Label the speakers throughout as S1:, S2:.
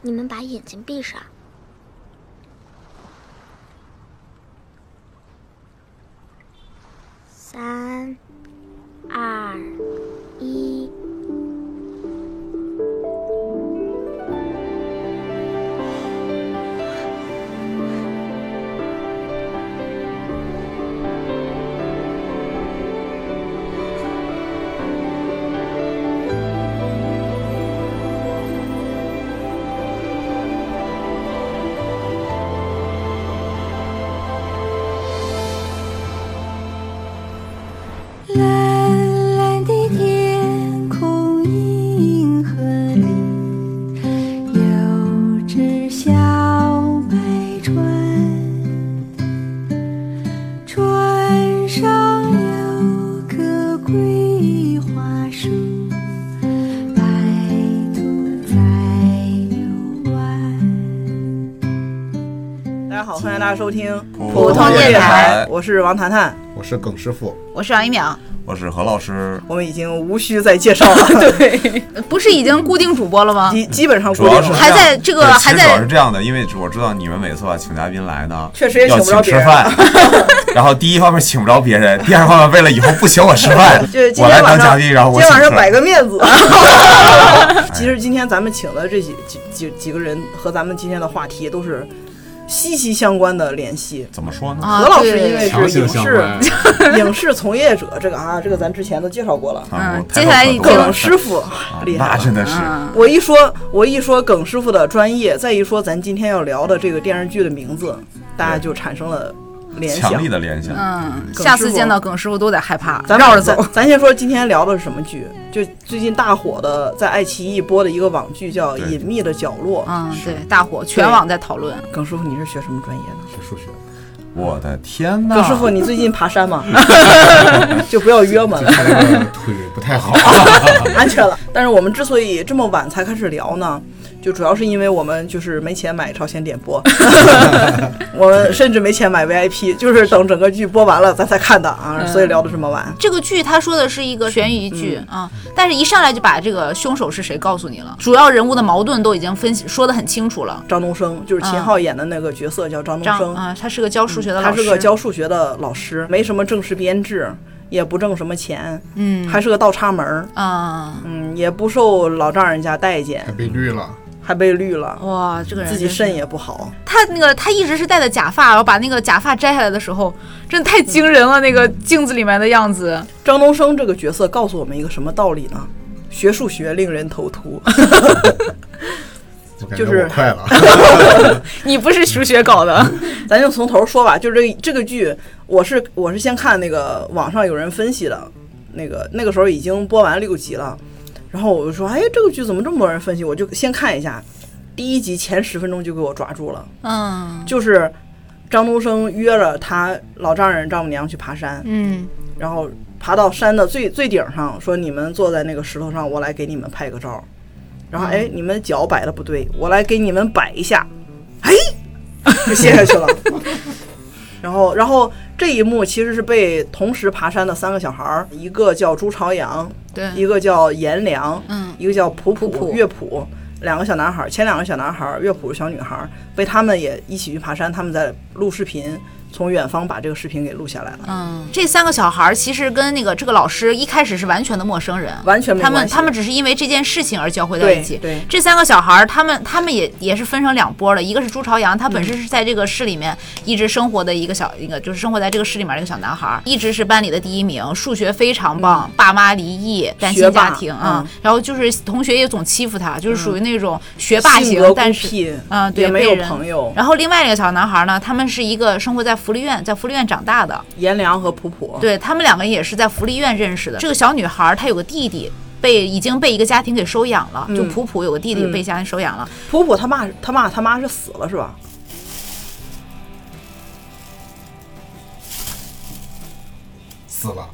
S1: 你们把眼睛闭上。三、二、一。
S2: 蓝蓝的天空，银河里有只小白船，船上有棵桂花树，白兔在游玩。
S3: 大家好，欢迎大家收听
S4: 普通电台
S3: 我是王谈谈。
S5: 我是耿师傅，
S4: 我是王一淼，
S6: 我是何老师，
S3: 我们已经无需再介绍 了，对，
S4: 不是已经固定主播了吗？
S3: 基基本上
S6: 主要
S3: 固
S6: 是
S3: 定
S4: 还在这个
S6: 对
S4: 还
S6: 其实主要是
S4: 在
S6: 这样的，因为我知道你们每次吧请嘉宾来呢，
S3: 确实也请
S6: 要
S3: 不着别
S6: 请吃
S3: 人
S6: 饭，然后第一方面请不着别人，第二方面为了以后不请我吃饭
S3: 就是，今
S6: 我来
S3: 天晚
S6: 当嘉
S3: 上，
S6: 宾，然后
S3: 今
S6: 我
S3: 天
S6: 请
S3: 晚
S6: 吃
S3: 上摆
S6: 饭。
S3: 个面子。 其实今天咱们请的这几几几几个人和咱们今天的话题都是息息相关的联系。
S6: 怎么说呢？
S4: 啊
S3: 何老师
S4: 对
S3: 因为
S7: 强
S3: 是
S7: 行
S3: 影
S7: 相
S3: 视
S7: 关，
S3: 影视从业者，这个啊，这个咱之前都介绍过了。
S6: 啊
S4: 嗯
S6: 我抬头
S4: 接下来
S6: 可
S4: 已
S6: 多
S4: 经
S6: 了
S3: 耿师傅
S6: 啊
S3: 厉害
S6: 那
S3: 了，
S6: 真的是
S4: 嗯，
S3: 我一说，我一说耿师傅的专业，再一说咱今天要聊的这个电视剧的名字，大家就产生了联想
S6: 强。力的联想。
S4: 嗯，
S3: 耿
S4: 下
S3: 师
S4: 次
S3: 傅
S4: 见到耿师傅都得害怕，
S3: 咱们
S4: 绕着走。
S3: 咱咱先说今天聊的是什么剧，就最近大火的，在爱奇艺播的一个网剧叫《
S6: 对
S3: 隐秘的角落》。
S4: 嗯，对，大火，全网在讨论。
S3: 耿师傅，你是学什么专业的？
S5: 是数学。
S6: 我的天呐！
S3: 耿师傅，你最近爬山吗？ 就不要约我们了。
S5: 他这个呃腿不太好，啊
S3: 安全了。 但是我们之所以这么晚才开始聊呢，就主要是因为我们就是没钱买朝鲜点播， 我们甚至没钱买 VIP，就是等整个剧播完了咱才看的啊，
S4: 嗯
S3: 所以聊的这么晚。
S4: 这个剧他说的是一个悬疑剧
S3: 嗯
S4: 啊、但是一上来就把这个凶手是谁告诉你了，主要人物的矛盾都已经分析说的很清楚了。
S3: 张东升就是秦昊演的那个角色叫张东
S4: 嗯张
S3: 升，
S4: 啊、他是个教数学的老
S3: 嗯他
S4: 师，
S3: 是个教数学的老师，没什么正式编制，也不挣什么钱，
S4: 嗯
S3: 还是个倒插门儿，
S4: 啊、
S3: 嗯，也不受老丈人家待见
S5: 还，被绿了。
S3: 还被绿了，
S4: 哇，这个人
S3: 自己
S4: 哦真是
S3: 肾也不好。
S4: 他那个他一直是戴的假发，然后把那个假发摘下来的时候，真的太惊人了，那个
S3: 嗯
S4: 镜子里面的样子。
S3: 张东升这个角色告诉我们一个什么道理呢？学数学令人头秃。
S5: 我感
S3: 就
S5: 觉
S3: 是
S5: 我快了，
S4: 你不是数学搞的，
S3: 咱就从头说吧，就是这这个剧，我是我是先看那个网上有人分析的，那个那个时候已经播完六集了，然后我就说，哎，这个剧怎么这么多人分析？我就先看一下，第一集前十分钟就给我抓住了，
S4: 嗯
S3: 就是张东升约了他老丈人丈母娘去爬山，
S4: 嗯
S3: 然后爬到山的最最顶上，说你们坐在那个石头上，我来给你们拍个照。然后哎，你们脚摆的不对，我来给你们摆一下，哎，就陷下去了。 然后，然后这一幕其实是被同时爬山的三个小孩儿，一个叫朱朝阳，
S4: 对
S3: 一个叫颜良，
S4: 嗯
S3: 一个叫普普
S4: 普普
S3: 乐普，两个小男孩儿，前两个小男孩儿，乐普是小女孩儿，被他们也一起去爬山，他们在录视频，从远方把这个视频给录下来了。
S4: 嗯，这三个小孩儿其实跟那个这个老师一开始是完全的陌生人，
S3: 完全没
S4: 他们
S3: 关系
S4: 他们只是因为这件事情而交汇在一起。
S3: 对对
S4: 这三个小孩儿，他们他们也也是分成两波的，一个是朱朝阳，他本
S3: 嗯
S4: 身是在这个市里面一直生活的一个小一个，就是生活在这个市里面的一个小男孩儿，一直是班里的第一名，数学非常棒，爸妈离异，单亲
S3: 嗯
S4: 家
S3: 学霸
S4: 庭啊、
S3: 嗯
S4: 然后就是同学也总欺负他，就是属于那种学霸
S3: 性
S4: 型
S3: 格，孤
S4: 但是
S3: 僻
S4: 啊、对，
S3: 也没
S4: 被
S3: 有
S4: 人
S3: 朋友
S4: 然后另外一个小男孩儿呢，他们是一个生活在福利院，在福利院长大的，
S3: 颜良和普普，
S4: 对他们两个人也是在福利院认识的。这个小女孩儿她有个弟弟。被已经被一个家庭给收养了，
S3: 嗯
S4: 就普普有个弟弟被家庭收养了，
S3: 普普他爸他爸他妈是死了是吧？
S5: 死了。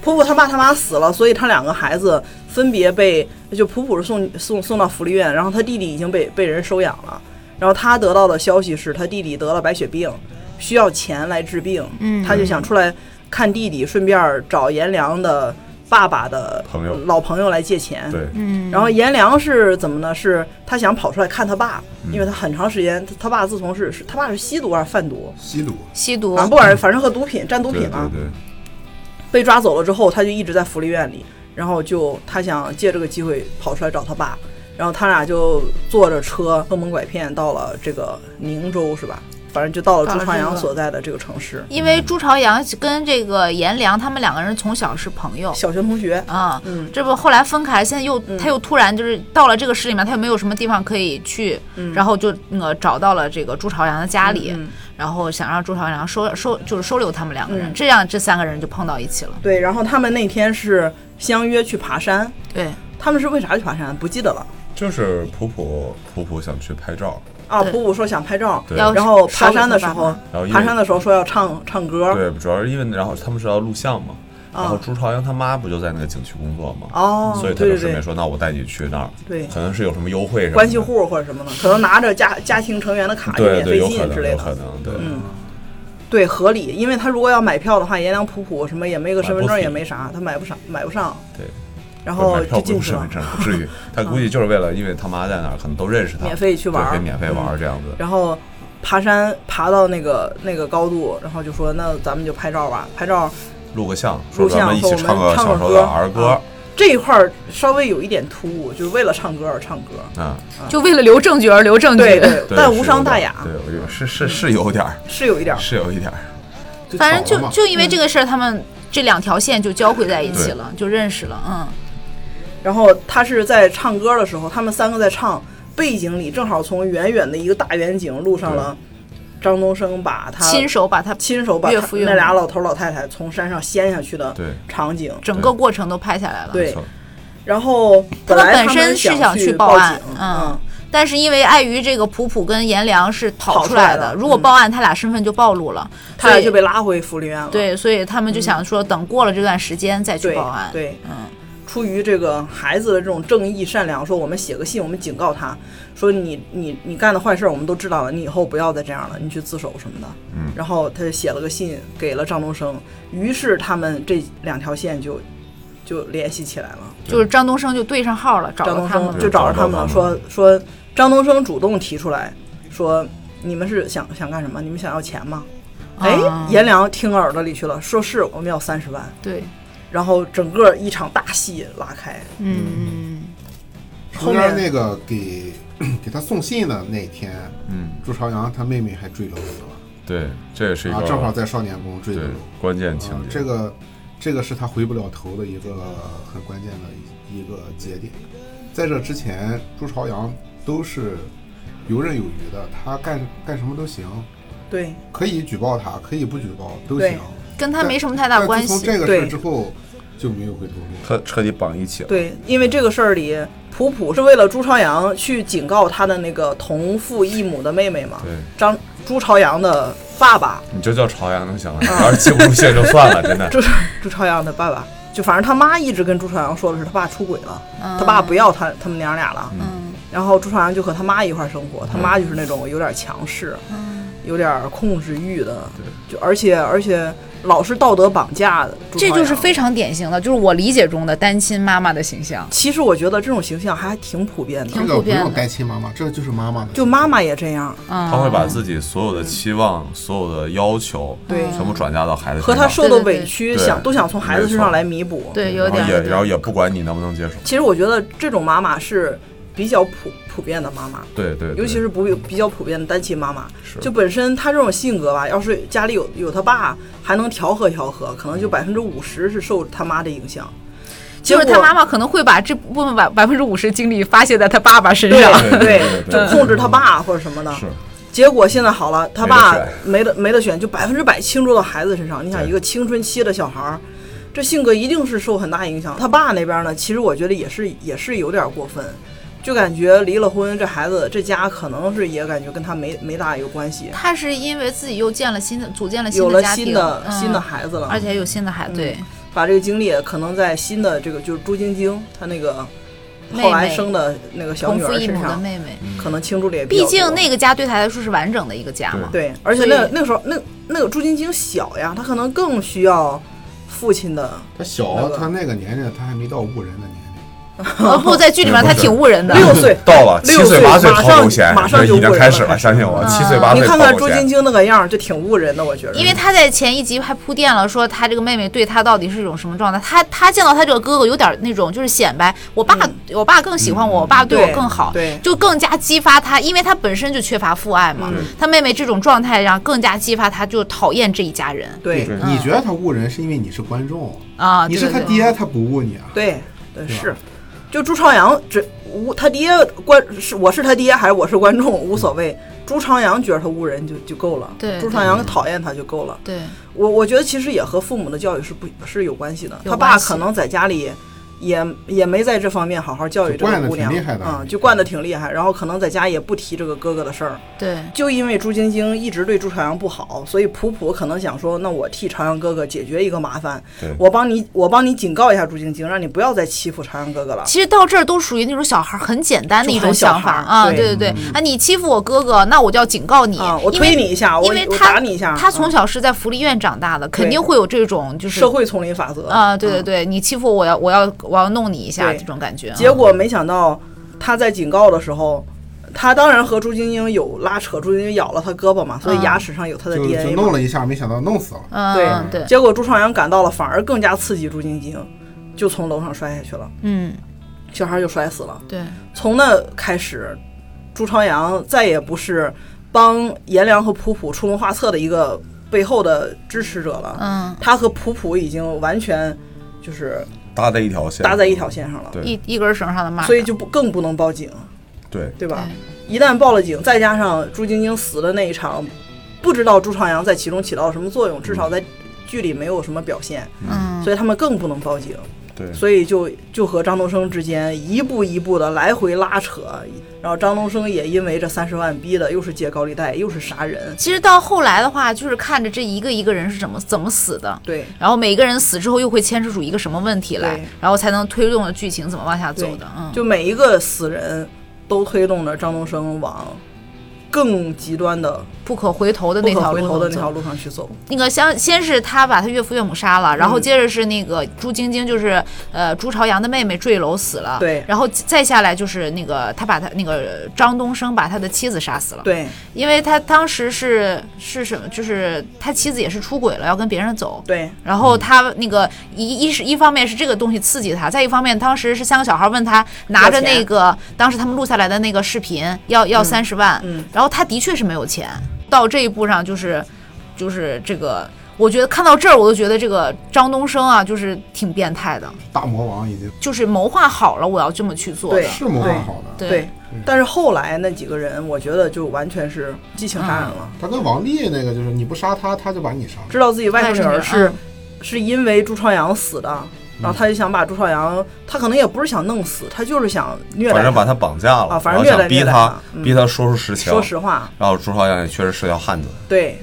S3: 普普他爸他妈死了，所以他两个孩子分别被就普普是送送送到福利院，然后他弟弟已经被被人收养了，然后他得到的消息是他弟弟得了白血病，需要钱来治病，嗯，他就想出来看弟弟，顺便找颜良的爸爸的
S6: 朋友
S3: 老朋友来借钱。
S6: 对，
S4: 嗯
S6: 嗯
S3: 然后颜良是怎么呢？是他想跑出来看他爸，
S6: 嗯
S3: 因为他很长时间，他他爸自从是是他爸是吸毒还是贩毒
S5: 吸毒，
S4: 吸毒
S3: 啊？不管是反正和毒品沾毒
S6: 对
S3: 品
S6: 对
S3: 了、
S6: 哦对，
S3: 被抓走了之后，他就一直在福利院里，然后就他想借这个机会跑出来找他爸，然后他俩就坐着车坑蒙拐骗到了这个宁州是吧？反正就到了
S4: 到了
S3: 朱朝
S4: 这
S3: 阳
S4: 个
S3: 所在的这个城市，
S4: 因为朱朝阳跟这个颜良他们两个人从小是朋友
S3: 小学同学，
S4: 啊，
S3: 嗯
S4: 这不后来分开，现在又他又突然就是到了这个市里面，他又没有什么地方可以去，然后就那个找到了这个朱朝阳的家里，
S3: 嗯
S4: 然后想让朱朝阳收收就是收留他们两个人，
S3: 嗯
S4: 这样这三个人就碰到一起了。
S3: 对，然后他们那天是相约去爬山，
S4: 对，
S3: 他们是为啥去爬山？不记得了
S6: 就是普普普普想去拍照，
S3: 啊。
S4: 对
S3: 普普说想拍照，
S6: 对
S4: 要
S3: 然后
S4: 收
S3: 爬
S4: 留
S3: 山的
S4: 他爸
S3: 时候
S4: 妈，
S6: 然后因为
S3: 爬山的时候说要唱唱歌，
S6: 对，主要是因为然后他们是要录像嘛，然后朱朝阳他妈不就在那个景区工作嘛，嗯
S3: 哦，
S6: 所以他
S3: 对
S6: 就
S3: 对
S6: 顺便
S3: 对，
S6: 说，那我带你去那儿，
S3: 对
S6: 可能是有什么优惠什么的
S3: 关系，户或者什么的，可能拿着家家庭成员的卡就
S6: 对
S3: 免
S6: 对，
S3: 费
S6: 有
S3: 进
S6: 可
S3: 之
S6: 能，
S3: 类
S6: 有
S3: 的
S6: 可，能，对，
S3: 嗯对，合理，因为他如果要买票的话，颜良普普什么也没个身份证，也没啥，他买不上，买不上。
S6: 对，
S3: 然
S6: 不是
S3: 后
S6: 买
S3: 就
S6: 票不
S3: 进
S6: 用
S3: 去
S6: 身
S3: 了嗯
S6: 份。证，不 至于，他估计就是为了因为他妈在那儿，可能都认识他，
S3: 免费去玩儿嗯
S6: 对可以免费玩儿这样子，
S3: 然后爬山爬到那个那个高度，然后就说那咱们就拍照吧，拍照
S6: 录个像，
S3: 录
S6: 说咱
S3: 像
S6: 们一
S3: 和
S6: 起
S3: 我们
S6: 唱个小
S3: 唱
S6: 时
S3: 个
S6: 候
S3: 歌
S6: 的儿歌
S3: 啊，这一块儿稍微有一点突兀，就是为了唱歌而唱歌。
S6: 啊，
S4: 就为了留证据而留证据。
S3: 嗯对对，
S6: 对
S3: 但
S6: 是
S3: 无
S6: 有
S3: 伤
S6: 点
S3: 大
S6: 儿
S3: 雅，嗯
S6: 对，我有是是是有点儿，
S3: 是有一点儿。
S6: 是有一点儿，
S4: 反正
S5: 就
S4: 就
S5: 找了嘛嗯
S4: 就因为这个事儿，他们这两条线就交汇在一起了，就认识了。嗯，
S3: 然后他是在唱歌的时候，他们三个在唱，背景里正好从远远的一个大远景录上了张东升把他
S4: 亲手把他
S3: 亲手把
S4: 岳父岳母
S3: 那俩老头老太太从山上掀下去的
S6: 对
S3: 场景。
S4: 整个过程都拍下来了。
S3: 对
S6: 没错
S3: 然后
S4: 们
S3: 本来
S4: 本身是
S3: 想
S4: 想去
S3: 报
S4: 案
S3: 警，
S4: 嗯，但是因为碍于这个普普跟颜良是逃
S3: 跑
S4: 出
S3: 出
S4: 来
S3: 来
S4: 的，
S3: 的
S4: 如果
S3: 嗯
S4: 报案，他俩身份就暴露了，
S3: 他
S4: 所
S3: 俩
S4: 以
S3: 就被拉回福利院了。
S4: 对，所以他们就想说，等过了这段时间再去
S3: 对
S4: 报案。
S3: 对，
S4: 嗯，
S3: 出于这个孩子的这种正义善良，说我们写个信，我们警告他说你你你干的坏事儿我们都知道了，你以后不要再这样了，你去自首什么的。嗯，然后他就写了个信给了张东升，于是他们这两条线就就联系起来了。
S4: 就是张东升就对上号了，找
S3: 张
S4: 到
S3: 东
S4: 他们
S3: 升
S4: 了。
S3: 就找着他们了，
S6: 找到他
S3: 说说张东升主动提出来说，你们是想想干什么？你们想要钱吗？哎
S4: 啊，
S3: 颜良听耳朵里去了，说是我们要三十万，
S4: 对，
S3: 然后整个一场大戏拉开，
S4: 嗯，
S3: 后
S5: 中
S3: 面
S5: 间那个给 给他送信的那天，
S6: 嗯，
S5: 朱朝阳他妹妹还追着我
S6: 对，这也是一
S5: 呢，
S6: 个
S5: 啊，正好在少年宫追着
S6: 对
S5: 我，
S6: 关键情
S5: 啊
S6: 节，
S5: 这个这个是他回不了头的一个很关键的一一个节点。在这之前，朱朝阳都是游刃有余的，他干干什么都行，
S3: 对
S5: 可以举报他，可以不举报都
S3: 对
S5: 行。
S4: 跟他
S5: 但
S4: 没什么太大
S5: 但
S4: 关
S5: 自从
S4: 系。
S5: 这个事
S3: 对
S5: 儿之后就没有回头路。
S6: 彻彻底绑一起了，
S3: 对，因为这个事儿里，普普是为了朱朝阳去警告他的那个同父异母的妹妹嘛，
S6: 对
S3: 张朱朝阳的爸爸，
S6: 你就叫朝阳就行了，
S3: 啊
S6: 你要是记不住这就算了，真的。
S3: 朱朱朝阳的爸爸，就反正他妈一直跟朱朝阳说的是他爸出轨了，他爸不要他他们娘俩了，
S4: 嗯，
S3: 然后朱朝阳就和他妈一块儿生活，他妈就是那种有点强势，
S4: 嗯
S3: 有点控制欲的，就而且而且老是道德绑架的，朱朝
S4: 这
S3: 阳
S4: 就是非。常典型的，就是我理解中的单亲妈妈的形象。
S3: 其实我觉得这种形象还挺普遍的
S4: 挺，
S5: 这个
S4: 普
S5: 不
S4: 遍
S5: 用
S4: 的
S5: 担心妈妈，这就是妈妈的。
S3: 就妈妈也这样，
S4: 嗯
S6: 他会把自己所有的期望、所有的要求，
S3: 对
S6: 全部转嫁到孩子身
S3: 和
S6: 上，
S3: 他受的
S4: 对对对
S3: 委屈
S6: 对
S3: 想都想从孩子身
S6: 没
S3: 上
S6: 错
S3: 来弥补。
S4: 对，有
S5: 啊
S6: 然后
S4: 点
S6: 也
S4: 儿。
S6: 然后也不管你能不能接受，
S3: 其实我觉得这种妈妈是比较普普遍的妈妈，
S6: 对对，对
S3: 尤其是不比较普遍的单亲妈妈
S6: 是，
S3: 就本身她这种性格吧，要是家里有有她爸，还能调和调和，可能
S6: 嗯
S3: 就百分之五十是受他妈的影响。
S4: 就是
S3: 结
S4: 他
S3: 果
S4: 妈妈可能会把这部分百百分之五十精力发泄在他爸爸身上。
S6: 对对对对
S3: 就控制他爸或者什么的。
S6: 是
S3: 结果现在好了，他爸
S6: 没
S3: 没
S6: 得选
S3: 得没得选，就百分之百倾注到孩子身上。你想，
S6: 对。
S3: 一个青春期的小孩儿，这性格一定是受很大影响。他爸那边呢，其实我觉得也是也是有点过分，就感觉离了婚，这孩子这家可能是也感觉跟他没没大有关系，
S4: 他是因为自己又建了新的，组建了
S3: 有
S4: 新
S3: 了
S4: 家庭，
S3: 新的
S4: 嗯
S3: 新的孩子了，嗯
S4: 而且还有新的孩子，对，
S3: 把这个精力可能在新的这个就是朱晶晶她那个
S4: 妹妹
S3: 后来生的那个小
S4: 同
S3: 女
S4: 父
S3: 儿
S4: 异
S3: 身
S4: 母的
S3: 上，
S4: 妹妹。
S3: 可能倾注的也比较
S4: 毕
S3: 多
S4: 竟那个家对他来说是完整的一个家嘛。
S3: 对，而且那
S4: 所以
S3: 那个时候那那个朱晶晶小呀，她可能更需要父亲的
S5: 他小，他那个年龄他还没到误人的年龄。
S4: 哦不，在剧里 面他挺误人的。
S3: 六岁
S6: 到了
S3: 六
S6: 七
S3: 岁
S6: 八岁
S3: 马
S6: 掏
S3: 上
S6: 狗钱
S3: 马，上
S6: 这
S3: 就
S6: 已经
S3: 会
S6: 开
S3: 了啊
S6: 始了，相信我，七岁八
S3: 你
S6: 岁掏
S3: 看看
S6: 狗
S3: 朱
S6: 钱
S3: 晶。晶那个样儿，就挺误人的，我觉得。
S4: 因为他在前一集还铺垫了，说他这个妹妹对他到底是一种什么状态。他他见到他这个哥哥有点那种就是显摆，我爸、我爸更喜欢我，我爸对我更好，
S3: 嗯对对
S4: 就更加激发他，因为他本身就缺乏父爱嘛。
S3: 嗯
S4: 他妹妹这种状态让更加激发他，就讨厌这一家人
S3: 对
S6: 对
S5: 你觉得他误人，是因为你是观众，
S4: 嗯啊。
S5: 你
S4: 对
S5: 是他
S4: 对
S5: 爹，他不误你啊。
S3: 对对
S5: 对吧
S3: 是，就朱朝阳这无他爹观是我是他爹还是我是观众无所谓，朱朝阳觉得他误人就就够了，
S4: 对
S3: 朱朝阳讨厌他就够了。
S4: 对
S3: 我我觉得其实也和父母的教育是不是有关系的，
S4: 有
S3: 他爸
S4: 关系
S3: 可能在家里。也也没在这方面好好教育
S5: 就
S3: 这
S5: 惯
S3: 个
S5: 得
S3: 姑
S5: 挺
S3: 娘
S5: 厉害的啊
S3: 嗯，就惯得挺厉害，然后可能在家也不提这个哥哥的事儿，
S4: 对
S3: 就因为朱晶晶一直对朱朝阳不好，所以普普可能想说，那我替朝阳哥哥解决一个麻烦
S6: 对，
S3: 我帮你，我帮你警告一下朱晶晶，让你不要再欺负朝阳哥哥了。
S4: 其实到这儿都属于那种小孩儿很简单的一
S3: 就
S4: 种
S3: 很小
S4: 想法
S3: 孩儿
S4: 啊，
S3: 对嗯
S4: 对对对啊，你欺负我哥哥，那我就要警告你
S3: 啊，我，
S4: 因为
S3: 推你一下，我
S4: 因为
S3: 我
S4: 他
S3: 打你一下。
S4: 他从
S3: 嗯
S4: 小是在福利院长大的，肯定会有这种就是
S3: 社会丛林法则
S4: 啊，对对
S3: 嗯
S4: 对，你欺负我要我要我要弄你一下
S3: 对
S4: 这种感觉啊。
S3: 结果没想到他在警告的时候，他当然和朱晶晶有拉扯，朱晶晶咬了他胳膊嘛，所以牙齿上有他的
S5: 就就
S3: DNA
S5: 弄
S3: 嘛。
S5: 了一下，没想到弄死了。
S4: 嗯，对，
S3: 结果朱朝阳赶到了，反而更加刺激朱晶晶，就从楼上摔下去了，
S4: 嗯，
S3: 小孩就摔死了。
S4: 对，
S3: 从那开始，朱朝阳再也不是帮颜良和普普出谋划策的一个背后的支持者了。
S4: 嗯，
S3: 他和普普已经完全就是
S6: 搭在一条线，
S3: 搭在一条线上了，
S6: 对
S4: 一一根绳上的蚂蚱，
S3: 所以就不更不能报警，
S6: 对，
S3: 对吧？一旦报了警，再加上朱晶晶死的那一场，不知道朱朝阳在其中起到了什么作用，至少在剧里没有什么表现，
S4: 嗯，
S3: 所以他们更不能报警。
S6: 对
S3: 所以就就和张东升之间一步一步的来回拉扯，然后张东升也因为这三十万逼的，又是借高利贷，又是杀人，
S4: 其实到后来的话，就是看着这一个一个人是怎么怎么死的。
S3: 对
S4: 然后每一个人死之后又会牵扯出一个什么问题来
S3: 对，
S4: 然后才能推动的剧情怎么往下走
S3: 对
S4: 的。嗯，
S3: 就每一个死人都推动着张东升往更极端的、
S4: 不可回头的
S3: 不
S4: 那
S3: 可
S4: 条路
S3: 回头的
S4: 走
S3: 那条路上去走。
S4: 那个相先是他把他岳父岳母杀了，然
S3: 嗯
S4: 后接着是那个朱晶晶，就是呃朱朝阳的妹妹坠楼死了，
S3: 对
S4: 然后再下来就是那个他把他那个张东升把他的妻子杀死了，，
S3: 对
S4: 因为他当时是是什么，就是他妻子也是出轨了，要跟别人走。
S3: 对
S4: 然后他那个一一是一方面是这个东西刺激他，再一方面当时是三个小孩问他拿着
S3: 要钱
S4: 那个当时他们录下来的那个视频要要三十万，
S3: 嗯
S4: 然后他的确是没有钱，到这一步上就是就是这个，我觉得看到这儿我都觉得这个张东升啊就是挺变态的，
S5: 大魔王已经
S4: 就是谋划好了我要这么去做的
S3: 对，
S5: 是魔幻好的，
S4: 对
S3: 对，但是后来那几个人，我觉得就完全是激情杀人了。
S5: 他跟王丽那个就是你不杀他，他就把你杀了。
S3: 知道自己外甥女儿是、
S4: 嗯
S3: 是因为朱朝阳死的，然后他就想把朱朝
S5: 嗯
S3: 阳，他可能也不是想弄死，他就是想虐待他，
S6: 反正把他绑架了，
S3: 啊反
S6: 然
S3: 正
S6: 后
S3: 虐
S6: 想
S3: 待
S6: 逼
S3: 虐待
S6: 他
S3: 他，嗯
S6: 逼他说出实情。
S3: 说实话，
S6: 然后朱朝阳也确实是条汉子，
S3: 对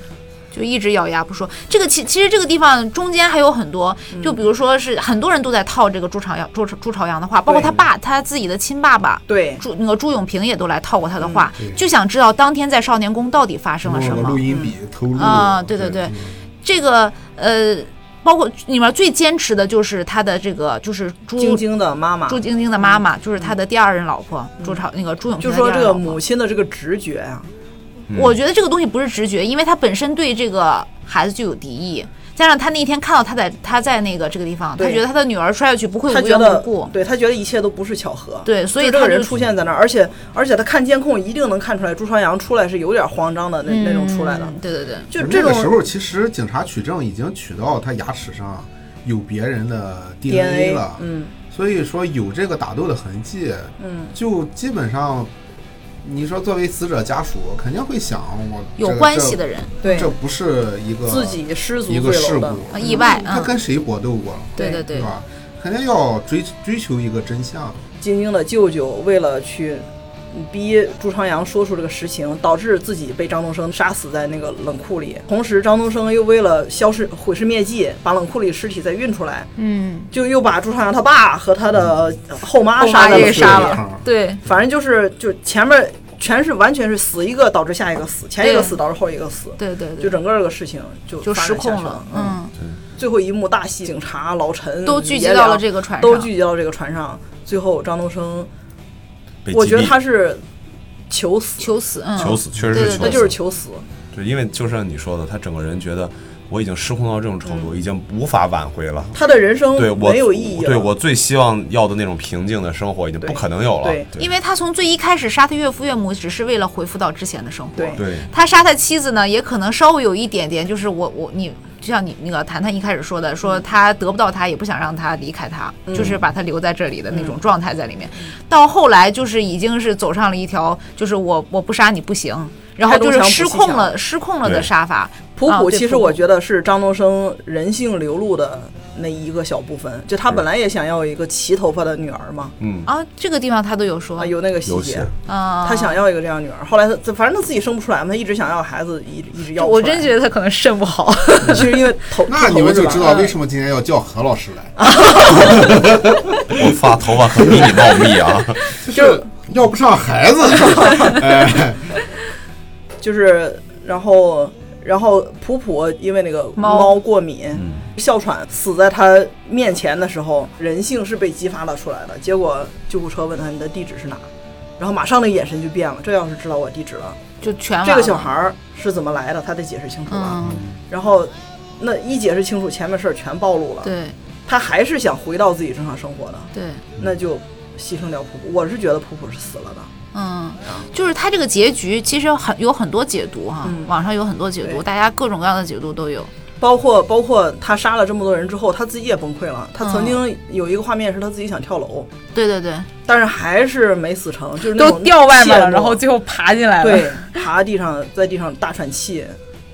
S4: 就一直咬牙不说。这个其其实这个地方中间还有很多，就比如说是很多人都在套这个朱朝阳朱朱朝阳的话，包括他爸他自己的亲爸爸。
S3: 对
S4: 朱那个朱永平也都来套过他的话，
S5: 嗯对
S4: 就想知道当天在少年宫到底发生了
S5: 弄
S4: 什
S5: 了
S4: 么
S5: 录。音笔偷录
S4: 啊对对对
S5: 嗯
S4: 这个呃，包括里面最坚持的就是他的这个就是朱
S3: 晶晶的妈妈
S4: 朱晶晶的妈妈，就是他的第二任老婆朱朝那个朱永平
S3: 就
S4: 的第二
S3: 说这
S4: 任老
S3: 个
S4: 婆。
S3: 母亲的这个直觉啊，
S4: 我觉得这个东西不是直觉，因为他本身对这个孩子就有敌意，加上他那天看到他在他在那个这个地方，他
S3: 对
S4: 觉得他的女儿摔下去不会
S3: 他
S4: 无
S3: 觉
S4: 缘
S3: 得
S4: 无故，
S3: 对他觉得一切都不是巧合，
S4: 对，所
S3: 就
S4: 以
S3: 这
S4: 他
S3: 个
S4: 就
S3: 人出现在那儿，而且而且他看监控一定能看出来朱朝阳出来是有点慌张的那、那种出来的，
S4: 嗯对对对，
S3: 就
S5: 那
S3: 这
S5: 个时
S3: 种
S5: 候，其实警察取证已经取到他牙齿上有别人的
S3: DNA，
S5: 了，
S3: 嗯，
S5: 所以说有这个打斗的痕迹，
S3: 嗯，
S5: 就基本上，你说作为死者家属肯定会想，我
S4: 有
S5: 这
S4: 关系的人，
S5: 这
S3: 对，
S5: 这不是一个
S3: 自己失足
S5: 一个
S3: 坠
S5: 事
S3: 楼
S5: 故
S4: 啊
S3: 的，
S4: 意外
S5: 他
S4: 嗯
S5: 跟谁搏斗过了？
S4: 对
S3: 对
S4: 对对，
S5: 吧？肯定要追追求一个真相，
S3: 晶晶的舅舅为了去逼朱朝阳说出这个实情，导致自己被张东升杀死在那个冷库里。同时，张东升又为了消失毁尸灭迹，把冷库里尸体再运出来，
S4: 嗯，
S3: 就又把朱朝阳他爸和他 的后妈
S4: 后妈
S3: 杀在
S4: 也
S3: 冷
S4: 给
S3: 库
S4: 杀
S3: 里
S5: 了
S4: 了，对
S3: 反正就是就前面全是完全是死一个导致下一个死，前一个
S4: 对
S3: 死导致后一个死，
S4: 对对
S3: 就
S4: 对，
S3: 整个这个事情就
S4: 就
S3: 发
S4: 失
S3: 展下去
S4: 控了
S3: 了，，
S4: 嗯，
S3: 最后一幕大戏，警察、老陈
S4: 都聚集
S3: 爷
S4: 到
S3: 俩
S4: 了这个船
S3: 都
S4: 上
S3: 聚集到这个船上。最后张东升，
S6: 被
S3: 我
S6: 击
S3: 觉得
S6: 毙
S3: 他是求死，
S4: 求死，嗯，
S6: 求死，确实
S4: 对对
S6: 是求死，
S3: 那就是求死。
S6: 对，因为就像你说的，他整个人觉得我已经失控到这种程度，已经无法挽回了。
S3: 他的人生
S6: 对我
S3: 嗯没有意义了。
S6: 对我最希望要的那种平静的生活已经不可能有了
S3: 对。
S6: 对
S4: 因为他从最一开始杀他岳父岳母，只是为了恢复到之前的生活。
S3: 对
S6: 对
S4: 他杀他妻子呢，也可能稍微有一点点，就是我我你，就像你那个谈谈一开始说的，说他得不到他，也不想让他离开他，
S3: 嗯
S4: 就是把他留在这里的那种状态在里面。到后来就是已经是走上了一条，就是我我不杀你不行，然后就是失控了，失控了的杀法。
S3: 普
S4: 啊
S3: 普
S4: 对
S3: 其实
S4: 普普
S3: 我觉得是张东升人性流露的那一个小部分，就他本来也想要一个齐头发的女儿嘛，
S4: 啊，这个地方他都有说
S3: 啊，，有那个细
S6: 有
S3: 节
S6: 血，
S4: 啊，
S3: 他想要一个这样的女儿，后来他自反正他自己生不出来嘛，他一直想要孩子，一直一直要不
S4: 我
S3: 出来
S4: 真觉得他可能肾不 好。
S3: 得其实因为头，
S5: 那你们就知道为
S3: 么
S5: 什么今天要叫何老师来，
S6: 我发头发可比你茂 密啊！
S5: 就是要不上孩子。哎，
S3: 就是然后。然后普普因为那个
S4: 猫
S3: 猫过敏，哮喘死在他面前的时候，人性是被激发了出来的。结果救护车问他你的地址是哪，然后马上那个眼神就变了。这要是知道我地址了，
S4: 就全完了
S3: 这个小孩儿是怎么来的，他得解释清楚了。
S4: 嗯，
S3: 然后，那一解释清楚，前面事儿全暴露了。
S4: 对
S3: 他还是想回到自己正常生活的，
S4: 对。
S3: 那就牺牲掉普普。我是觉得普普是死了的，
S4: 嗯，就是他这个结局其实很有很多解读哈，
S3: 嗯
S4: 网上有很多解读，
S3: 对
S4: 大家各种各样的解读都有。
S3: 包括包括他杀了这么多人之后，他自己也崩溃了。他
S4: 嗯
S3: 曾经有一个画面是他自己想跳楼，
S4: 对对对，
S3: 但是还是没死成，就是那种怯懦
S4: 最后爬进来
S3: 对，爬地上在地上大喘气，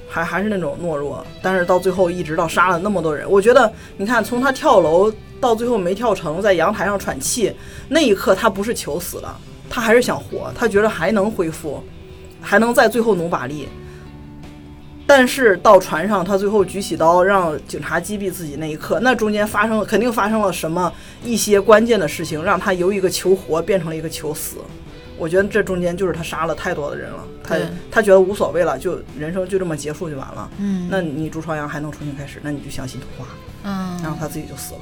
S3: 还还是那种懦弱，但是到最后一直到杀了那么多人，我觉得你看从他跳楼到最后没跳成，在阳台上喘气那一刻，他不是求死了，他还是想活，他觉得还能恢复，还能在最后努把力。但是到船上，他最后举起刀让警察击毙自己那一刻，那中间发生了肯定发生了什么一些关键的事情，让他由一个求活变成了一个求死。我觉得这中间就是他杀了太多的人了，他
S4: 对
S3: 他觉得无所谓了，就人生就这么结束就完了。
S4: 嗯
S3: 那你朱朝阳还能重新开始，那你就相信童话，然
S4: 嗯，
S3: 后他自己就死了，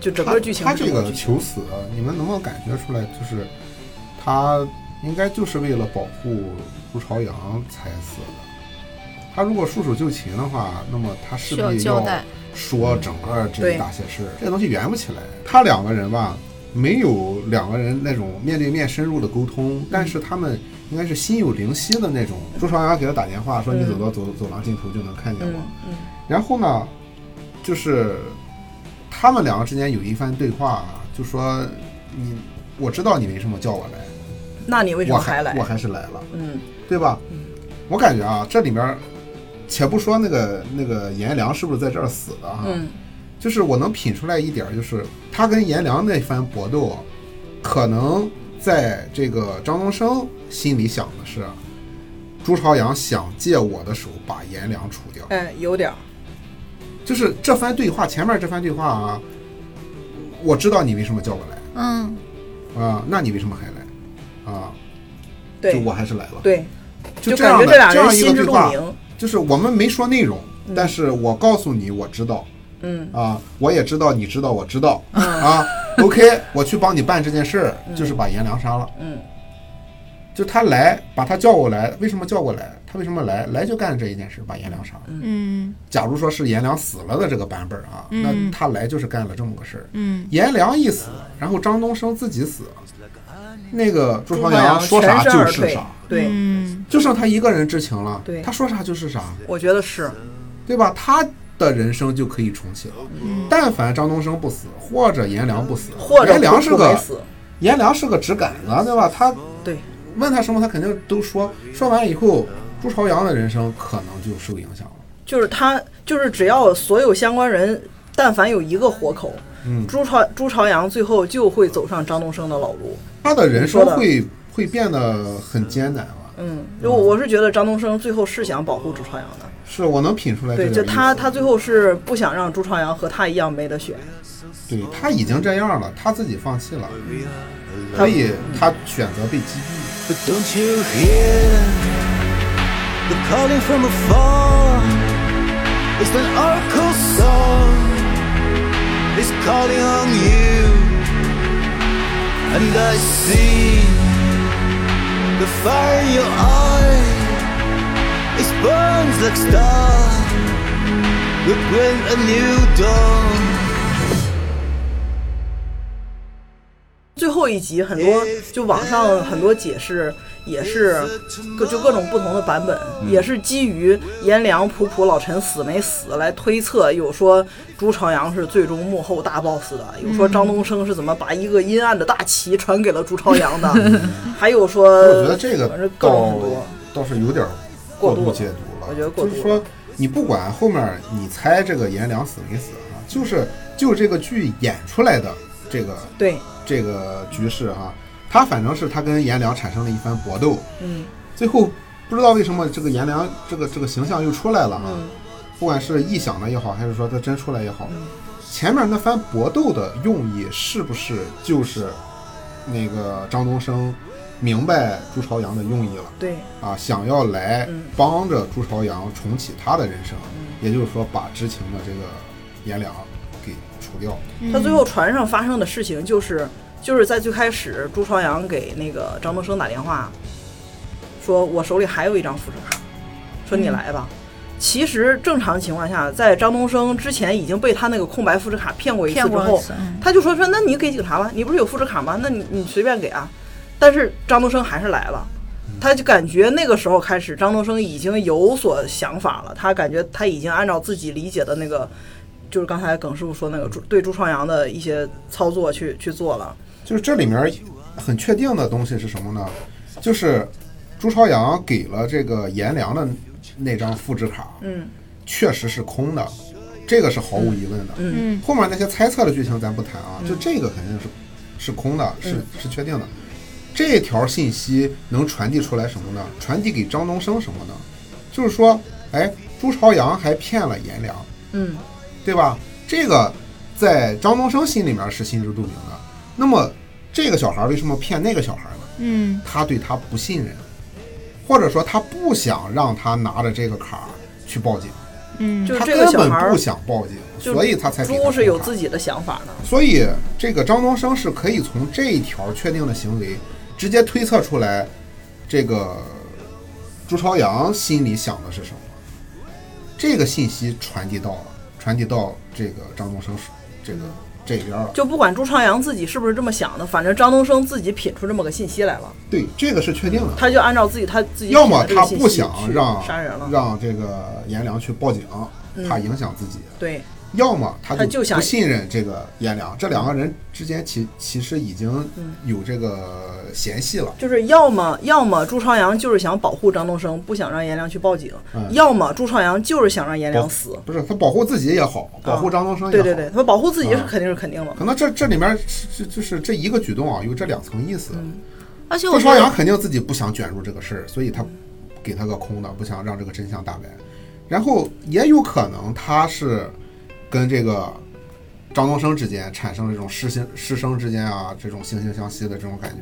S3: 就整
S5: 他
S3: 个剧情
S5: 他
S3: 是
S5: 这
S3: 么
S5: 个
S3: 剧情
S5: 求死，啊，你们能不能感觉出来？就是他应该就是为了保护朱朝阳才死的。他如果束手就擒的话，那么他势
S4: 需要
S5: 必
S4: 交代。
S5: 说整个这
S3: 对
S5: 一大些事，这个东西圆不起来。他两个人吧，没有两个人那种面对面深入的沟
S3: 嗯
S5: 通，但是他们应该是心有灵犀的那种。朱朝阳给他打电话说：“你走到走走廊尽头就能看见我。
S3: 嗯嗯，
S5: 然后呢，就是他们两个之间有一番对话啊，就说：“你我知道你为什么叫我来，
S3: 那你为什
S5: 我
S3: 么
S5: 还
S3: 来
S5: 我？还是来了。”
S3: 嗯，
S5: 对吧？我感觉啊，这里面儿，且不说那个那个颜良是不是在这儿死的哈，
S3: 嗯
S5: 就是我能品出来一点儿，就是他跟颜良那番搏斗，啊可能在这个张东升心里想的是，朱朝阳想借我的手把颜良除掉，
S3: 哎，有点儿，
S5: 就是这番对话，前面这番对话啊，我知道你为什么叫我来
S4: 嗯，
S5: 啊、那你为什么还来啊？就
S3: 对
S5: 我还是来了，
S3: 对，
S5: 就这
S3: 感
S5: 样
S3: 觉
S5: 的
S3: 这俩
S5: 样
S3: 人
S5: 一个
S3: 心知
S5: 对
S3: 肚
S5: 话，
S3: 明，
S5: 就是我们没说内容，但是我告诉你我知道
S3: 嗯
S5: 啊，我也知道你知道我知道啊。OK，我去帮你办这件事儿，就是把颜良杀了。
S3: 嗯，
S5: 就他来，把他叫过来，为什么叫过来？他为什么来？来就干这一件事，把颜良杀了。
S4: 嗯
S5: 假如说是颜良死了的这个版本啊，那
S4: 嗯
S5: 他来就是干了这么个事儿。
S4: 嗯，
S5: 颜良一死，然后张东升自己死，那个朱朝
S3: 嗯朝阳
S5: 阳说
S3: 全
S5: 啥
S3: 身
S5: 就
S3: 而
S5: 是
S3: 退
S5: 啥，
S3: 对，
S4: 嗯，
S5: 就剩他一个人知情了
S3: 对。
S5: 他说啥就是啥。
S3: 我觉得是，
S5: 对吧？他的人生就可以重启了。但凡张东升不死，或者颜良不死，
S3: 或者
S5: 颜良
S3: 普
S5: 是
S3: 普没
S5: 个
S3: 死，
S5: 颜良是个直杆子，对吧？他
S3: 对，
S5: 问他什么，他肯定都说。说完以后，朱朝阳的人生可能就受影响了。
S3: 就是他，就是只要所有相关人，但凡有一个活口，
S5: 嗯
S3: 朱朝朱朝阳最后就会走上张东升的老路。
S5: 他的人生
S3: 你说的
S5: 会会变得很艰难吧？
S3: 嗯，我我是觉得张东升最后是想保护朱朝阳的，
S5: 是我能品出来这
S3: 对，
S5: 点
S3: 就他
S5: 意思
S3: 他最后是不想让朱朝阳和他一样没得选，
S5: 对他已经这样了，他自己放弃了，
S3: 他
S5: 所以他选择被击毙。
S7: But don't you hear the calling from afar? It's an oracle song. It's calling on you. And I see the fire in your eye. It burns like star. Would bring a new dawn.
S3: 最后一集很多就网上很多解释也是各就各种不同的版本，
S5: 嗯
S3: 也是基于颜良、普普、老陈死没死来推测，有说朱朝阳是最终幕后大 boss 的，有
S5: 嗯
S3: 说张东升是怎么把一个阴暗的大旗传给了朱朝阳的，还有说
S5: 嗯我觉得这个
S3: 反正各种
S5: 倒
S3: 很多，
S5: 倒是有点过度解读了。
S3: 我觉得过度
S5: 就是说，你不管后面你猜这个颜良死没死啊，就是就这个剧演出来的这个
S3: 对，
S5: 这个局势哈、他反正是他跟颜良产生了一番搏斗，
S3: 嗯，
S5: 最后不知道为什么这个颜良这个这个形象又出来了哈、
S3: 嗯
S5: 不管是臆想的也好，还是说他真出来也好，前面那番搏斗的用意是不是就是那个张东升明白朱朝阳的用意了？
S3: 对，
S5: 啊，想要来
S3: 嗯
S5: 帮着朱朝阳重启他的人生，也就是说把之前的这个颜良给除掉。
S3: 他
S4: 嗯
S3: 最后船上发生的事情就是，就是在最开始朱朝阳给那个张东升打电话，说我手里还有一张复制卡，说
S4: 嗯
S3: 你来吧。其实正常情况下，在张东升之前已经被他那个空白复制卡骗过一次
S4: 骗
S3: 之
S4: 过一
S3: 后
S4: 次嗯，
S3: 他就说说那你给警察吧，你不是有复制卡吗？那你你随便给啊。但是张东升还是来了。他就感觉那个时候开始，张东升已经有所想法了。他感觉他已经按照自己理解的那个，就是刚才耿师傅说那个朱对朱朝阳的一些操作去去做了。
S5: 就是这里面很确定的东西是什么呢？就是朱朝阳给了这个颜良的那张复制卡，
S3: 嗯，
S5: 确实是空的，这个是毫无疑问的。
S3: 嗯
S5: 后面那些猜测的剧情咱不谈啊，就这个肯定是是空的，
S3: 嗯
S5: 是是确定的。这条信息能传递出来什么呢？传递给张东升什么呢？就是说，哎，朱朝阳还骗了颜良，
S3: 嗯，
S5: 对吧？这个在张东升心里面是心知肚明的。那么这个小孩为什么骗那个小孩呢？
S4: 嗯，
S5: 他对他不信任，或者说他不想让他拿着这个卡去报警，
S3: 就是
S5: 嗯他
S3: 这个
S5: 根
S3: 小
S5: 本
S3: 孩儿
S5: 不，想报警，
S3: 就
S5: 所以他才给他
S3: 朱是有
S5: 卡
S3: 自己的想法的。
S5: 所以这个张东升是可以从这一条确定的行为，直接推测出来，这个朱朝阳心里想的是什么。这个信息传递到了，传递到这个张东升手这个这边了。
S3: 就不管朱朝阳自己是不是这么想的，反正张东升自己品出这么个信息来了，
S5: 对，这个是确定的。
S3: 他就按照自己他自己
S5: 要
S3: 品
S5: 么
S3: 的这个
S5: 他
S3: 信
S5: 不
S3: 息
S5: 想
S3: 去
S5: 让
S3: 杀人了，
S5: 让这个颜良去报警，怕影响自己；
S3: 对，
S5: 要么他
S3: 他就想
S5: 不信任这个颜良。这两个人之间其其实已经
S3: 嗯
S5: 有这个嫌隙了。
S3: 就是要么要么朱朝阳就是想保护张东升，不想让颜良去报警；
S5: 嗯
S3: 要么朱朝阳就是想让颜
S5: 保
S3: 良死。
S5: 不是他保护自己也好，保护张东升也
S3: 对
S5: 好，
S3: 啊对对，他保护自己是
S5: 啊
S3: 肯定是肯定的。
S5: 可能这这里面是是就是这一个举动啊，有这两层意思。
S3: 嗯
S4: 而且
S5: 朱
S4: 我
S5: 朝
S4: 觉
S5: 阳
S4: 得，
S5: 肯定自己不想卷入这个事儿，所以他给他个空的，不想让这个真相大白。然后也有可能他是跟这个张东升之间产生了这种师生师生之间啊这种惺惺相惜的这种感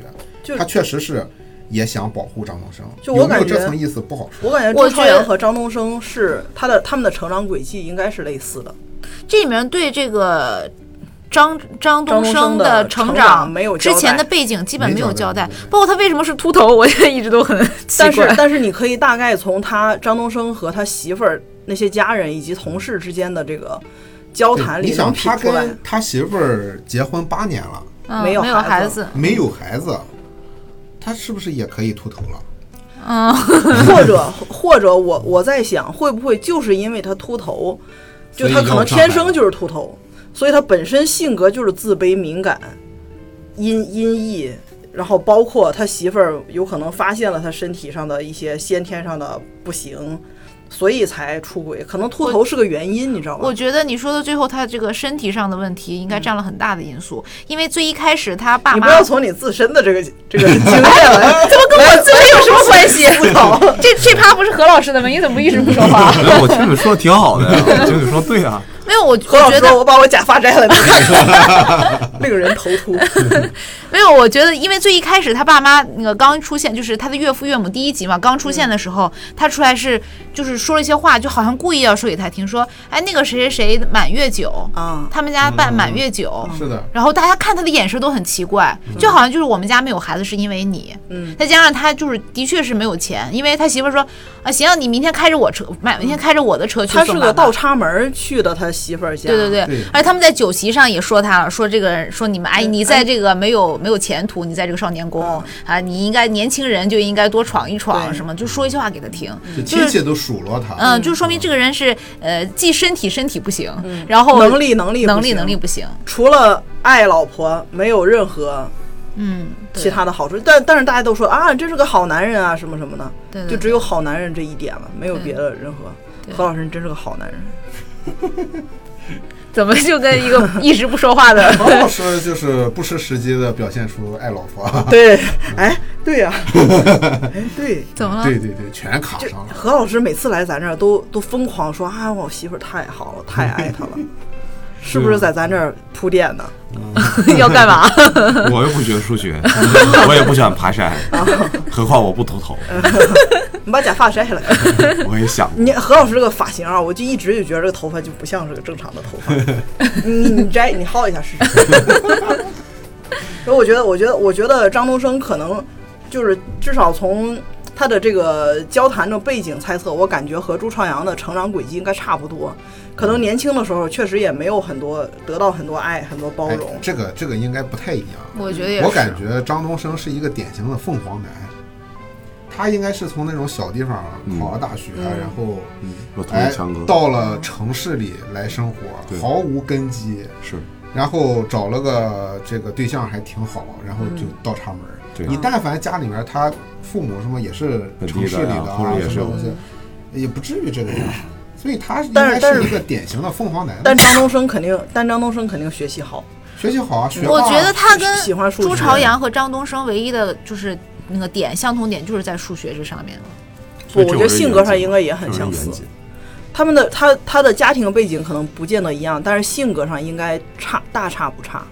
S3: 就
S5: 觉，他确实是也想保护张东升，
S3: 就我
S5: 有没有
S3: 感觉
S5: 这层意思不好说。
S3: 我感觉
S4: 我
S3: 朱朝
S4: 觉
S3: 阳
S4: 得
S3: 和张东升是他的他们的成长轨迹应该是类似的，
S4: 这里面对这个张张
S3: 东
S4: 东
S3: 升
S4: 升
S3: 的成
S4: 成
S3: 长没有交
S4: 之
S3: 代
S4: 前的背景基本没有
S5: 没交
S4: 交
S5: 代
S4: 代，包括他为什么是秃头，我 现在一直都 很奇
S3: 但
S4: 怪
S3: 是。但是你可以大概从他张东升和他媳妇儿那些家人以及同事之间的这个交谈
S5: 对你
S3: 里
S5: 想
S3: 能品
S5: 他
S3: 出来
S5: 跟。他媳妇儿结婚八年了。
S4: 嗯
S3: 没有
S4: 没有
S3: 孩
S4: 孩
S3: 子
S4: 子，
S5: 没有孩子，他是不是也可以秃头了？
S4: 嗯，
S3: 或者或者我我在想，会不会就是因为他秃头，就他可能天生就是秃头，所以他本身性格就是自卑、敏感、阴阴翳，然后包括他媳妇儿有可能发现了他身体上的一些先天上的不行，所以才出轨，可能秃头是个原因，你知道吧
S4: 我？觉得你说的最后他这个身体上的问题应该占了很大的因素，因为最一开始他爸
S3: 你
S4: 妈
S3: 不要从你自身的这 个这个经验来，哎怎么跟我自身有什么关系？思 考，
S4: 这这趴不是何老师的吗？你怎么一直不说话？
S6: 没有，我听你说的挺好的呀，我听你说对啊，
S4: 没有，为我
S3: 何
S4: 我
S3: 老
S4: 觉
S3: 师
S4: 得
S3: 说：“我把我假发摘了。你看”令 人头秃。
S4: 没有，我觉得，因为最一开始他爸妈那个刚出现，就是他的岳父岳母第一集嘛，刚出现的时候，他出来是就是说了一些话，就好像故意要说给他听，说，哎，那个谁谁谁满月酒
S3: 啊
S4: 他们家办满月酒。
S5: 是的，
S4: 然后大家看他的眼神都很奇怪，就好像就是我们家没有孩子是因为你，
S3: 嗯，
S4: 再加上他就是的确是没有钱，因为他媳妇儿说啊行，你明天开着我车，买明天开着我的车去
S3: 他是
S4: 送爸
S3: 个
S4: 爸
S3: 倒插门儿去的他媳妇儿家。
S4: 对对对
S5: 对，
S4: 而且他们在酒席上也说他了，说这个人，说你们哎，你在这个没有没有前途，你在这个少年宫
S3: 嗯
S4: 啊，你应该年轻人就应该多闯一闯，
S3: 对
S4: 什么就说一句话给他听，
S5: 就亲戚都数落他，
S4: 嗯，就说明这个人是呃，既身体身体不行，然后
S3: 嗯能力能力不
S4: 能力
S3: 行
S4: 能力不行，
S3: 除了爱老婆，没有任何
S4: 嗯，对
S3: 其他的好处。但但是大家都说啊，真是个好男人啊，什么什么的，
S4: 对对
S3: 就只有好男人这一点了，没有别的任何。何老师，你真是个好男人。
S4: 怎么就跟 一个一直不说话的？
S5: 王老
S3: 哦
S5: 师就是不失时机的表现出爱老婆，
S3: 对，哎，对 呀、哎，对。
S4: 怎么了
S5: 对？对对，全卡上了。
S3: 何老师每次来咱这儿都都疯狂说啊，我媳妇儿太好了，太爱 她了，是不是在咱这儿铺垫呢？
S4: 要干 嘛？
S6: 我又不学数学， 我也不喜欢 爬山，何况我不秃头。
S3: 你把假发摘下来。
S6: 我也想过，
S3: 你何老师这个发型啊，我就一直就觉得这个头发就不像是个正常的头发。你你摘，你薅一下试试。 所以我觉得，我觉得，我觉得张东升可能就是至少从他的这个交谈的背景猜测，我感觉和朱朝阳的成长轨迹应该差不多。可能年轻的时候确实也没有很多得到很多爱、很多包
S5: 哎
S3: 容，。
S5: 这个这个应该不太一样。
S4: 我觉得也是，
S5: 我感觉张东升是一个典型的凤凰男，他应该是从那种小地方考上大学，啊
S4: 嗯
S5: 然后
S6: 我同意
S5: 哎
S6: 强哥，
S5: 到了城市里来生
S6: 对
S5: 活，毫无根基，
S6: 是
S5: 然后找了个这个对象还挺好，然后就倒插门儿。
S6: 对啊
S5: 你但凡家里面他父母什么也是
S6: 本地
S5: 城市里
S6: 的呀
S5: 啊，
S6: 或者也是
S5: 什么的也不至于 这个样子，所以他应
S3: 但是
S5: 该
S3: 但
S5: 是
S3: 是
S5: 一个典型的凤凰男。
S3: 但张东升肯定，但张东升肯定学习好。
S5: 学习好啊，学
S4: 我
S5: 霸啊
S4: 觉得他跟
S3: 喜欢数学
S4: 朱朝阳和张东升唯一的就是那个点相同点，就是在数学这上面。
S6: 所以
S3: 我觉
S6: 这种
S3: 得
S6: 人
S3: 性
S6: 严
S3: 格上
S6: 谨
S3: 应该也很
S6: 这种
S3: 相
S6: 人
S3: 似
S6: 严。谨
S3: 他们的他他的家庭背景可能不见得一样，但是性格上应该差大差不差。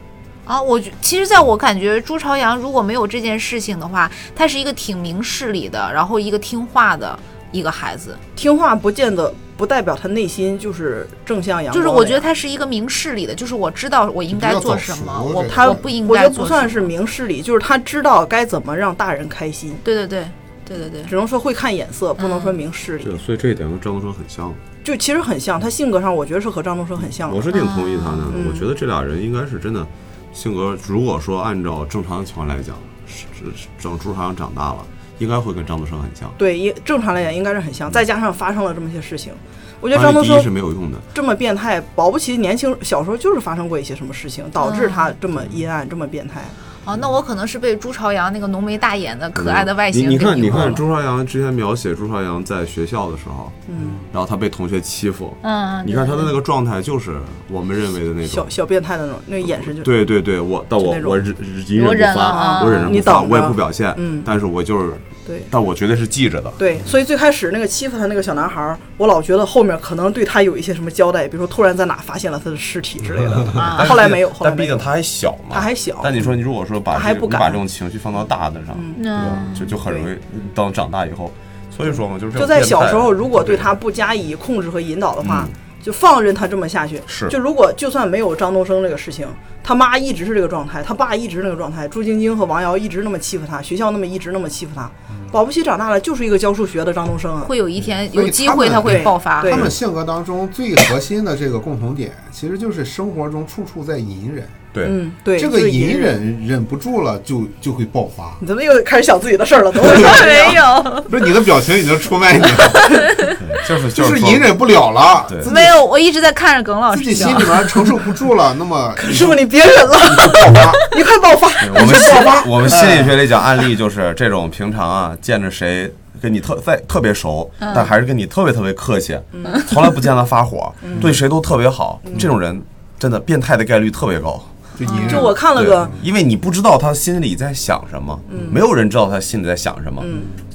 S4: 啊，我觉其实在我感觉，朱朝阳如果没有这件事情的话，他是一个挺明事理的，然后一个听话的一个孩子。
S3: 听话不见得不代表他内心就是正向阳光的呀。
S4: 就是我觉得他是一个明事理的，就是我知道我应该做什么，
S5: 你不要
S4: 我
S5: 早熟
S3: 他
S4: 我不应
S3: 我觉
S4: 该
S3: 得
S4: 做
S3: 不
S4: 什么
S3: 算是。明事理，就是他知道该怎么让大人开心，
S4: 对对对对对对，
S3: 只能说会看眼色，不能
S4: 嗯
S3: 说明事理。
S6: 这所以这一点跟张东升很像。
S3: 就其实很像，他性格上我觉得是和张东升很像
S6: 我
S3: 的。
S6: 是挺同意他的，我觉得这俩人应该是真的性格，如果说按照正常的情况来讲，是是整朱朝阳长大了，应该会跟张东升很像。
S3: 对，也正常来讲应该是很像，再加上发生了这么些事情，我觉得
S6: 当
S3: 张
S6: 然
S3: 东
S6: 啊第一是
S3: 升
S6: 没有用的，
S3: 这么变态，保不齐年轻小时候就是发生过一些什么事情，导致
S4: 嗯
S3: 他这么阴暗、这么变态。
S4: 哦，那我可能是被朱朝阳那个浓眉大眼的可爱的外形
S6: 你你
S4: 给
S6: 看，你
S4: 迷惑
S6: 看
S4: 了
S6: 朱朝阳之前描写朱朝阳在学校的时候，嗯，然后他被同学欺负，
S4: 嗯，
S6: 你看他的那个状态，就是我们认为的那种
S3: 小。小变态的那种，那个眼神就
S6: 对对对，我但
S3: 就
S6: 我
S3: 那种
S6: 我忍隐
S4: 我
S6: 忍
S4: 忍
S6: 不
S4: 了啊
S6: 发，我忍忍
S3: 你
S6: 不发，
S3: 等着
S6: 我也不表现，
S3: 嗯
S6: 但是我就是，
S3: 对
S6: 但我绝对是记着的，
S3: 对，所以最开始那个欺负他那个小男孩儿，我老觉得后面可能对他有一些什么交代，比如说突然在哪发现了他的尸体之类 的。
S4: 啊
S3: 后来没有，后来
S6: 但
S3: 没
S6: 毕竟
S3: 有。
S6: 他还小嘛，
S3: 他还小
S6: 但你说，你如果说把
S3: 他还
S6: 这
S3: 不
S6: 你
S3: 敢
S6: 把这种情绪放到大的上，对吧？就就很容易等长大以后。所以说嘛，就是这种
S3: 就在
S6: 变态
S3: 小时候，如果对
S6: 这
S3: 他
S6: 样
S3: 不加以控制和引导的话，就放任他这么下去。
S6: 嗯是
S3: 就如果就算没有张东升这个事情，他妈一直是这个状态，他爸一直那个状态，朱晶晶和王瑶一直那么欺负他，学校那么一直那么欺负他，
S6: 嗯
S3: 保不齐长大了就是一个教数学的张东升啊。
S4: 会有一天
S5: 所以
S4: 有机
S5: 他们
S4: 会他会
S3: 对
S4: 爆发。
S3: 对
S5: 他们性格当中最核心的这个共同点，其实就是生活中处处在隐忍，
S6: 对，
S3: 嗯，对，
S5: 这
S3: 就
S5: 个
S3: 是隐。
S5: 隐。忍忍不住了就就会爆发
S3: 你怎么又开始想自己的事儿了？等 会儿
S4: 没有，
S5: 不是你的表情已经出 卖你了，
S6: 就是
S5: 就是
S6: 说
S5: 隐忍不了了，
S6: 对
S5: 自己
S4: 没有，我一直在看着耿老
S5: 自己
S4: 师
S5: 心
S4: 笑
S5: 里。面承受不住了，那么
S3: 师傅，你别忍 了，
S5: 爆发。
S3: 你快爆发！嗯
S6: 我们心我们心理学里讲案例就是这种平常啊，见着谁跟你特在特别熟，但还是跟你特别特别客气，从来不见他发火，
S3: 嗯
S6: 对谁都特别好，这种人真的变态的概率特别高。
S5: 就隐忍。
S3: 就我看了
S6: 对，
S3: 个，嗯
S6: 因为你不知道他心里在想什么，没有人知道他心里在想什么，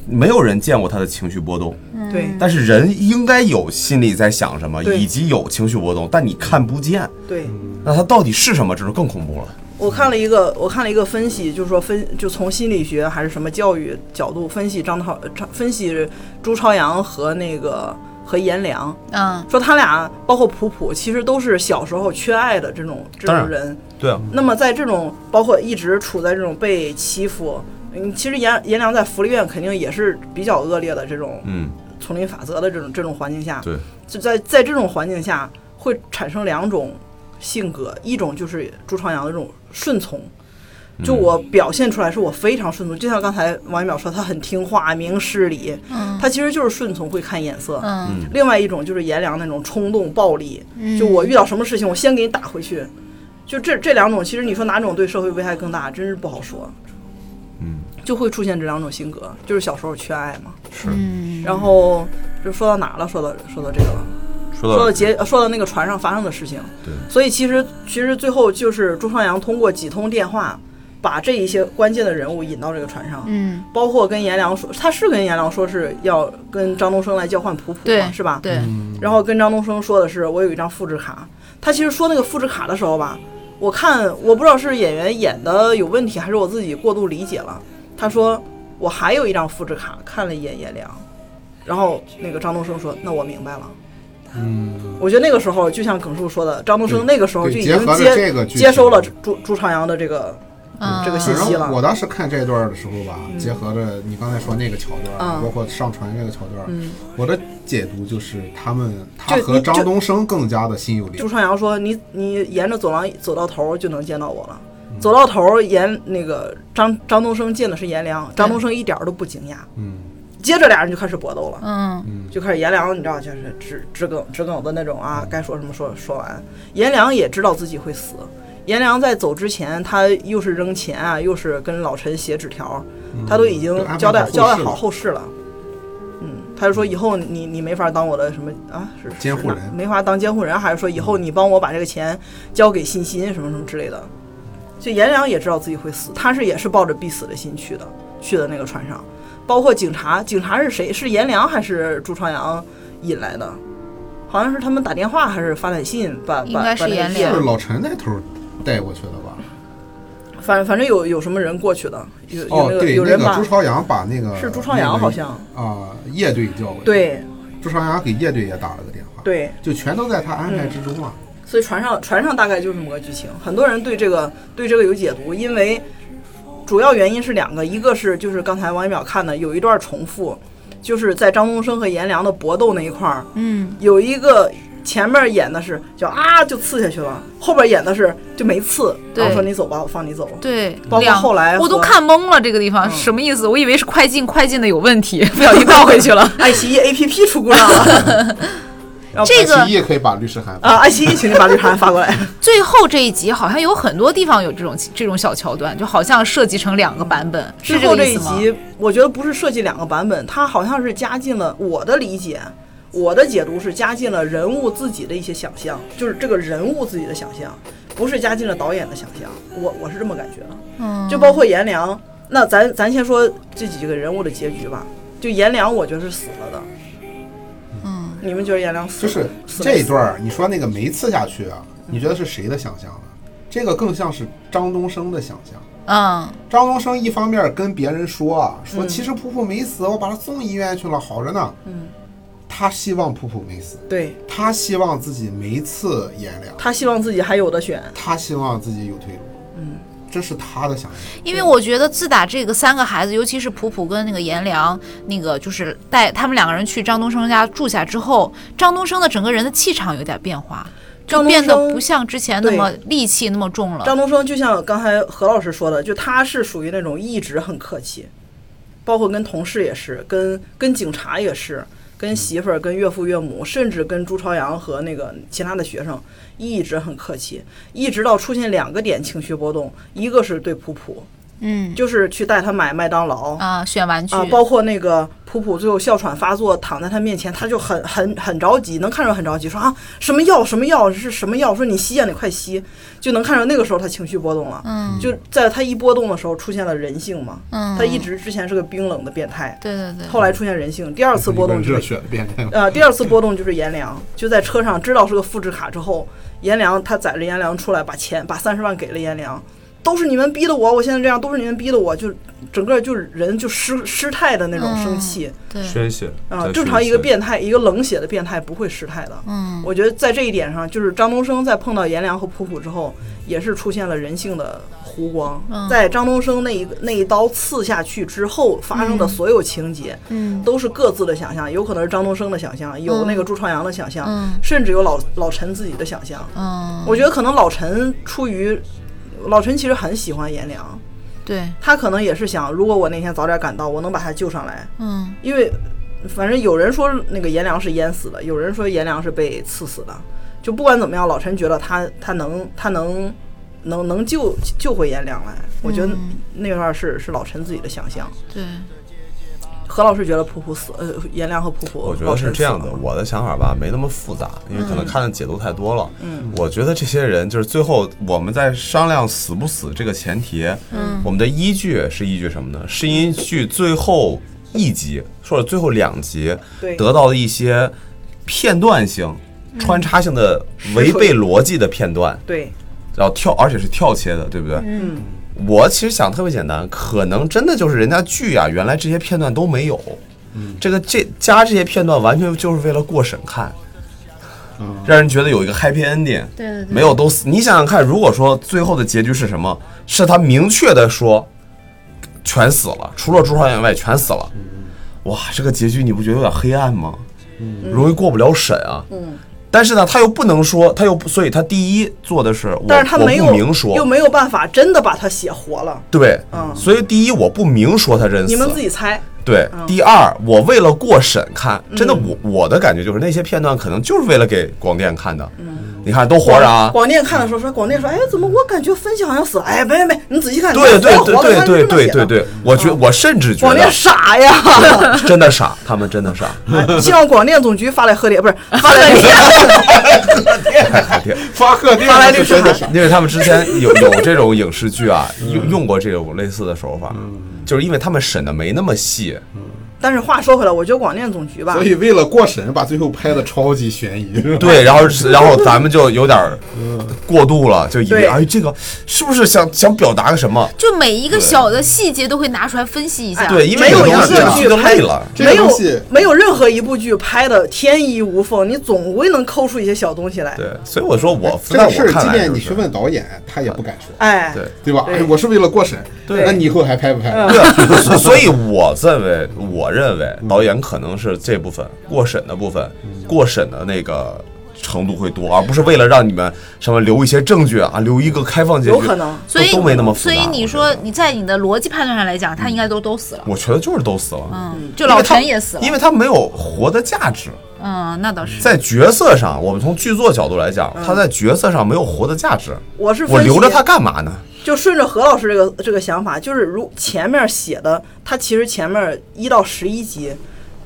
S6: 没有人见过他的情绪波动，
S3: 对
S6: 但是人应该有心里在想什么，
S3: 嗯对
S6: 以及有情绪波动，但你看不见，
S3: 对。
S6: 那它到底是什么，这就更恐怖了。
S3: 我看了一个，我看了一个分析，就是说分就从心理学还是什么教育角度分析张涛，张分析朱朝阳和那个和颜良，
S4: 嗯，
S3: 说他俩包括普普，其实都是小时候缺爱的这种这
S6: 当
S3: 种
S6: 然
S3: 人。
S6: 对啊，
S3: 那么在这种包括一直处在这种被欺负，嗯，其实颜颜良在福利院肯定也是比较恶劣的这种
S6: 嗯，
S3: 丛林法则的这种这种环境下，
S6: 对，
S3: 就在在这种环境下会产生两种性格，一种就是朱朝阳的这种顺从。
S6: 嗯
S3: 就我表现出来是我非常顺从，就像刚才王一淼说，他很听话、明事理，他其实就是顺从，会看眼色。
S4: 嗯
S3: 另外一种就是颜良那种冲动、暴力，就我遇到什么事情，我先给你打回去。就这这两种，其实你说哪种对社会危害更大，真是不好说。
S6: 嗯，
S3: 就会出现这两种性格，就是小时候缺爱嘛。
S6: 是。
S3: 然后就说到哪了？说到说到这个了。
S6: 说
S3: 说
S6: 到
S3: 到结，说到那个船上发生的事情。
S6: 对
S3: 所以其实其实最后就是朱朝阳通过几通电话，把这一些关键的人物引到这个船上，
S4: 嗯，
S3: 包括跟颜良说，他是跟颜良说是要跟张东升来交换普普嘛，
S4: 对，
S3: 是吧？。
S4: 对，
S5: 嗯
S3: 然后跟张东升说的是，我有一张复制卡。他其实说那个复制卡的时候吧，我看我不知道是演员演的有问题，还是我自己过度理解了。他说我还有一张复制卡，看了一眼颜良，然后那个张东升说，那我明白了。
S5: 嗯，
S3: 我觉得那个时候，就像耿树说的，张东升
S5: 对
S3: 那个时候就已
S5: 对结
S3: 经
S5: 合了
S3: 接
S5: 这个剧情
S3: 接收了朱朱朝阳的这个
S4: 嗯
S3: 这个信
S5: 反
S3: 息了嗯
S5: 正。嗯我当时看这段的时候吧，结合着你刚才说那个桥段，包括上船这个桥段，我的解读就是他们
S3: 嗯
S5: 他
S3: 就
S5: 和
S3: 你就
S5: 张东升更加的心有灵
S3: 朱朝阳说：“你你沿着走廊走到头儿就能见到我了。”走到头儿，颜那个张张东升见的是颜良，张东升一点儿都不惊讶。
S5: 嗯，
S3: 接着俩人就开始搏斗了，
S4: 嗯
S3: 就开始颜良，你知道就是直直梗直梗的那种
S5: 嗯
S3: 啊，该说什么说说完。颜良也知道自己会死，颜良在走之前，他又是扔钱啊，又是跟老陈写纸条儿，他都已经
S5: 嗯就
S3: 交
S5: 安排
S3: 代
S5: 好后
S3: 交代
S5: 事
S3: 好
S5: 了
S3: 后事了。嗯，他就说以后你你没法当我的什么啊，是是
S5: 监护
S3: 哪
S5: 人
S3: 没法当监护人，还是说以后你帮我把这个钱交给欣欣什么什么之类的。就颜良也知道自己会死，他是也是抱着必死的心去的，去的那个船上，包括警察，警察是谁？是颜良还是朱朝阳引来的？好像是他们打电话还是发短信，把
S4: 应
S3: 把
S4: 该是
S3: 把那个
S4: 颜
S3: 夜
S4: 良
S5: 是老陈那头带过去的吧？
S3: 反反正有有什么人过去的，有有
S5: 哦，
S3: 那个、
S5: 对，
S3: 有
S5: 那
S3: 人
S5: 个
S3: 把
S5: 朱朝阳把那个
S3: 是朱朝阳好像
S5: 那个啊叶队叫过去，，
S3: 对
S5: 朱朝阳给叶队也打了个电话，，
S3: 对，嗯
S5: 就全都在他安排之中啊。
S3: 所以船上船上大概就是这么个剧情。很多人对这个对这个有解读，因为主要原因是两个，一个是就是刚才王一淼看的有一段重复，就是在张东升和颜良的搏斗那一块儿，
S4: 嗯，
S3: 有一个前面演的是叫啊就刺下去了，后边演的是就没刺，然后
S4: 对
S3: 说你走吧，我放你走。
S4: 对，
S3: 包括
S4: 两
S3: 后来
S4: 我都
S3: 和嗯
S4: 看懵了，这个地方什么意思？我以为是快进，快进的有问题，不小心倒回去了。
S3: 爱奇艺 APP 出故障了，然后
S4: 这个
S5: 爱奇艺可以把律师函
S3: 啊，爱奇艺，请你把绿函发过来。
S4: 最后这一集好像有很多地方有这种这种小桥段，就好像设计成两个版本，
S3: 最
S4: 是
S3: 后
S4: 个
S3: 这
S4: 意
S3: 一
S4: 思吗？
S3: 集，我觉得不是设计两个版本，它好像是加进了我的理解，我的解读是加进了人物自己的一些想象，就是这个人物自己的想象，不是加进了导演的想象。我我是这么感觉的，嗯，就包括颜良，那咱咱先说这几个人物的结局吧。就颜良，我觉得是死了的。嗯，你们觉得颜良死
S5: 就
S3: 了？
S5: 是
S3: 死
S5: 这
S3: 没
S5: 一
S3: 死
S5: 段儿，你说那个没刺下去啊，你觉得是谁的想象呢？这个更像是张东升的想象。
S4: 嗯，
S5: 张东升一方面跟别人说啊，说其实普普没死，我把他送医院去了，好着呢。嗯，他希望普普没死，
S3: 对
S5: 他希望自己没刺颜良，
S3: 他希望自己还有的选。
S5: 他希望自己有退路。嗯，这是他的想象。
S4: 因为我觉得自打这个三个孩子，尤其是普普跟那个颜良，那个就是带他们两个人去张东升家住下之后，张东升的整个人的气场有点变化，就
S3: 张东
S4: 变得
S3: 升
S4: 不像之前那
S3: 对
S4: 么戾气那么重了。
S3: 张东升就像刚才何老师说的，就他是属于那种一直很客气，包括跟同事也是，跟跟警察也是，跟媳妇儿、跟岳父岳母，甚至跟朱朝阳和那个其他的学生一直很客气，一直到出现两个点情绪波动，一个是对普普，
S4: 嗯
S3: 就是去带他买麦当劳
S4: 啊，选玩具
S3: 啊，包括那个普普最后哮喘发作躺在他面前，他就很很很着急，能看出来很着急，说啊什么药什么药是什么药，说你吸呀、你快吸，就能看出那个时候他情绪波动了。
S4: 嗯，
S3: 就在他一波动的时候出现了人性嘛，
S4: 嗯
S3: 他一直之前是个冰冷的变态，
S4: 对对对，
S3: 后来出现人性，第二次波动
S5: 热
S3: 就是
S5: 血的变态。
S3: 呃，第二次波动就是颜良，就在车上知道是个复制卡之后，颜良他载着颜良出来，把钱把三十万给了颜良，都是你们逼的我，我现在这样都是你们逼的我，就整个就是人就失失态的那种生气
S6: 宣泄
S3: 啊、正常一个变态，一个冷血的变态不会失态的。
S4: 嗯，
S3: 我觉得在这一点上，就是张东升在碰到颜良和普普之后，也是出现了人性的弧光。
S4: 嗯
S3: 在张东升那一个那一刀刺下去之后发生的所有情节，
S4: 嗯
S3: 都是各自的想象，有可能是张东升的想象，有那个朱朝阳的想象，
S4: 嗯
S3: 甚至有老老陈自己的想象。
S4: 嗯，
S3: 我觉得可能老陈出于老陈其实很喜欢颜良，
S4: 对，
S3: 他可能也是想，如果我那天早点赶到，我能把他救上来。
S4: 嗯
S3: 因为反正有人说那个颜良是淹死的，有人说颜良是被刺死的。就不管怎么样，老陈觉得他他能他能能能救救回颜良来，我觉得那段是是老陈自己的想象。
S4: 对，
S3: 何老师觉得普普死，呃，颜良和普普，
S6: 我觉
S3: 老
S6: 得
S3: 陈
S6: 是这样
S3: 死
S6: 的
S3: 了，
S6: 我的想法吧没那么复杂，因为可能看的解读太多了。嗯，我觉得这些人就是最后我们在商量死不死这个前提，嗯，我们的依据是依据什么呢？是依据最后一集或者最后两集
S3: 对
S6: 得到的一些片段性、穿插性的违背逻辑的片段，
S3: 对，
S6: 然后跳，而且是跳切的，对不对？嗯。我其实想特别简单，可能真的就是人家剧啊，原来这些片段都没有，这个这加这些片段完全就是为了过审看，让人觉得有一个 happy ending。
S4: 对对对
S6: 没有都死。你想想看，如果说最后的结局是什么？是他明确的说全死了，除了朱朝阳以外全死了。哇，这个结局你不觉得有点黑暗吗？容易过不了审啊。
S3: 嗯
S6: 但是呢，他又不能说，他又不，所以他第一做的是我，
S3: 但是他没有
S6: 我不明说，
S3: 又没有办法真的把他写活了。
S6: 对，
S3: 嗯
S6: 所以第一我不明说他认死，
S3: 你们自己嗯猜，
S6: 对，第二，我为了过审看，真的
S3: 嗯
S6: 我我的感觉就是那些片段可能就是为了给广电看的。
S3: 嗯
S6: 你看都活着啊，
S3: 广电看的时候说，广电说，哎，怎么我感觉分析好像死了？哎，没没，你仔细看，
S6: 对对
S3: 你
S6: 对
S3: 看
S6: 对对对，
S3: 活
S6: 对
S3: 了他是这么写的
S6: 对，我觉我甚至觉
S3: 广 电
S6: 得
S3: 傻呀！
S6: 真的傻，他们真 的傻。
S3: 哎希望广电总局发来贺电，不是发 来
S6: 太贴
S5: 发贺电
S3: 发来律
S5: 是
S3: 师
S5: 真的
S3: 函
S5: 是，
S6: 因为他们之前
S3: 哎
S6: 有有这种影视剧啊，
S3: 嗯
S6: 用用过这种类似的手法，就是因为他们审的没那么细，
S3: 但是话说回来，我觉得广电总局吧
S5: 所，以为了过审，把最后拍的超级悬疑。是吧，
S6: 对，然后然后咱们就有点儿过度了，就以为
S3: 对
S6: 哎这个是不是想想表达个什么？
S4: 就每一个小的细节都会拿出来分析一下。
S6: 哎对，因为
S3: 没有
S6: 有
S3: 一
S6: 的
S3: 个
S6: 整个
S3: 剧
S6: 剧都
S3: 拍
S6: 累了。
S5: 啊这
S3: 没
S5: 个
S3: 有
S5: 东西
S3: 没有任何一部剧拍的天衣无缝，你总归能抠出一些小东西来。
S6: 对，所以我说我
S5: 这
S6: 在
S5: 个
S6: 我
S5: 事儿，
S6: 看
S5: 即
S6: 来
S5: 便
S6: 就
S5: 你
S6: 是
S5: 去问导演，他也不敢说，
S3: 哎，
S6: 对嗯
S5: 对吧？
S3: 对
S5: 哎我是为了过审，
S3: 对
S5: 那你以后还拍不拍？
S6: 对， 所所以我认为，我认为
S5: 嗯
S6: 导演可能是这部分过审的部分，过审的那个程度会多，而不是为了让你们什么留一些证据啊，留一个开放结局，
S3: 有可能
S6: 都
S4: 所以
S6: 都没那么复
S4: 所
S6: 杂。
S4: 以你
S6: 我
S4: 说
S6: 觉得，
S4: 你在你的逻辑判断上来讲，他应该都都死了。
S6: 我觉得就是都死了，
S4: 嗯，
S6: 因
S4: 就
S6: 为
S4: 老
S6: 他
S4: 陈也死了
S6: 因。为他没有活的价值。
S4: 嗯，那倒是。
S6: 在角色上，我们从剧作角度来讲，他在角色上没有活的价值，
S3: 嗯我是
S6: 我
S3: 分析
S6: 留着他干嘛呢？
S3: 就顺着何老师这个这个想法，就是如前面写的，他其实前面一到十一集，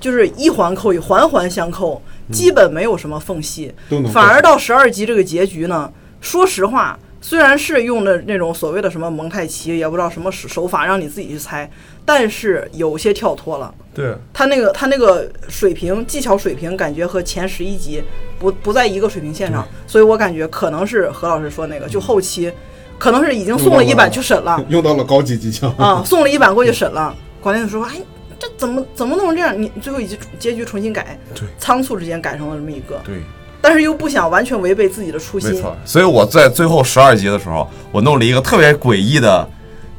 S3: 就是一环扣一，环环相扣，基本没有什么缝隙，
S5: 嗯都能
S3: 反而
S5: 扣
S3: 到十二集这个结局呢，说实话，虽然是用的那种所谓的什么蒙太奇，也不知道什么手手法让你自己去猜，但是有些跳脱了。
S6: 对，
S3: 他那个他那个水平技巧水平感觉和前十一集不不在一个水平线上，所以我感觉可能是何老师说那个，就后期可能是已经送了一版去审 了
S5: 用到了高级技巧
S3: 啊，送了一版过去审了。广电说，哎，这怎么怎么弄成这样？你最后一集结局重新改，
S6: 对
S3: 仓促之间改成了这么一个，
S6: 对。
S3: 但是又不想完全违背自己的初
S6: 没
S3: 心，
S6: 错，所以我在最后十二集的时候，我弄了一个特别诡异的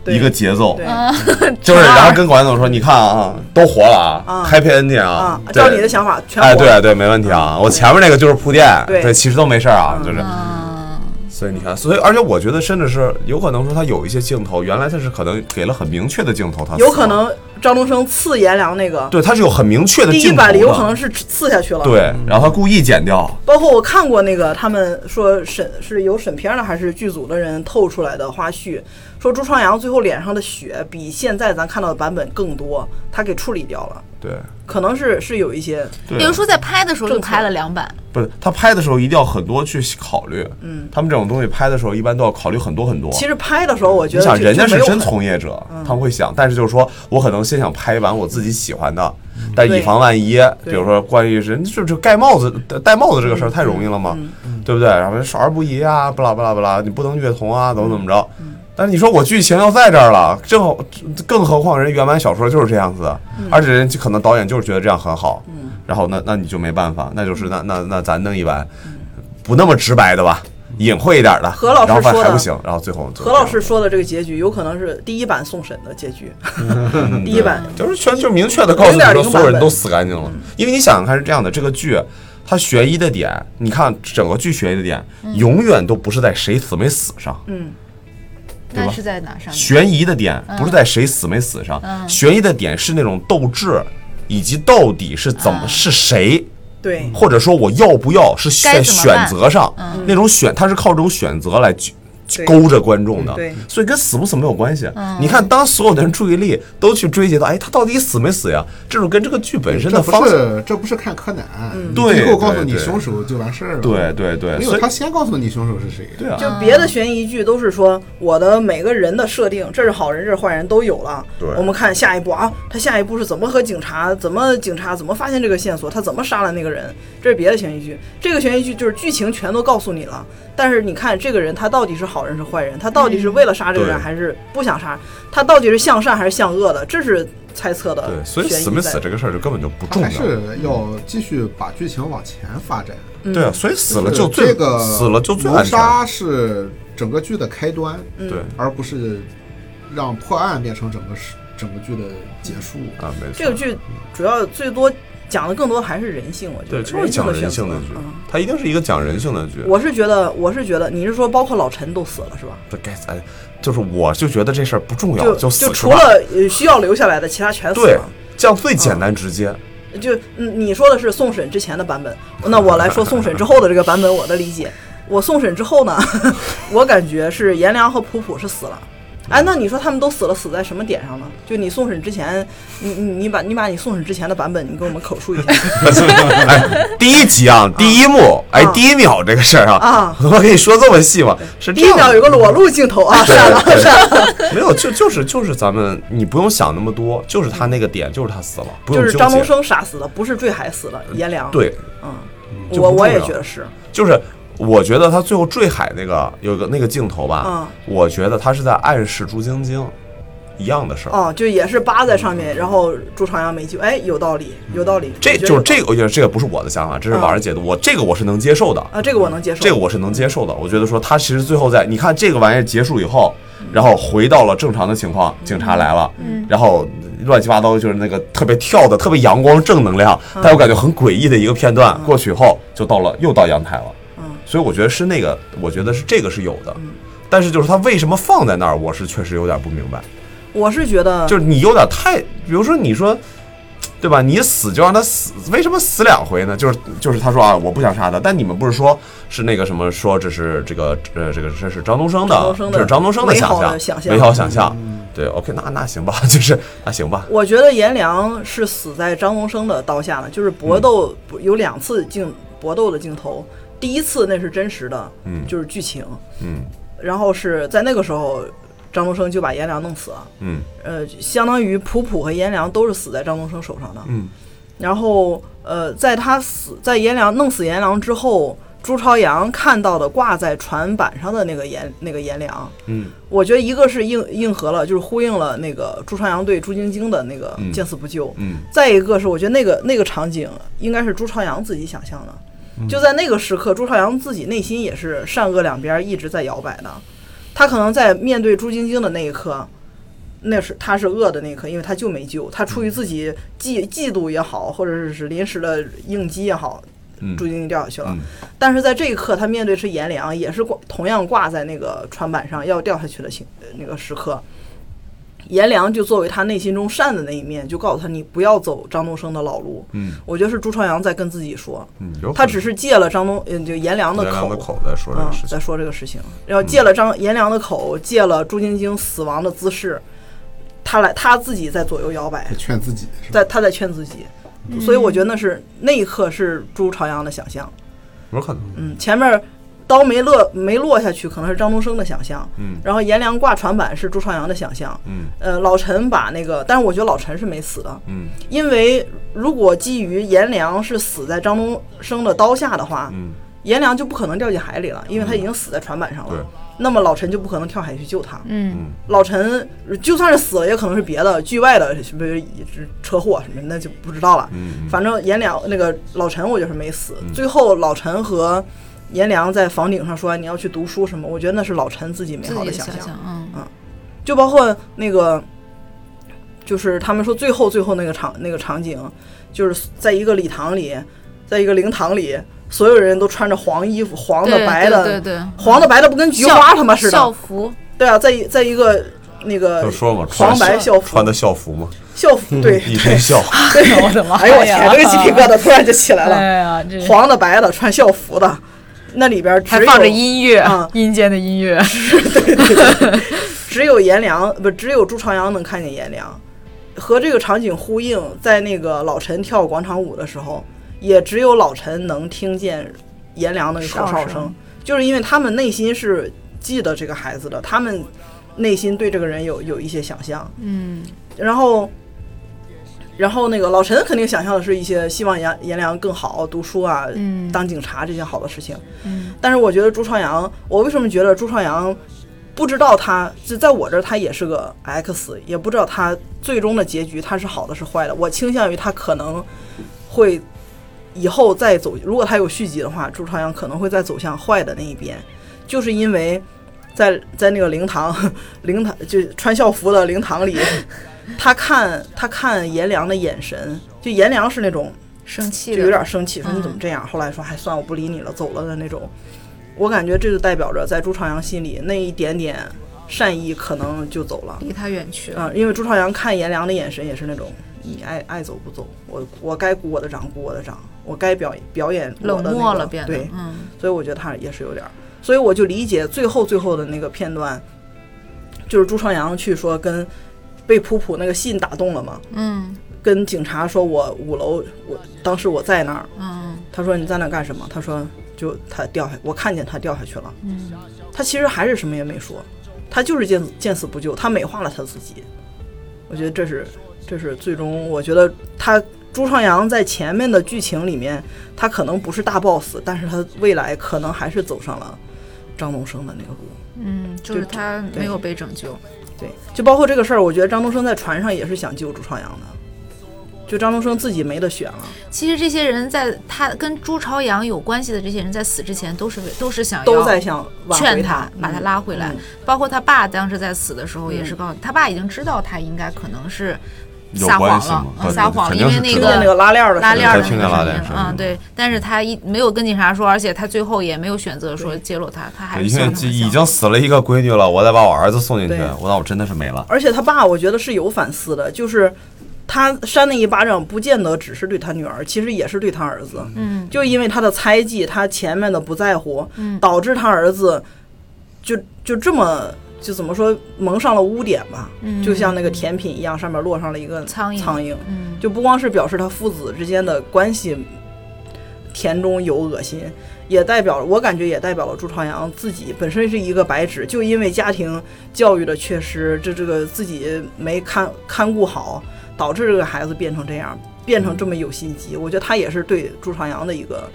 S3: 对
S6: 一个节奏
S3: 对，
S4: 嗯
S6: 就是然后跟管总说：“你看啊，都活了啊
S3: 啊
S6: ，Happy Ending
S3: 啊
S6: 啊，，对
S3: 照你的想法全
S6: 哎，
S3: 活
S6: 对对，没问题啊。我前面那个就是铺垫，
S3: 对
S6: 对，其实都没事儿啊，就是。
S4: 嗯，
S6: 所以你看，所以而且我觉得，甚至是有可能说他有一些镜头，原来他是可能给了很明确的镜头，他死
S3: 有
S6: 了
S3: 可能张东升刺颜良那个
S6: 对，他是有很明确的
S3: 第一
S6: 镜头
S3: 版
S6: 的，
S3: 里有可能是刺下去了，
S6: 对，然后他故意剪掉，
S3: 包括我看过那个，他们说审是由审片儿的还是剧组的人透出来的花絮，说说朱朝阳最后脸上的血比现在咱看到的版本更多，他给处理掉了，
S6: 对，
S3: 可能是是有一些
S6: 对啊
S4: 比如说在拍的时候就
S3: 正确
S4: 拍了两版，
S6: 不是他拍的时候一定要很多去考虑，嗯，他们这种东西拍的时候一般都要考虑很多很多。
S3: 其实拍的时候，我觉
S6: 你
S3: 得
S6: 想，
S3: 就
S6: 人家
S3: 就是没有嗯
S6: 真
S3: 很
S6: 从业者，他们会想，但是就是说我可能先想拍一版我自己喜欢的，
S3: 嗯
S6: 但以防万一，比如说关于人就是盖帽子戴帽子这个事儿太容易了
S3: 嗯
S6: 嘛，对不对？然后少儿不宜啊，不啦不啦不啦，你不能虐童啊，怎么怎么着。
S3: 嗯
S6: 但是你说我剧情要在这儿了，正好，更何况人原版小说就是这样子的，
S3: 嗯
S6: 而且人家可能导演就是觉得这样很好，然后那那你就没办法，那就是
S3: 嗯
S6: 那那那咱弄一版不那么直白的吧，隐晦一点的，
S3: 何老师
S6: 然后发
S3: 说
S6: 现还
S3: 的
S6: 不行，然后最后就
S3: 何老
S6: 这样
S3: 师说的这个结局，有可能是第一版送审的结局， 第一版
S6: 就是全就明确的告诉你说所有人都死干净了，因为你想想看是这样的，这个剧它学医的点，你看整个剧学医的点，永远都不是在谁死没死上，对吧
S4: 那是在哪上面？
S6: 嗯悬疑的点不是在谁死没死上，嗯悬疑的点是那种斗志以及到底是怎么是谁。
S3: 对
S6: 或者说我要不要是
S4: 该
S6: 选
S4: 怎么办
S6: 选择上、那种选，他是靠这种选择来去
S3: 嗯对嗯
S6: 勾着观众的，
S3: 对嗯
S6: 所以跟死不死没有关系。你看，当所有的人注意力都去追及到，哎，他到底死没死呀？这种跟这个剧本身
S5: 这
S6: 的
S5: 不
S6: 方向，
S5: 是这不是看柯南，你
S6: 对
S5: 最后告诉你
S6: 对对
S5: 凶手就完事儿了。
S6: 对对对，
S5: 没
S6: 所
S5: 有
S6: 以
S5: 他先告诉你凶手是谁。
S6: 对啊，
S3: 就别的悬疑剧都是说我的每个人的设定，这是好人，这是坏人都有了。
S6: 对
S3: 我们看下一步啊，他下一步是怎么和警察，怎么警察怎么发现这个线索，他怎么杀了那个人，这是别的悬疑剧。这个悬疑剧就是剧情全都告诉你了，但是你看这个人他到底是好人是坏人，他到底
S6: 嗯
S3: 是为了杀这个人
S6: 对
S3: 还是不想杀，他到底是向善还是向恶的，这是猜测的。
S6: 对，所以死没死这个事儿就根本就不重
S5: 还
S6: 要。
S5: 是要继续把剧情往前发展。
S3: 嗯
S6: 对啊，所以死了就
S5: 就
S6: 最、
S5: 这个
S6: 死了就最
S5: 谋
S6: 安全。
S5: 杀是整个剧的开端，
S3: 嗯
S6: 对
S5: 而不是让破案变成整个事整个剧的结束。
S6: 啊，没错。
S3: 这个剧主要最多讲的更多还是人性，我觉得
S6: 对，就是讲人性的
S3: 选择
S6: 剧
S3: 嗯，
S6: 它一定是一个讲人性的剧。
S3: 我是觉得，我是觉得，你是说包括老陈都死了是吧？
S6: 这该咱就是我就觉得这事儿不重要，
S3: 就
S6: 哦死是
S3: 除
S6: 吧
S3: 了呃需要留下来的，其他全死
S6: 对
S3: 了。，
S6: 这样最简单直接。
S3: 就嗯，你说的是送审之前的版 本，那我来说送审之后的这个版本，我的理解。我送审之后呢， 我感觉是颜良和普普是死了。
S6: 嗯
S3: 哎，那你说他们都死了，死在什么点上呢？就你送审之前，你你你把你把你送审之前的版本，你给我们口述 一下。
S6: 哎，第一集
S3: 嗯
S6: 啊，第一幕，哎，第一秒这个事儿啊
S3: 啊，
S6: 我跟你说这么细吗？是
S3: 第
S6: 这
S3: 一
S6: 样
S3: 秒
S6: 的
S3: 有个裸露镜头啊，
S6: 对
S3: 删了
S6: 对
S3: 删了，
S6: 没有，就就是就是咱们，你不用想那么多，就是他那个点，就是他死了，不用
S3: 就
S6: 纠
S3: 是
S6: 结。
S3: 张东升杀死了，不是坠海死了，颜良。，嗯
S6: 对，嗯就
S3: 我
S6: 不
S3: 我
S6: 重
S3: 也
S6: 要
S3: 觉得是。
S6: 就是我觉得他最后坠海那个有个那个镜头吧，
S3: 嗯
S6: 我觉得他是在暗示朱晶晶一样的事儿。
S3: 哦，就也是扒在上面，然后朱朝阳没救，哎，有道理，有道理。
S6: 这
S3: 我觉得
S6: 就是
S3: 有
S6: 这个，我觉得这个不是我的想法，这是
S3: 嗯
S6: 网上解读，我这个我是能接受的。
S3: 啊，这个我能接受。
S6: 这个我是能接受的。我觉得说他其实最后在你看这个玩意儿结束以后，然后回到了正常的情况，
S3: 嗯
S6: 警察来了，然后乱七八糟就是那个特别跳的、特别阳光、正能量，
S3: 嗯
S6: 但我感觉很诡异的一个片段过去以后，就到了又到阳台了。
S3: 嗯
S6: 所以我觉得是那个，我觉得是这个是有的。但是就是他为什么放在那儿，我是确实有点不明白。
S3: 我是觉得，
S6: 就是你有点太，比如说你说，对吧？你死就让他死，为什么死两回呢？就是就是他说啊，我不想杀他，但你们不是说是那个什么说这是这个呃这个这是张东升
S3: 张
S6: 的
S3: 东，升的
S6: 这是张东升的
S3: 美
S6: 想
S3: 好的
S6: 象，
S3: 想象
S6: 美好想象。对，OK，那那行吧， 就是那行吧，
S3: 我觉得颜良是死在张东升的刀下了，就是搏斗
S6: 嗯
S3: 不有两次镜搏斗的镜头，第一次那是真实的，
S6: 嗯
S3: 就是剧情，
S6: 嗯
S3: 然后是在那个时候，张东升就把颜良弄死了，
S6: 嗯
S3: 呃，相当于普普和颜良都是死在张东升手上的，
S6: 嗯，
S3: 然后呃，在他死在颜良弄死颜良之后，朱朝阳看到的挂在船板上的那个颜那个颜良，
S6: 嗯，
S3: 我觉得一个是应应和了，就是呼应了那个朱朝阳对朱晶晶的那个
S6: 嗯
S3: 见死不救，
S6: 嗯
S3: 再一个是我觉得那个那个场景应该是朱朝阳自己想象的。
S6: 嗯
S3: 就在那个时刻，朱朝阳自己内心也是善恶两边一直在摇摆的。他可能在面对朱晶晶的那一刻，那是他是恶的那一刻，因为他就没救，他出于自己嫉嫉妒也好，或者是临时的应激也好，
S6: 嗯
S3: 朱晶晶掉下去了。
S6: 嗯
S3: 但是在这一刻，他面对是颜良，也是挂同样挂在那个船板上要掉下去的情呃那个时刻，颜良就作为他内心中善的那一面，就告诉他你不要走张东升的老路。
S6: 嗯，
S3: 我觉得是朱朝阳在跟自己说，
S6: 嗯，有可能
S3: 他只是借了张东，嗯，就颜良的
S6: 原来
S3: 口，
S6: 的口在说这
S3: 嗯
S6: 个事，情
S3: 在，说这个事情，然后借了张颜良的口，借了朱晶晶死亡的姿势，他来他自己在左右摇摆
S5: 他，劝自己是吧？
S3: 在他在劝自己，所以我觉得那是那一刻是朱朝阳的想象。
S6: 有可能。
S3: 嗯，前面刀没落没落下去，可能是张东升的想象，
S6: 嗯
S3: 然后颜良挂船板是朱朝阳的想象，
S6: 嗯
S3: 呃，老陈把那个，但是我觉得老陈是没死的，
S6: 嗯
S3: 因为如果基于颜良是死在张东升的刀下的话，
S6: 嗯，
S3: 颜良就不可能掉进海里了，因为他已经死在船板上了。
S6: 对
S3: 那么老陈就不可能跳海去救他。
S4: 嗯
S3: 老陈就算是死了，也可能是别的剧外的，比如车祸什么的，那就不知道了。
S6: 嗯
S3: 反正颜良那个老陈，我就是没死。最后老陈和颜良在房顶上说你要去读书什么，我觉得那是老陈自己美
S4: 自
S3: 好
S4: 己的
S3: 想象。
S4: 象，嗯
S3: 就包括那个，就是他们说最后最后那个场那个场景，就是在一个礼堂里，在一个灵堂里，所有人都穿着黄衣服，黄的
S4: 对
S3: 白
S4: 对
S3: 的，
S4: 对对
S3: 黄的白的不跟菊花他妈似
S4: 校
S3: 的，
S4: 服，
S3: 对啊，在一在一个那个
S6: 就说嘛，
S3: 黄白
S6: 穿
S3: 校服
S6: 穿的校服嘛，
S3: 校服，对
S6: 一 身校服，
S3: 对，
S4: 我的妈呀
S3: 哎呦我天，这个鸡皮疙瘩突然就起来
S6: 啊
S3: 了，
S4: 哎呀，这
S3: 黄的白的穿校服的，那里边只
S4: 还
S3: 有
S4: 放着音乐
S6: 嗯
S3: 啊，
S4: 阴间的音乐，
S3: 只有颜良不，只有朱朝阳能看见颜良，和这个场景呼应，在那个老陈跳广场舞的时候，也只有老陈能听见颜良的口哨
S4: 哨
S3: 声
S4: 声，
S3: 就是因为他们内心是记得这个孩子的，他们内心对这个人有有一些想象，
S4: 嗯，
S3: 然后。然后那个老陈肯定想象的是一些希望颜颜良更好读书啊，
S4: 嗯
S3: 当警察这些好的事情。
S4: 嗯
S3: 但是我觉得朱朝阳，我为什么觉得朱朝阳不知道他就在我这儿他也是个 X，也不知道他最终的结局他是好的是坏的。我倾向于他可能会以后再走，如果他有续集的话，朱朝阳可能会再走向坏的那一边，就是因为在在那个灵堂 灵堂就穿校服的灵 堂里，他看他看颜良的眼神，就颜良是那种。
S4: 生气
S3: 就
S4: 的，
S3: 有点生气，说你
S4: 嗯
S3: 怎么这样？后来说还哎算我不理你了，走了的那种。我感觉这就代表着在朱朝阳心里那一点点善意可能就走了。
S4: 离他远去了，
S3: 嗯，因为朱朝阳看颜良的眼神也是那种你爱爱走不走，我我该鼓我的掌鼓我的掌，我该表表演
S6: 嗯
S3: 我
S4: 冷
S3: 的那
S4: 漠
S3: 个
S4: 了变得
S3: 对，，
S4: 嗯
S3: 所以我觉得他也是有点儿，所以我就理解最后最后的那个片段，就是朱朝阳去说跟被普普那个信打动了嘛，
S4: 嗯
S3: 跟警察说我五楼我当时我在那儿，
S4: 嗯
S3: 他说你在那干什么？他说就他掉下，我看见他掉下去了。嗯，他其实还是什么也没说，他就是见见死不救，他美化了他自己。我觉得这是这是最终，我觉得他朱朝阳在前面的剧情里面，他可能不是大 boss，但是他未来可能还是走上了张东升的那个路。
S4: 嗯，就是
S3: 就
S4: 他
S3: 对
S4: 没有被拯救，
S3: 对，就包括这个事儿，我觉得张东升在船上也是想救朱朝阳的，就张东升自己没得选了。
S4: 其实这些人在他跟朱朝阳有关系的这些人在死之前都是为都是想要
S3: 都在想挽回
S4: 劝他，把他
S3: 嗯
S4: 拉回来
S3: 嗯。
S4: 包括他爸当时在死的时候，也是告诉他爸已经知道他应该可能是
S6: 有
S4: 撒
S6: 关
S4: 谎
S6: 系
S4: 了
S6: 吗，
S4: 嗯
S6: 对
S4: 撒谎，
S6: 肯
S4: 因
S6: 定
S4: 为
S6: 是知道
S3: 那个
S4: 个
S3: 拉链儿的
S4: 拉
S3: 事
S4: 链
S3: 情
S4: 儿的
S6: 他听见拉链
S4: 声
S6: 声
S4: 音
S6: 音
S4: 啊，对。但是他一没有跟警察说，而且他最后也没有选择说揭露他，他
S3: 啊
S4: 还是
S6: 已经
S4: 向他们
S6: 已
S4: 讲
S6: 经死了一个闺女了，我再把我儿子送进去
S3: 对，
S6: 我那我真的是没了。
S3: 而且他爸，我觉得是有反思的，就是他扇那一巴掌，不见得只是对他女儿，其实也是对他儿子。
S4: 嗯，
S3: 就因为他的猜忌，他前面的不在乎，导致他儿子就就这么就怎么说蒙上了污点吧，就像那个甜品一样，上面落上了一个
S4: 嗯苍蝇
S3: 苍蝇
S4: 嗯
S3: 就不光是表示他父子之间的关系田中有恶心，也代表我感觉也代表了朱朝阳自己本身是一个白纸，就因为家庭教育的缺失，这这个自己没看看顾好，导致这个孩子变成这样，变成这么有心机。我觉得他也是对朱朝阳的一个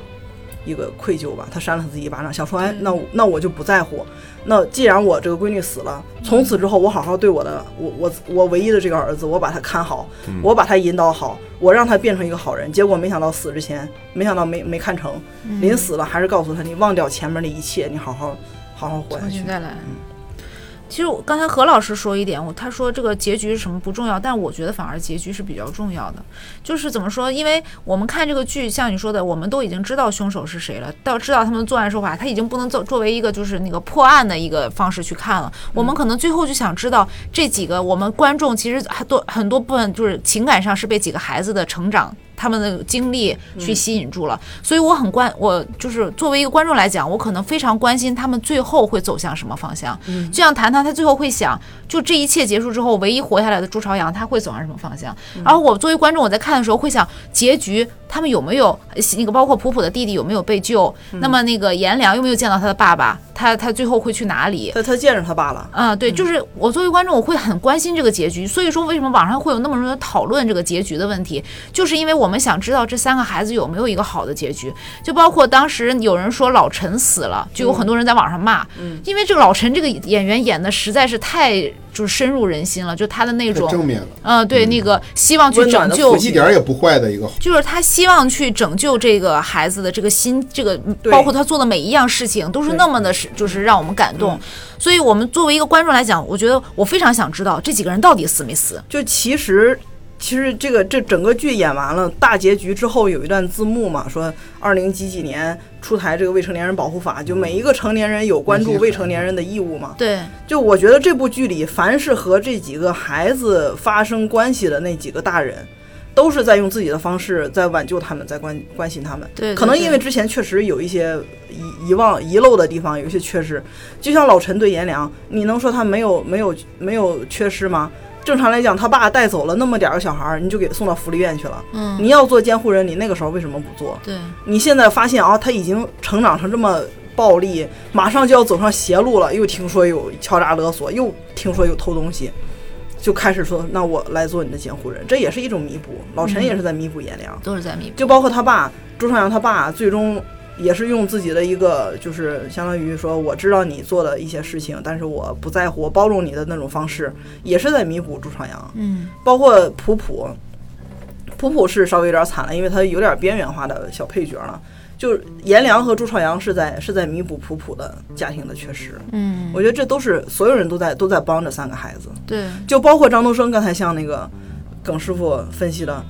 S3: 一个愧疚吧，他扇了他自己一巴掌，想说，哎，那我那我就不在乎。那既然我这个闺女死了，从此之后我好好对我的我我我唯一的这个儿子，我把他看好，我把他引导好，我让他变成一个好人。结果没想到死之前，没想到没没看成，临死了还是告诉他，你忘掉前面的一切，你好好好好活下嗯
S4: 重
S3: 去
S4: 新。再来。其实我刚才何老师说一点，我他说这个结局是什么不重要，但我觉得反而结局是比较重要的。就是怎么说，因为我们看这个剧，像你说的，我们都已经知道凶手是谁了，到知道他们的作案手法，他已经不能作作为一个就是那个破案的一个方式去看了。我
S3: 嗯
S4: 们可能最后就想知道这几个，我们观众其实很多很多部分就是情感上是被几个孩子的成长。他们的经历去吸引住了，所以我很关，我就是作为一个观众来讲，我可能非常关心他们最后会走向什么方向。就像谈谈，他最后会想，就这一切结束之后，唯一活下来的朱朝阳他会走向什么方向？而我作为观众，我在看的时候会想，结局他们有没有呃那个包括普普的弟弟有没有被救？那么那个颜良有没有见到他的爸爸？他他最后会去哪里？
S3: 他他见着他爸了，
S4: 啊，对，就是我作为观众，我会很关心这个结局。所以说，为什么网上会有那么多人讨论这个结局的问题，就是因为我们想知道这三个孩子有没有一个好的结局。就包括当时有人说老陈死了，就有很多人在网上骂，因为这个老陈这个演员演的实在是太就是深入人心了，就他的那
S5: 太
S4: 种，
S5: 正面了，
S4: 嗯、对，那个希望去
S3: 温暖
S4: 拯
S3: 的
S4: 救
S3: 父
S5: 一点儿也不坏的一个
S4: 就是他希望去拯救这个孩子的这个心，这个
S3: 对
S4: 包括他做的每一样事情都是那么的是，就是让我们感动。所以我们作为一个观众来讲，我觉得我非常想知道这几个人到底死没死。
S3: 就其实。其实这个这整个剧演完了，大结局之后有一段字幕嘛，说二零几几年出台这个未成年人保护法，就每一个成年人有关注未成年人的义务嘛。
S4: 对，
S3: 就我觉得这部剧里，凡是和这几个孩子发生关系的那几个大人，都是在用自己的方式在挽救他们，在关关心他们。
S4: 对对
S3: 可能因为
S4: 对
S3: 之前确实有一些遗遗忘、遗漏的地方，有一些缺失。就像老陈对颜良，你能说他没有、没有、没有缺失吗？正常来讲，他爸带走了那么点儿个小孩儿，你就给送到福利院去了。
S4: 嗯
S3: 你要做监护人，你那个时候为什么不做？
S4: 对，
S3: 你现在发现啊，他已经成长成这么暴力，马上就要走上邪路了。又听说有敲诈勒索，又听说有偷东西，就开始说，那我来做你的监护人，这也是一种弥补。老陈也是在弥补颜良，
S4: 都是在弥补。
S3: 就包括他爸朱朝阳，他爸最终也是用自己的一个，就是相当于说，我知道你做的一些事情，但是我不在乎，我包容你的那种方式，也是在弥补朱朝阳。
S4: 嗯，
S3: 包括普普，普普是稍微有点惨了，因为他有点边缘化的小配角了。就是颜良和朱朝阳是在是在弥补普普的家庭的缺失。嗯，我觉得这都是所有人都在都在帮这三个孩子，
S4: 对，
S3: 就包括张东升刚才像那个耿师傅分析的，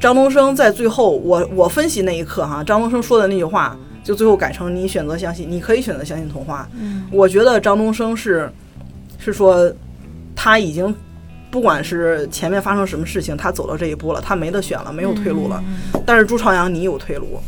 S3: 张东升在最后我我分析那一刻哈，张东升说的那句话，就最后改成你选择相信，你可以选择相信童话。嗯，我觉得张东升是是说他已经不管是前面发生什么事情，他走到这一步了，他没得选了，没有退路了。但是朱朝阳，你有退路。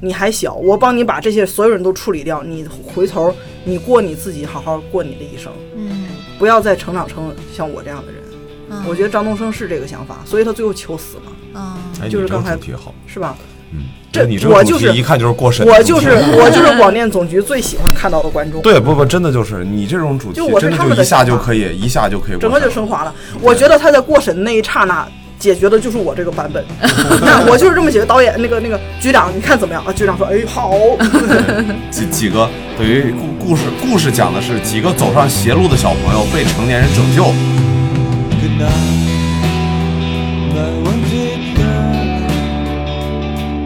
S3: 你还小，我帮你把这些所有人都处理掉，你回头你过你自己，好好过你的一生。
S4: 嗯，
S3: 不要再成长成像我这样的人。
S4: 嗯
S3: 我觉得张东升是这个想法，所以他最后求死嘛，
S4: 嗯，
S6: 哎，你
S3: 就是
S6: 这个
S3: 刚才
S6: 主题好，
S3: 是吧？
S6: 嗯，
S3: 这
S6: 你这个
S3: 我
S6: 主
S3: 就
S6: 题
S3: 是
S6: 一看就是过审的
S3: 我
S6: 主题，
S3: 就是我就是广电总局最喜欢看到的观众，
S6: 对，不不，真的就是你这种主题
S3: 就我，是
S6: 真
S3: 他们
S6: 的就
S3: 的
S6: 一下就
S3: 想法
S6: 可以，一下就可以过审
S3: 整
S6: 了，
S3: 个就升华了。我觉得他在过审的那一刹那。解决的就是我这个版 本，那我就是这么解决。导演那个那个局长，你看怎么样啊？局长说，哎， 好。
S6: 几几个等于故故事故事讲的是几个走上邪路的小朋友被成年人拯救。
S7: Good night, my wanted girl.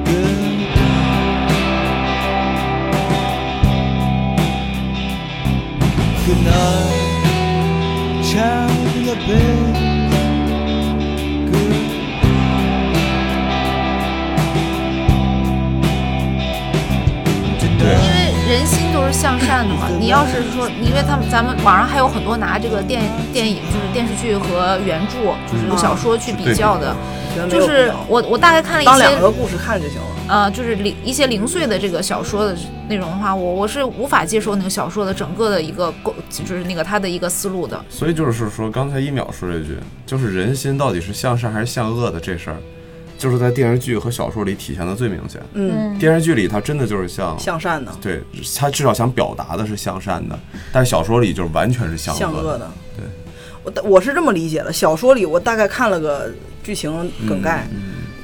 S7: Good night. Good night, child in the bed. Good night.
S6: 对
S4: 因为人心都是向善的嘛。你要是说，因为他们咱们网上还有很多拿这个电电影就是电视剧和原著就是小说去比较的，就是我我大概看了一
S3: 当
S4: 些
S3: 两个故事看就行了。
S4: 呃，就是零一些零碎的这个小说的内容的话，我我是无法接受那个小说的整个的一个构，就是那个他的一个思路的。
S6: 所以就是说，刚才一秒说这句，就是人心到底是向善还是向恶的这事儿，就是在电视剧和小说里体现的最明显。
S3: 嗯，
S6: 电视剧里它真的就是向
S3: 向善的，
S6: 对，他至少想表达的是向善的，但是小说里就是完全是向
S3: 向恶
S6: 恶
S3: 的。
S6: 对，
S3: 我大我是这么理解的。小说里我大概看了个剧情梗概，
S6: 嗯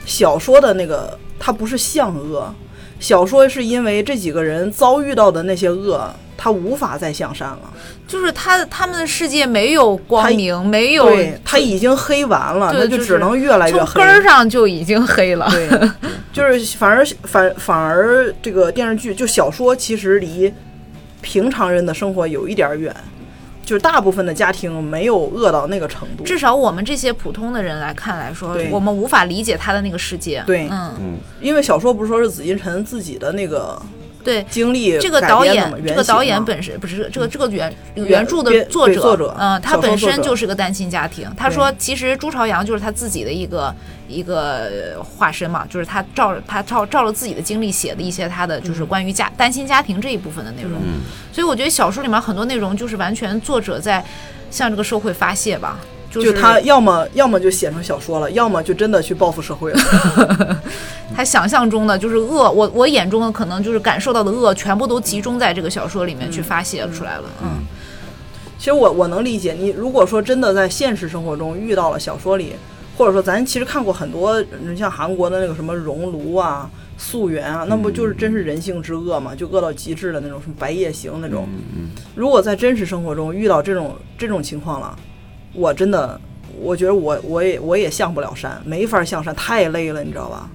S3: 小说的那个它不是向恶，小说是因为这几个人遭遇到的那些恶，他无法再向善了，
S4: 就是他他们的世界没有光明，没有
S3: 对，他已经黑完了，
S4: 对
S3: 那
S4: 就是
S3: 只能越来越
S4: 从
S3: 黑
S4: 根。儿上就已经黑了。
S3: 对， 就是反而反反而这个电视剧就小说其实离平常人的生活有一点儿远，就是大部分的家庭没有恶到那个程度。
S4: 至少我们这些普通的人来看来说
S3: 对，
S4: 我们无法理解他的那个世界。
S3: 对
S4: 嗯，
S3: 因为小说不是说是紫禁城自己的那个
S4: 对。
S3: 经历
S4: 这个
S3: 改
S4: 导
S3: 编的
S4: 演
S3: 嘛，
S4: 这个导演。
S3: 原型嘛嗯
S4: 本身不是这个这个原
S3: 原
S4: 原著的
S3: 编
S4: 作
S3: 对
S4: 者，
S3: 作者
S4: 嗯，他
S3: 小说
S4: 本
S3: 作
S4: 身
S3: 者
S4: 就是个单亲家庭。他说，其实朱朝阳就是他自己的一个一个呃化身嘛，就是他照着他照照着自己的经历写的一些他的
S3: 嗯
S4: 就是关于家单亲家庭这一部分的内容。所以我觉得小说里面很多内容就是完全作者在向这个社会发泄吧，就
S3: 就是他 要么要么就写成小说了，要么就真的去报复社会了。
S4: 他想象中的就是恶，我我眼中的可能就是感受到的恶，全部都集中在这个小说里面去发泄出来了。嗯，
S3: 其实我我能理解你，如果说真的在现实生活中遇到了小说里，或者说咱其实看过很多，你像韩国的那个什么《熔炉》啊、《溯源》啊，那不就是真是人性之恶嘛，就恶到极致的那种，什么《白夜行》那种。如果在真实生活中遇到这种这种情况了，我真的，我觉得我我也我也向不了山，没法向善，太累了，你知道吧？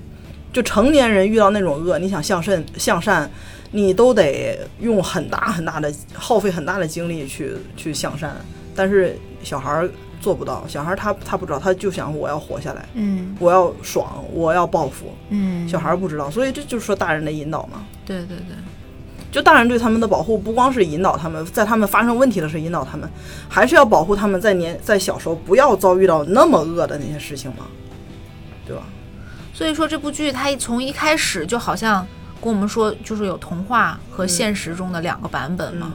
S3: 就成年人遇到那种恶，你想向善向善，你都得用很大很大的耗费很大的精力去去向善，但是小孩儿做不到，小孩儿他他不知道，他就想我要活下来，
S4: 嗯
S3: 我要爽，我要报复，
S4: 嗯
S3: 小孩儿不知道，所以这就是说大人的引导嘛。
S4: 对对对，
S3: 就大人对他们的保护，不光是引导他们，在他们发生问题的时候引导他们，还是要保护他们在年在小时候不要遭遇到那么恶的那些事情嘛，对吧？
S4: 所以说这部剧它从一开始就好像跟我们说，就是有童话和现实中的两个版本
S3: 嗯
S4: 嘛。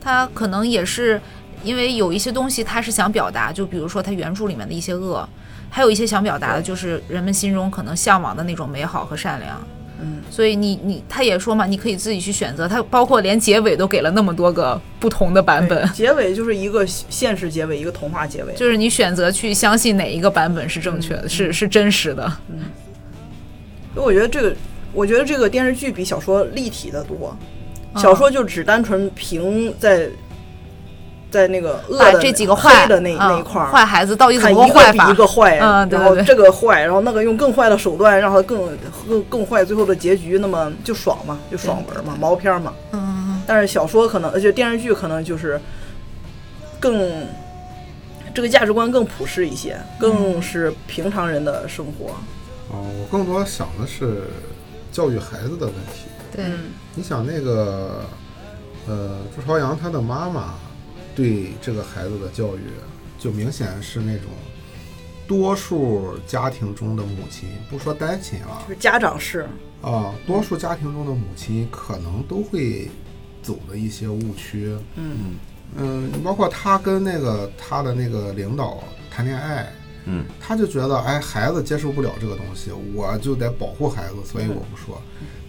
S4: 它可能也是因为有一些东西它是想表达，就比如说它原著里面的一些恶，还有一些想表达的就是人们心中可能向往的那种美好和善良。
S3: 嗯，
S4: 所以你你他也说嘛，你可以自己去选择，它包括连结尾都给了那么多个不同的版本
S3: 对，结尾就是一个现实结尾，一个童话结尾。
S4: 就是你选择去相信哪一个版本是正确
S3: 嗯
S4: 的，是是真实的。
S3: 因为我觉得这个，我觉得这个电视剧比小说立体的多，
S4: 嗯
S3: 小说就只单纯凭在在那个恶
S4: 把
S3: 的
S4: 这几个坏
S3: 黑的那、
S4: 啊
S3: 那一块儿，
S4: 坏孩子到底怎
S3: 看
S4: 么
S3: 一
S4: 坏
S3: 个比
S4: 法？
S3: 一个坏，
S4: 嗯，对
S3: 然后
S4: 对对，
S3: 这个坏，然后那个用更坏的手段让他更更更坏，最后的结局那么就爽嘛，就爽文嘛，毛片嘛。
S4: 嗯，
S3: 但是小说可能，而且电视剧可能就是更这个价值观更普世一些，
S4: 嗯
S3: 更是平常人的生活。
S5: 哦，我更多想的是教育孩子的问题。
S4: 对，
S5: 你想那个，呃，朱朝阳他的妈妈对这个孩子的教育，就明显是那种多数家庭中的母亲，不说单亲啊
S3: 就是家长是，
S5: 啊，多数家庭中的母亲可能都会走的一些误区。
S3: 嗯
S5: 嗯，包括他跟那个他的那个领导谈恋爱，
S6: 嗯，
S5: 他就觉得哎，孩子接受不了这个东西，我就得保护孩子，所以我不说。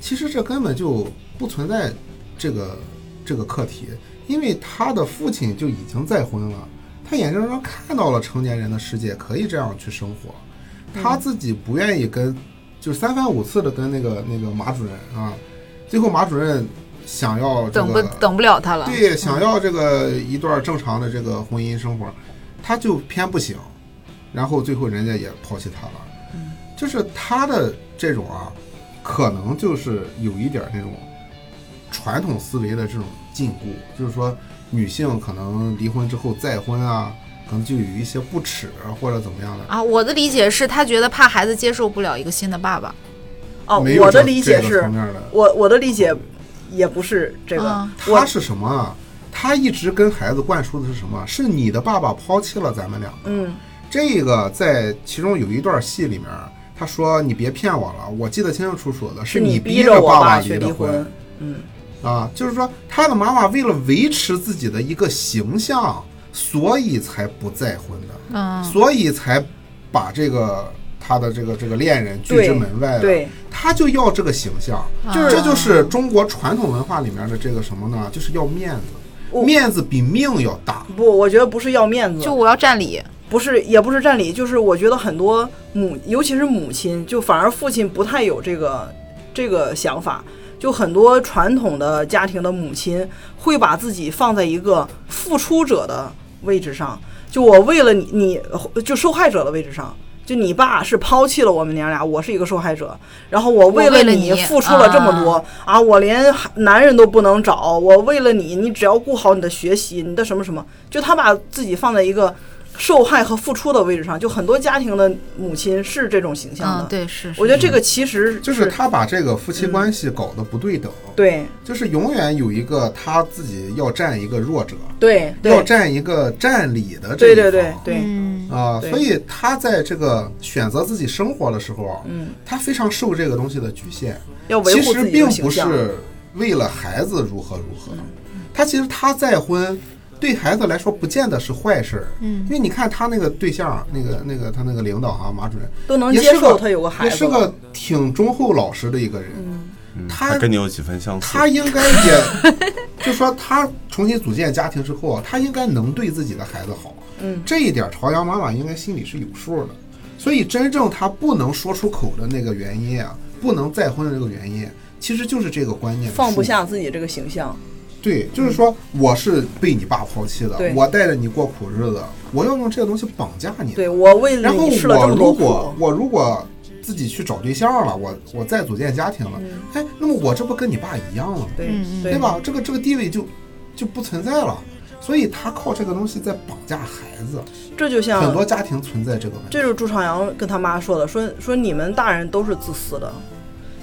S5: 其实这根本就不存在这个这个课题，因为他的父亲就已经再婚了，他眼睁睁看到了成年人的世界可以这样去生活，他自己不愿意跟，就三番五次的跟那个那个马主任啊，最后马主任想要、这
S4: 等
S5: 个、
S4: 不等不了他了。
S5: 对，想要这个一段正常的这个婚姻生活，他就偏不行，然后最后人家也抛弃他了。就是他的这种啊，可能就是有一点那种传统思维的这种禁锢，就是说女性可能离婚之后再婚啊，可能就有一些不耻或者怎么样的。
S4: 啊，我的理解是他觉得怕孩子接受不了一个新的爸爸。
S3: 哦
S5: 没，有
S3: 我的
S5: 这
S3: 理解
S5: 这个
S3: 是
S5: 层面的，
S3: 我我的理解也不是这个，
S4: 嗯
S3: 我
S5: 他是什么啊？他一直跟孩子灌输的是什么？是你的爸爸抛弃了咱们两个。
S3: 嗯
S5: 这个在其中有一段戏里面，他说：“你别骗我了，我记得清清楚楚的，
S3: 是
S5: 你
S3: 逼
S5: 着
S3: 我
S5: 爸
S3: 爸去
S5: 的
S3: 离
S5: 婚
S3: 婚，嗯，
S5: 啊。”就是说，他的妈妈为了维持自己的一个形象，所以才不再婚的，
S4: 嗯，
S5: 所以才把这个他的这个这个恋人拒之
S3: 对
S5: 门外了。
S3: 对，
S5: 他就要这个形象，
S3: 就是
S5: 这就是中国传统文化里面的这个什么呢？就是要面子，
S3: 我
S5: 面子比命要大。
S3: 不，我觉得不是要面子，
S4: 就我要占理。
S3: 不是，也不是占理，就是我觉得很多母，尤其是母亲，就反而父亲不太有这个这个想法。就很多传统的家庭的母亲会把自己放在一个付出者的位置上，就我为了你，你就受害者的位置上，就你爸是抛弃了我们娘俩，我是一个受害者，然后我为
S4: 为了
S3: 你
S4: 你
S3: 付出了这么多
S4: 啊
S3: 啊，我连男人都不能找，我为了你，你只要顾好你的学习，你的什么什么，就他把自己放在一个受害和付出的位置上，就很多家庭的母亲是这种形象的。
S4: 嗯，，对，是，是
S3: 我觉得这个其实
S5: 就是他把这个夫妻关系搞得不对等，
S3: 对
S5: 就是永远有一个他自己要占一个弱者，
S3: 对
S5: 要
S3: 对
S5: 占一个占理的这
S3: 对
S5: 一
S3: 对
S5: 方。
S3: 对对，
S1: 嗯，
S5: 啊，
S3: 对
S5: 所以他在这个选择自己生活的时候，啊
S3: 嗯，
S5: 他非常受这个东西的局限。
S3: 要维
S5: 其
S3: 护
S5: 实
S3: 自己
S5: 并
S3: 的形
S5: 不
S3: 象。嗯
S5: 是为了孩子如何如何，他其实他再婚，对孩子来说不见得是坏事儿。嗯，因为你看他那个对象，啊那个那个他那个领导啊，马主任
S3: 都能
S5: 也
S3: 接
S5: 是
S3: 受
S5: 个
S3: 他有个孩
S5: 也是
S3: 子嗯
S5: 个挺忠厚老实的一个人。他
S6: 还跟你有几分相似？
S5: 他应该也， 就说他重新组建家庭之后啊，他应该能对自己的孩子好。嗯，这一点朝阳妈妈应该心里是有数的。所以，真正他不能说出口的那个原因啊，不能再婚的这个原因，其实就是这个观念的
S3: 放不
S5: 束缚
S3: 下自己这个形象，
S5: 对，就是说我是被你爸抛弃的
S3: 对，
S5: 我带着你过苦日子，我要用这个东西绑架你。
S3: 对我为了
S5: 然后
S3: 你吃了这
S5: 我
S3: 么多
S5: 如果
S3: 苦，
S5: 我如果自己去找对象了，我我再组建家庭了，
S3: 嗯
S5: 哎，那么我这不跟你爸一样了吗？
S3: 对
S4: 嗯嗯
S5: 对？吧？这个这个地位就就不存在了，所以他靠这个东西在绑架孩子，
S3: 这就像
S5: 很多家庭存在这个问题。
S3: 啊这就是朱朝阳跟他妈说的，说说你们大人都是自私的，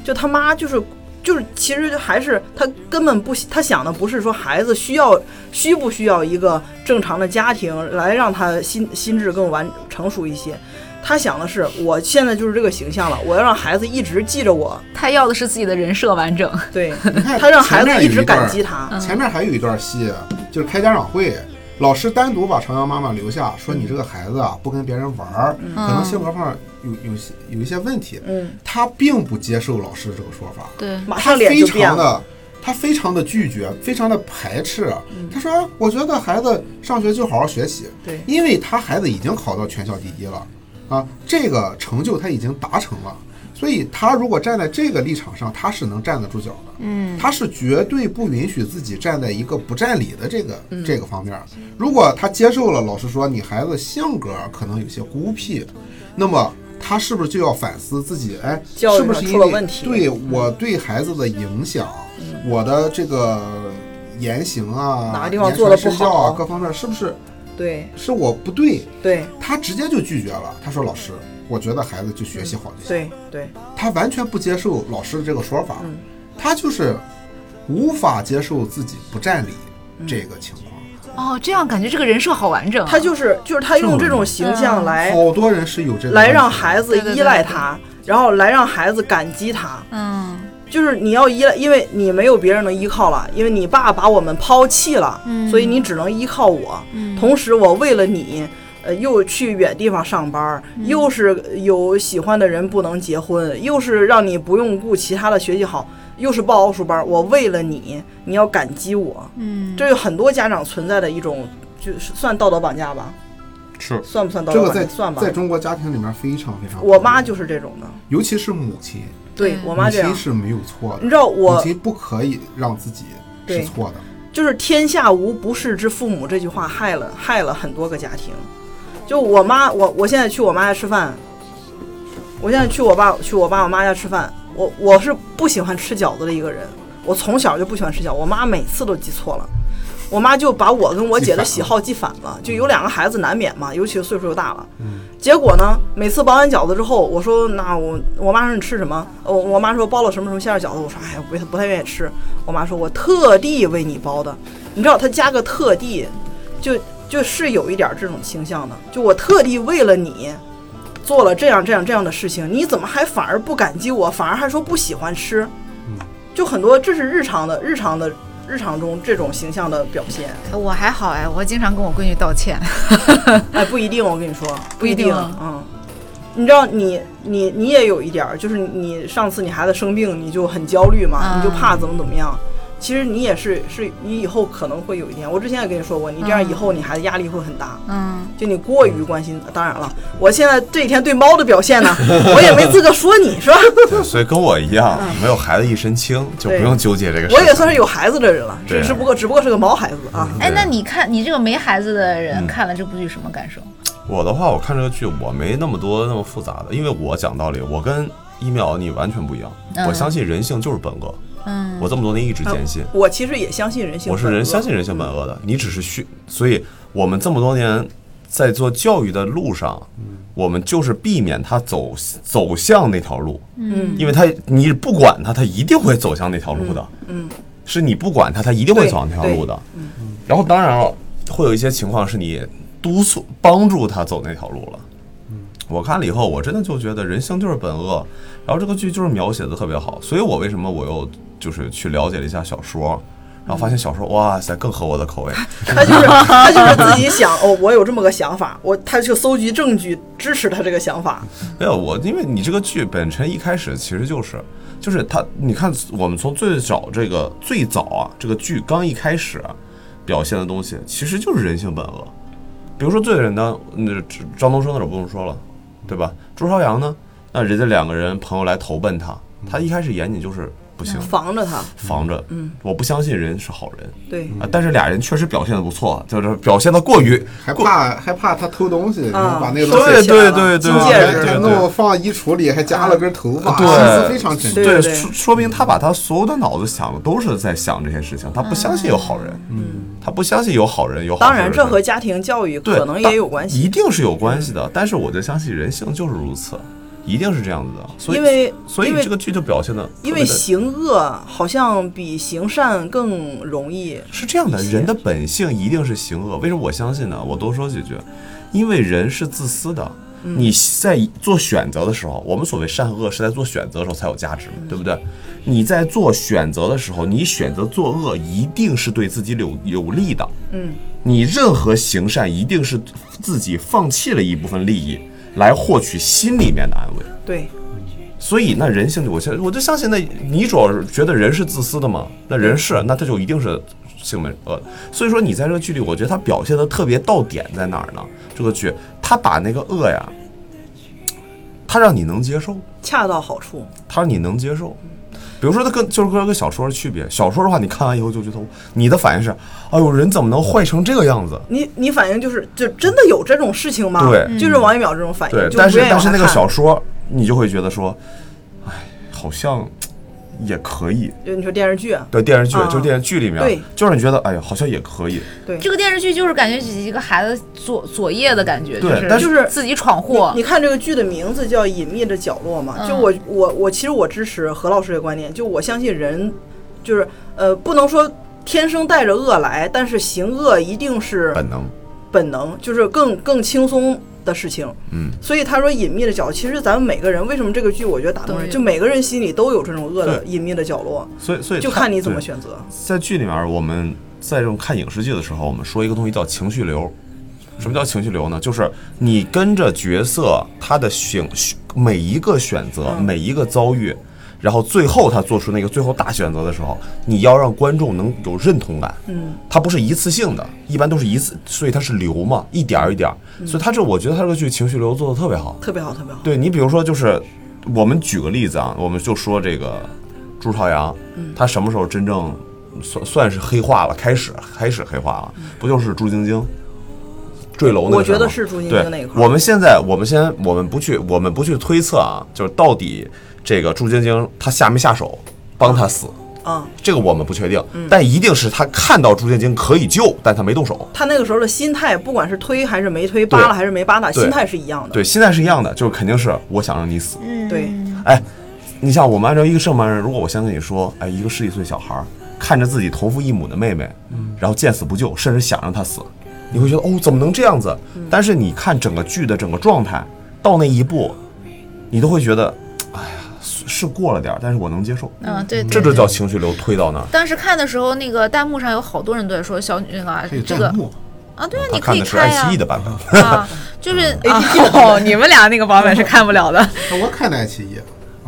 S3: 就他妈就是就是，其实还是他根本不他想的不是说孩子需要需不需要一个正常的家庭来让他心心智更完成熟一些，他想的是我现在就是这个形象了，我要让孩子一直记着我，
S4: 他要的是自己的人设完整，
S3: 对
S5: 你看
S3: 他让
S5: 前
S3: 孩
S5: 面
S3: 子
S5: 有
S3: 一直
S5: 段
S3: 感激他，嗯
S5: 前面还有一段戏，就是开家长会，老师单独把朝阳妈妈留下，说你这个孩子啊不跟别人玩儿，可能性格上有有些有一些问题。
S3: 嗯，
S5: 他并不接受老师这个说法，
S4: 对，
S3: 马
S5: 他
S3: 上脸
S5: 非
S3: 就变
S5: 常
S3: 了，
S5: 的，他非常的拒绝，非常的排斥。他说啊：“我觉得孩子上学就好好学习，
S3: 嗯对
S5: 因为他孩子已经考到全校第一了，啊，这个成就他已经达成了。”所以，他如果站在这个立场上，他是能站得住脚的。嗯，他是绝对不允许自己站在一个不占理的这个、
S3: 嗯
S5: 这个方面儿。如果他接受了老师说你孩子性格可能有些孤僻，那么他是不是就要反思自己？哎，
S3: 教育
S5: 是不
S3: 上
S5: 是因
S3: 出了
S5: 为
S3: 问题
S5: 对我对孩子的影响，我的这个言行啊，
S3: 嗯哪个地方做得不好
S5: 言传身教啊，各方面是不是
S3: 对
S5: 是我不对？
S3: 对
S5: 他直接就拒绝了。他说：“老师，我觉得孩子就学习好就行。
S3: 对嗯对，
S5: 他完全不接受老师的这个说法，他就是无法接受自己不占理
S3: 嗯
S5: 这个情况。
S4: 哦，这样感觉这个人设好完整啊、
S3: 他就是就是他用这
S6: 这
S3: 种
S6: 种
S3: 形象来。
S5: 好多人是有这个
S3: 来让
S5: 问题的
S3: 孩子
S4: 对对
S3: 依
S4: 对
S3: 赖
S4: 对
S3: 他，然后来让孩子感激他。
S4: 嗯，
S3: 就是你要依赖，因为你没有别人能依靠了，因为你爸把我们抛弃了，
S4: 嗯
S3: 所以你只能依靠我。同时，我为了你。呃，又去远地方上班儿，
S4: 嗯
S3: 又是有喜欢的人不能结婚，又是让你不用顾其他的学习好，又是报奥数班儿。我为了你，你要感激我。嗯，这有很多家长存在的一种，就是算道德绑架吧？
S6: 是
S3: 算不算道
S5: 这
S3: 德
S5: 个
S3: 绑架？
S5: 在
S3: 算吧
S5: 在。中国家庭里面非常非常普遍，
S3: 我妈就是这种的，
S5: 尤其是母亲，
S3: 对我妈这样
S5: 母亲。是没有错的。
S3: 你知道我
S5: 母亲不可以让自己是错的，
S3: 就是“天下无不是之父母”这句话害了害了很多个家庭。就我妈，我我现在去我妈家吃饭，我现在去我爸去我爸我妈家吃饭，我我是不喜欢吃饺子的一个人，我从小就不喜欢吃饺子，我妈每次都记错了。我妈就把我跟我姐的喜好记反了，就有两个孩子难免嘛，尤其岁数又大了。结果呢，每次包完饺子之后，我说那我我妈说你吃什么？我我妈说包了什么什么馅儿饺子，我说哎呀不不太愿意吃。我妈说我特地为你包的，你知道她加个特地，就就是有一点这种倾向的，就我特地为了你。做了这样这样这样的事情，你怎么还反而不感激我，反而还说不喜欢吃？就很多，这是日常的、日常的、日常中这种形象的表现。
S4: 我还好哎，我经常跟我闺女道 歉，
S3: 哎，不一定，我跟你说，
S4: 不一定啊
S3: 定。嗯，你知道你你你也有一点儿，就是你上次你孩子生病，你就很焦虑嘛，
S4: 嗯
S3: 你就怕怎么怎么样。其实你也是，是你以后可能会有一天，我之前也跟你说过，你这
S4: 啊
S3: 样以后你孩子压力会很大，
S4: 嗯，
S3: 就你过于关心。当然了，我现在这几天对猫的表 现呢，我也没资格说你是吧？
S6: 对，所以跟我一样，没有孩子一身轻，就不用纠结这个
S3: 嗯
S6: 事。
S3: 我也算是有孩子的人了，只
S6: 对嗯
S3: 只不过只不过是个毛孩子啊。
S4: 哎，
S6: 对嗯
S4: 那你看你这个没孩子的人看了这部剧什么感受？
S6: 我的话，我看这个剧，我没那么多那么复杂的，因为我讲道理，我跟一秒你完全不一样。
S3: 嗯
S6: 我相信人性就是本恶，嗯，我这么多年一直坚信，
S3: 我其实也相信人性
S6: 我
S3: 本恶，
S6: 是人相信人性本恶的，你只是虚，所以我们这么多年在做教育的路上，我们就是避免他走走向那条路，嗯，因为他你不管他，他一定会走向那条路的，嗯，是你不管他，他一定会
S3: 对
S6: 走向那条
S3: 对
S6: 路的，然后当然了，会有一些情况是你督促帮助他走那条路了。我看了以后，我真的就觉得人性就是本恶，然后这个剧就是描写的特别好，所以我为什么我又就是去了解了一下小说，然后发现小说哇塞更合我的口味，
S3: 他就是他就是自己想哦，我有这么个想法，我他就搜集证据支持他这个想法。
S6: 没有我，因为你这个剧本身一开始其实就是，就是它，你看我们从最早这个最早啊，这个剧刚一开始啊、表现的东西，其实就是人性本恶。比如说最简单，那张张东升那就不用说了，对吧？朱朝阳呢，那人家两个人朋友来投奔他，他一开始眼里就是不行，
S3: 嗯防着他。
S6: 防着，嗯，我不相信人是好人。
S3: 对，
S6: 啊，但是俩人确实表现的不错，就是表现的过于
S5: 还怕还怕他偷东西，然后把那个
S3: 说
S5: 东
S3: 对
S5: 西
S3: 起来了
S6: 对对
S3: 金
S6: 对
S3: 戒
S5: 还
S3: 指
S5: 还
S6: 对
S5: 弄放衣橱里，还夹了根头发，
S6: 啊对
S5: 心思非常缜密。
S3: 对对
S6: 说说明他把他所有的脑子想的都是在想这些事情，他不相信有好人，嗯，他不相信有好人有好事
S3: 当
S6: 儿的事儿。
S3: 然这和家庭教育
S6: 对
S3: 可能也有关系。
S6: 一定是有关系的。但是我就相信人性就是如此，一定是这样子的。所以，
S3: 因为
S6: 所以
S3: 因为
S6: 这个剧就表现的，
S3: 因为行恶好像比行善更容易，
S6: 是这样的，
S3: 一些
S6: 人的本性一定是行恶。为什么我相信呢？我多说几句，因为人是自私的。你在做选择的时候，我们所谓善恶是在做选择的时候才有价值嘛，对不对？你在做选择的时候，你选择作恶一定是对自己有有利的。
S3: 嗯，
S6: 你任何行善一定是自己放弃了一部分利益来获取心里面的安慰。
S3: 对，
S6: 所以那人性就，我相我就相信那，你主要是觉得人是自私的嘛？那人是，啊那他就一定是性本恶的。所以说你在这个剧里，我觉得他表现的特别到点在哪儿呢？这个剧他把那个恶呀，他让你能接受，
S3: 恰到好处。
S6: 他让你能接受。比如说，他跟就是跟跟小说的区别。小说的话，你看完以后就觉得，你的反应是，哎呦，人怎么能坏成这个样子？
S3: 你你反应就是，就真的有这种事情吗？
S6: 对
S3: 就是王一淼这种反应。
S6: 对，
S3: 就
S6: 但
S3: 不
S6: 是
S3: 愿意
S6: 但是
S3: 往
S6: 那
S3: 下
S6: 个
S3: 看
S6: 小说，你就会觉得说，哎，好像也可以。
S3: 就你说电视剧啊，
S6: 对电视剧，
S3: 啊
S6: 就是电视剧里面，
S3: 对
S6: 就让你觉得哎呀，好像也可以。
S3: 对，
S4: 这个电视剧就是感觉几个孩子左左夜的感觉，
S6: 对
S4: 就是
S6: 但是
S4: 就是自己闯祸
S3: 你。看这个剧的名字叫《隐秘的角落》嘛，就我我我其实我支持何老师的观点，就我相信人就是呃不能说天生带着恶来，但是行恶一定是
S6: 本能，
S3: 本能，就是更更轻松的事情。
S6: 嗯，
S3: 所以他说隐秘的角落，其实咱们每个人为什么这个剧我觉得打动人，
S4: 对
S3: 就每个人心里都有这种恶的
S6: 对
S3: 隐秘的角落，
S6: 所以所以
S3: 就
S6: 它
S3: 看你怎么。
S6: 对
S3: 选择。
S6: 在剧里面，我们在这种看影视剧的时候，我们说一个东西叫情绪流。什么叫情绪流呢？就是你跟着角色他的选每一个选择、
S3: 嗯
S6: 每一个遭遇，然后最后他做出那个最后大选择的时候，你要让观众能有认同感。嗯，它不是一次性的，一般都是一次，所以它是流嘛，一点儿一点儿。
S3: 嗯
S6: 所以它这，我觉得它这个剧情绪流做的特别好。
S3: 特别好，特别好。
S6: 对你比如说，就是我们举个例子啊，我们就说这个朱朝阳，
S3: 嗯
S6: 他什么时候真正算算是黑化了？开始开始黑化了，不就是朱晶晶坠楼那
S3: 嗯
S6: 个
S3: 我
S6: 事儿
S3: 觉得
S6: 吗
S3: 是朱晶
S6: 对
S3: 晶那一块儿
S6: 我们现在我们先我们不去我们不去推测啊，就是到底这个朱晶晶她下没下手帮他死。
S3: 啊、
S6: 这个我们不确定，
S3: 嗯
S6: 但一定是他看到朱晶晶可以救，但他没动手。
S3: 他那个时候的心态，不管是推还是没推，扒
S6: 对
S3: 拉还是没扒拉，
S6: 对
S3: 心态是一样的。
S6: 对，现在是一样的，就是肯定是我想让你死，
S3: 对
S6: 哎，你像我们按照一个正常人，如果我先跟你说，哎，一个十几岁小孩儿看着自己同父异母的妹妹，
S5: 嗯
S6: 然后见死不救，甚至想让她死，你会觉得哦，怎么能这样子？
S4: 嗯
S6: 但是你看整个剧的整个状态，到那一步，你都会觉得，哎呀，是是过了点儿，但是我能接受，
S4: 嗯，对，对
S6: 这就
S4: 对
S6: 叫情绪流推到那儿。
S4: 当时看的时候，那个弹幕上有好多人都在说小女那个啊
S5: 这
S4: 这
S5: 弹
S4: 个
S5: 幕
S4: 啊，对啊，
S6: 他
S4: 你可
S6: 看
S4: 以
S6: 的是爱
S4: 看
S6: 奇艺
S4: 呀
S6: 的嗯版本，
S4: 啊，就是 哦，你们俩那个版本是看不了的。
S5: 那我看的爱奇艺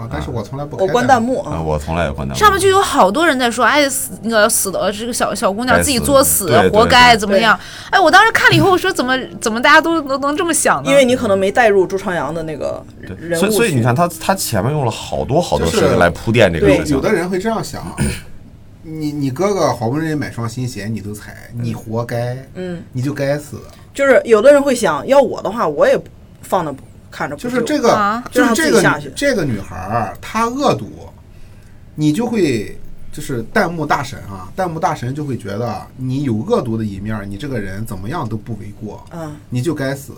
S5: 啊，但是我从来不
S3: 我
S5: 开
S3: 关弹。幕啊
S6: 啊，。我从来也关 掉。
S4: 嗯上面就有好多人在说，哎，死那个死的这个小小姑娘
S6: 该
S4: 自己
S6: 死
S4: 作死
S6: 对，对
S4: 活该
S6: 对
S4: 怎么样？哎，我当时看了以后，我说怎么怎么大家都能能这么想呢？
S3: 因为你可能没带入朱朝阳的那个
S6: 对，
S3: 人
S6: 所
S3: 物
S6: 以
S3: 去，
S6: 所以你看他他前面用了好多好多
S5: 就是
S6: 事情来铺垫这个
S3: 对
S6: 事情
S5: 有，的人会这样想，你你哥哥好不容易买双新鞋，你都踩，你活该，嗯，你就该死。
S3: 就是有的人会想，要我的话，我也放着不看着不
S5: 就是
S3: 丢
S5: 这个
S4: 啊，
S5: 就是这个
S3: 就让她自己下
S5: 女
S3: 去
S5: 这个女孩儿，她恶毒，你就会就是弹幕大神啊，弹幕大神就会觉得你有恶毒的一面儿，你这个人怎么样都不为过，
S3: 嗯，
S5: 你就该死，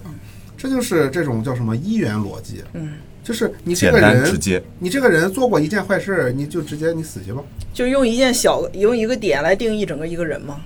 S5: 这就是这种叫什么一元逻辑，嗯，就是你这
S6: 简
S5: 个
S6: 单
S5: 人
S6: 直接。
S5: 你这个人做过一件坏事儿，你就直接你死去吧。
S3: 就用一件小用一个点来定义整个一个人嘛。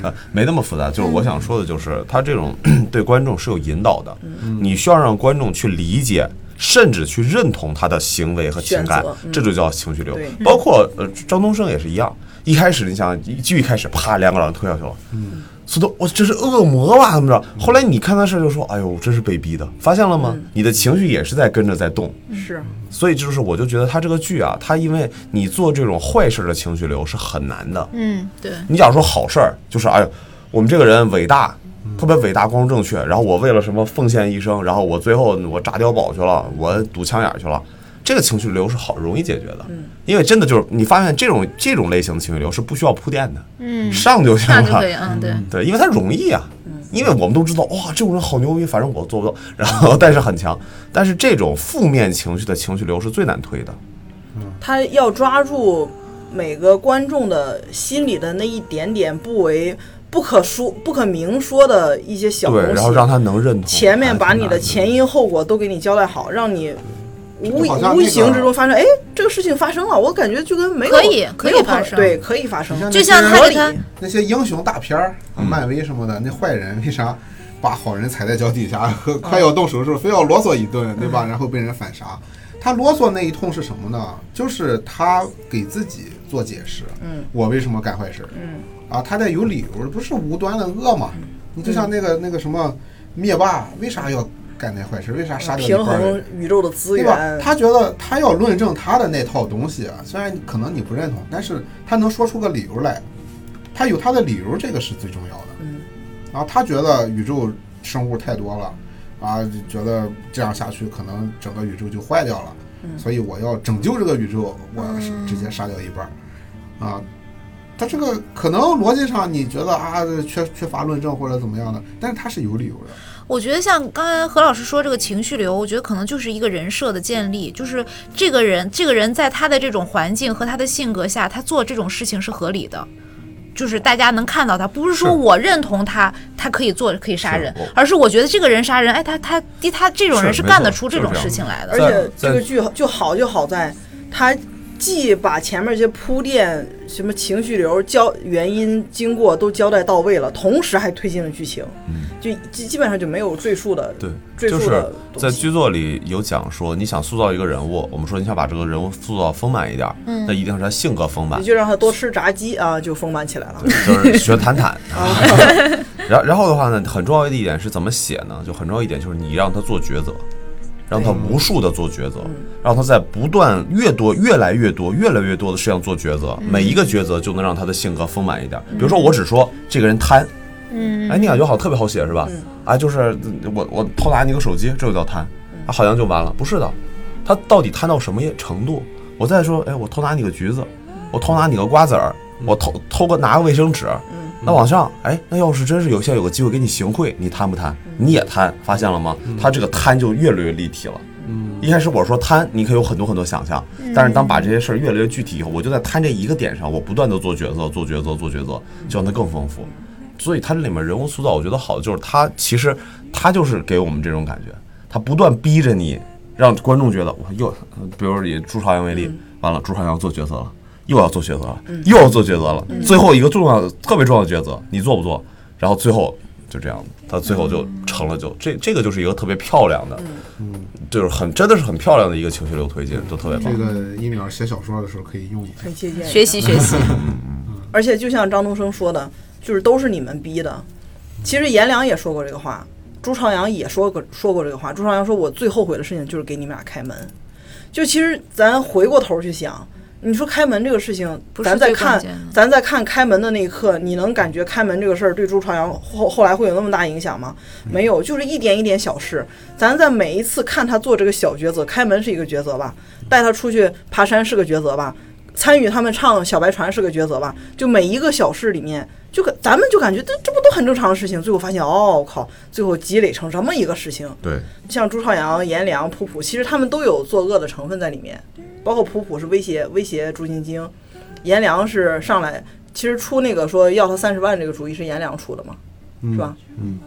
S6: 呃，没那么复杂，就是我想说的，就是他这种 对观众是有引导的，
S3: 嗯
S6: 嗯你需要让观众去理解，甚至去认同他的行为和情感
S3: 选择，嗯
S6: 这就叫情绪流
S3: 对。
S6: 包括呃，张东升也是一样，一开始你想一剧一开始，啪，两个老人推下去了，
S3: 嗯
S6: 苏东，我这是恶魔吧？怎么着？后来你看他事儿就说，哎呦，这是被逼的，发现了
S3: 嗯
S6: 吗？你的情绪也是在跟着在动，
S3: 是，
S6: 所以就是我就觉得他这个剧啊，他因为你做这种坏事的情绪流是很难的，
S4: 嗯，对，
S6: 你假如说好事儿，就是哎呦，我们这个人伟大，
S3: 嗯
S6: 特别伟大、光荣、正确，然后我为了什么奉献一生，然后我最后我炸碉堡去了，我堵枪眼儿去了。这个情绪流是好容易解决的，
S4: 嗯
S6: 因为真的就是你发现这种这种类型的情绪流是不需要铺垫的，
S4: 嗯，
S6: 上就行
S4: 那就
S6: 了
S4: 可以，，嗯，对，
S6: 对，因为它容易啊，因为我们都知道哇，这种人好牛逼，反正我做不到，然后但是很强，但是这种负面情绪的情绪流是最难推的，
S3: 他要抓住每个观众的心里的那一点点不为不可说、不可明说的一些小东
S6: 对
S3: 西，，
S6: 然后让他能认同，啊
S3: 前面把
S6: 还是
S3: 你
S6: 挺
S3: 的
S6: 难
S3: 前因后果都给你交代好，让你无
S5: 就好像
S3: 无
S5: 那
S3: 形
S5: 个
S3: 之中发生，哎，这个事情发生了，我感觉就跟没有
S4: 可以可
S3: 没
S4: 以
S3: 有
S4: 发
S3: 碰
S4: 生
S3: 对，可以发生
S5: 你。像
S4: 就像
S5: 那
S4: 他
S3: 合
S5: 些
S4: 给
S3: 理
S4: 他
S5: 那些英雄大片儿，漫威什么的，那坏人为啥把好人踩在脚底下，呵快要动手的时候非要啰嗦一顿，对吧？然后被人反杀。他啰嗦那一通是什么呢？就是他给自己做解释，嗯，我为什么干坏事？嗯，啊，他得有理由，不是无端的恶嘛。你就像那个那个什么灭霸，为啥要干那坏事？为啥杀
S3: 啊
S5: 掉
S3: 平
S5: 一半人
S3: 衡？宇宙的资
S5: 对吧
S3: 源？，
S5: 他觉得他要论证他的那套东西，啊虽然可能你不认同，但是他能说出个理由来，他有他的理由，这个是最重要的。嗯，然后他觉得宇宙生物太多了，啊，就觉得这样下去可能整个宇宙就坏掉了，
S3: 嗯
S5: 所以我要拯救这个宇宙，我是直接杀掉一半儿，啊。他这个可能逻辑上你觉得啊缺缺乏论证或者怎么样的，但是他是有理由的。
S4: 我觉得像刚才何老师说这个情绪流，我觉得可能就是一个人设的建立，就是这个人，这个人在他的这种环境和他的性格下，他做这种事情是合理的。就是大家能看到他，不是说
S6: 是
S4: 我认同他，他可以做可以杀
S6: 是
S4: 人
S6: 我，
S4: 而是我觉得这个人杀人，哎，他他他他这种人
S6: 是
S4: 是
S6: 没
S4: 干
S6: 错
S4: 得出这
S6: 就是
S4: 种
S6: 这样
S4: 事情来的
S3: 而。且
S6: 在
S3: 这个剧就好就好在，他既把前面这些铺垫、什么情绪流、交原因、经过都交代到位了，同时还推进了剧情，就基基本上就没有赘述的。
S6: 嗯对，
S3: 赘
S6: 就
S3: 述
S6: 是
S3: 的
S6: 在
S3: 东西。
S6: 剧作里有讲说，你想塑造一个人物，我们说你想把这个人物塑造丰满一点儿，
S3: 嗯
S6: 那一定是他性格丰满
S3: 你，就让他多吃炸鸡啊，就丰满起来了。
S6: 就是学谈谈。 然后然后的话呢，很重要的一点是怎么写呢？就很重要一点就是你让他做抉择，让他无数的做抉择，让他在不断越多、越来越多、越来越多的事情做抉择，每一个抉择就能让他的性格丰满一点。比如说，我只说这个人贪。嗯，哎，你感觉好像特别好写是吧？啊，就是嗯我我偷拿你个手机，这就叫贪，啊，好像就完了。不是的，他到底贪到什么程度？我再说，哎，我偷拿你个橘子，我偷拿你个瓜子儿，我偷偷个拿个卫生纸，那往上，哎，那要是真是有些有个机会给你行贿，你贪不贪？你也贪，发现了吗？他这个贪就越来越立体了。一开始我说贪，你可以有很多很多想象，但是当把这些事儿越来越具体以后，我就在贪这一个点上，我不断的做抉择，做抉择，做抉择，就让它更丰富。所以它这里面人物塑造，我觉得好的就是它其实它就是给我们这种感觉，它不断逼着你，让观众觉得我又，呃比如以朱朝阳为
S3: 嗯
S6: 例，完了朱朝阳做角色了，又要做抉择了，又要做抉择了，最后一个重要的特别重要的抉择，你做不做？然后最后就这样，他最后就成了就，
S3: 嗯
S6: 这这个就是一个特别漂亮的，就是很真的是很漂亮的一个情绪流推
S3: 嗯
S6: 进，就特别棒
S5: 这。个一秒写小说的时候可以用一下。
S3: 很借鉴一下
S4: 学习学习，
S3: 而且就像张东升说的，就是都是你们逼的。其实颜良也说过这个话，朱朝阳也说过说过这个话。朱朝阳说：“我最后悔的事情就是给你们俩开门。”就其实咱回过头去想，你说开门这个事情，
S4: 不是
S3: 咱在
S4: 最关
S3: 看
S4: 键的
S3: 咱在看开门的那一刻，你能感觉开门这个事儿对朱朝阳后后来会有那么大影响吗？没有，就是一点一点小事。咱在每一次看他做这个小抉择，开门是一个抉择吧，带他出去爬山是个抉择吧，参与他们唱《小白船》是个抉择吧，就每一个小事里面就感咱们就感觉这这不都很正常的事情，最后发现哦靠，最后积累成什么一个事情？
S6: 对，
S3: 像朱朝阳、颜良、普普，其实他们都有作恶的成分在里面，包括普普是威胁威胁朱晶晶，颜良是上来其实出那个说要他三十万这个主意是颜良出的嘛，是吧？
S5: 嗯，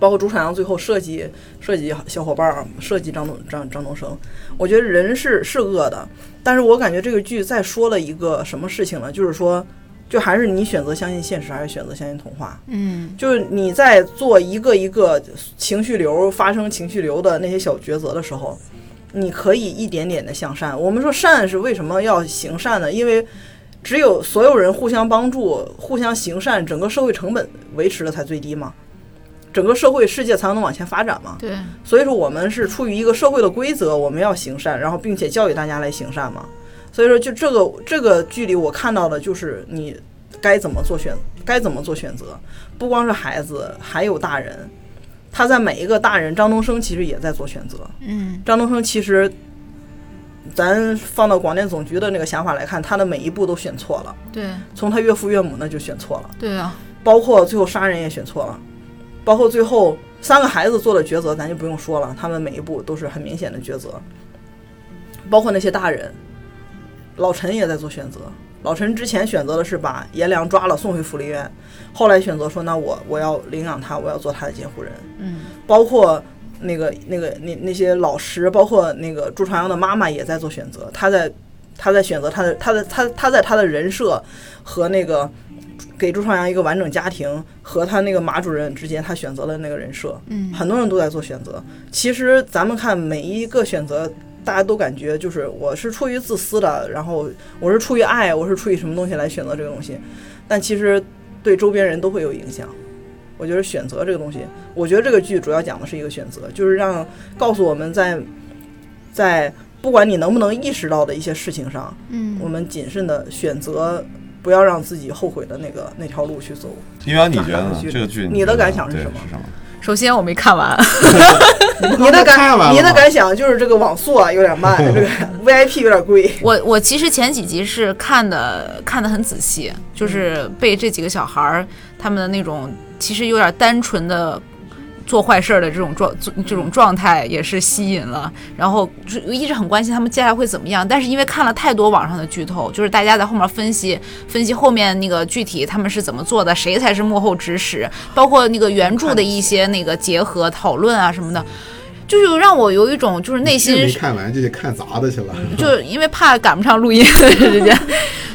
S3: 包括朱朝阳最后设计设计小伙伴儿，设计张东张张东升，我觉得人是是恶的，但是我感觉这个剧再说了一个什么事情呢？就是说，就还是你选择相信现实，还是选择相信童话？
S4: 嗯，
S3: 就是你在做一个一个情绪流发生情绪流的那些小抉择的时候，你可以一点点的向善。我们说善是为什么要行善呢？因为只有所有人互相帮助、互相行善，整个社会成本维持的才最低嘛，整个社会世界才能往前发展嘛。
S4: 对，
S3: 所以说我们是出于一个社会的规则，我们要行善，然后并且教育大家来行善嘛。所以说，就这个这个剧里我看到的就是你该怎么做选，该怎么做选择，不光是孩子，还有大人。他在每一个大人，张东升其实也在做选择。
S4: 嗯，
S3: 张东升其实，咱放到广电总局的那个想法来看，他的每一步都选错了，
S4: 对，
S3: 从他岳父岳母那就选错了。
S4: 对啊，
S3: 包括最后杀人也选错了，包括最后三个孩子做的抉择，咱就不用说了，他们每一步都是很明显的抉择，包括那些大人，老陈也在做选择。老陈之前选择的是把颜良抓了送回福利院，后来选择说那我我要领养他，我要做他的监护人。
S4: 嗯，
S3: 包括那个那个那那些老师，包括那个朱朝阳的妈妈也在做选择，她在她在选择她的她的她她在她的人设和那个给朱朝阳一个完整家庭和他那个马主任之间，他选择了那个人设。
S4: 嗯
S3: 很多人都在做选择。其实咱们看每一个选择。大家都感觉就是我是出于自私的，然后我是出于爱，我是出于什么东西来选择这个东西，但其实对周边人都会有影响。我觉得选择这个东西，我觉得这个剧主要讲的是一个选择，就是让告诉我们在在不管你能不能意识到的一些事情上，
S4: 嗯
S3: 我们谨慎的选择，不要让自己后悔的那 个那条路去走。
S6: 一阳，你觉得呢
S3: 那？
S6: 这个剧
S3: 你
S6: 觉得
S3: 的感想是
S6: 对
S3: 什么
S6: 是什么？
S4: 首先我没看完，
S3: 你的
S5: 看完了
S3: 感你的
S5: 吗
S3: 感想就是这个网速啊有点 慢，这个 VIP 有点贵。
S4: 我我其实前几集是看的看的很仔细，就是被这几个小孩儿他们的那种其实有点单纯的做坏事儿的这种状做这种状态也是吸引了，然后就一直很关心他们接下来会怎么样。但是因为看了太多网上的剧透，就是大家在后面分析分析后面那个具体他们是怎么做的，谁才是幕后指使，包括那个原著的一些那个结合讨论啊什么的，就是让我有一种就是内
S5: 剧
S4: 心
S5: 没
S4: 是嗯
S5: 看完就去看砸的去了。
S4: 就是因为怕赶不上录音的时间，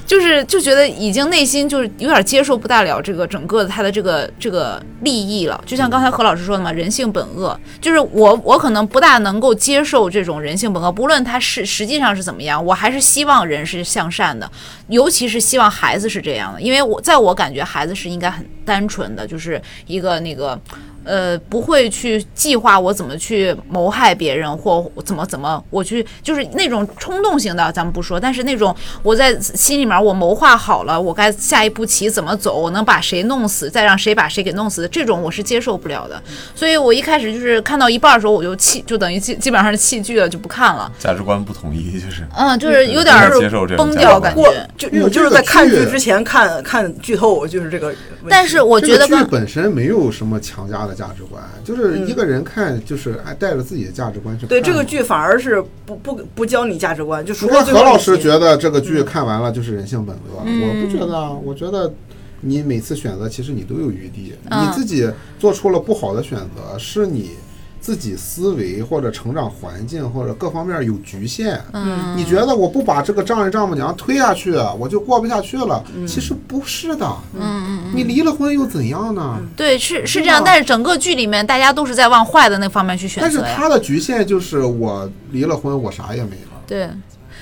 S4: 就是就觉得已经内心就是有点接受不大了这个整个他的这个这个利益了。就像刚才何老师说的嘛，人性本恶，就是我我可能不大能够接受这种人性本恶，不论他是实际上是怎么样，我还是希望人是向善的，尤其是希望孩子是这样的，因为我在我感觉孩子是应该很单纯的，就是一个那个。呃，不会去计划我怎么去谋害别人或 怎么怎么，我去就是那种冲动型的，咱们不说，但是那种我在心里面我谋划好了，我该下一步棋怎么走，我能把谁弄死，再让谁把谁给弄死，这种我是接受不了的。所以我一开始就是看到一半的时候，我就弃，就等于基基本上是弃剧了，就不看了。
S6: 价值观不统一，就是
S4: 嗯，就是有点
S6: 不能接受这种
S4: 崩
S6: 价值
S4: 掉
S6: 观
S4: 感
S3: 过
S4: 觉。
S3: 就
S5: 嗯
S3: 你就是
S5: 这个
S3: 在看
S5: 剧
S3: 剧之前看看剧透，就是这个问题。
S4: 但是我觉得嗯
S5: 这个
S4: 刚
S5: 剧本身没有什么强加的价值观，就是一个人看，就是哎带着自己的价值观去看嘛。
S3: 对这个剧反而是不不不教你价值观，就除
S5: 嗯不过
S3: 了最
S5: 何
S3: 后
S5: 老
S3: 一
S5: 师
S3: 集
S5: 觉得这个剧看完了就是人性本恶，我不觉得啊，我觉得你每次选择其实你都有余地，你自己做出了不好的选择，是你自己思维或者成长环境或者各方面有局限。嗯，你觉得我不把这个丈人丈母娘推下去，我就过不下去了？其实不是的。嗯嗯，你离了婚又怎样呢？
S4: 对，是是这
S5: 对啊
S4: 样，但是整个剧里面大家都是在往坏的那方面去选
S5: 但是
S4: 择呀。
S5: 他的局限就是我离了婚，我啥也没了，
S4: 对，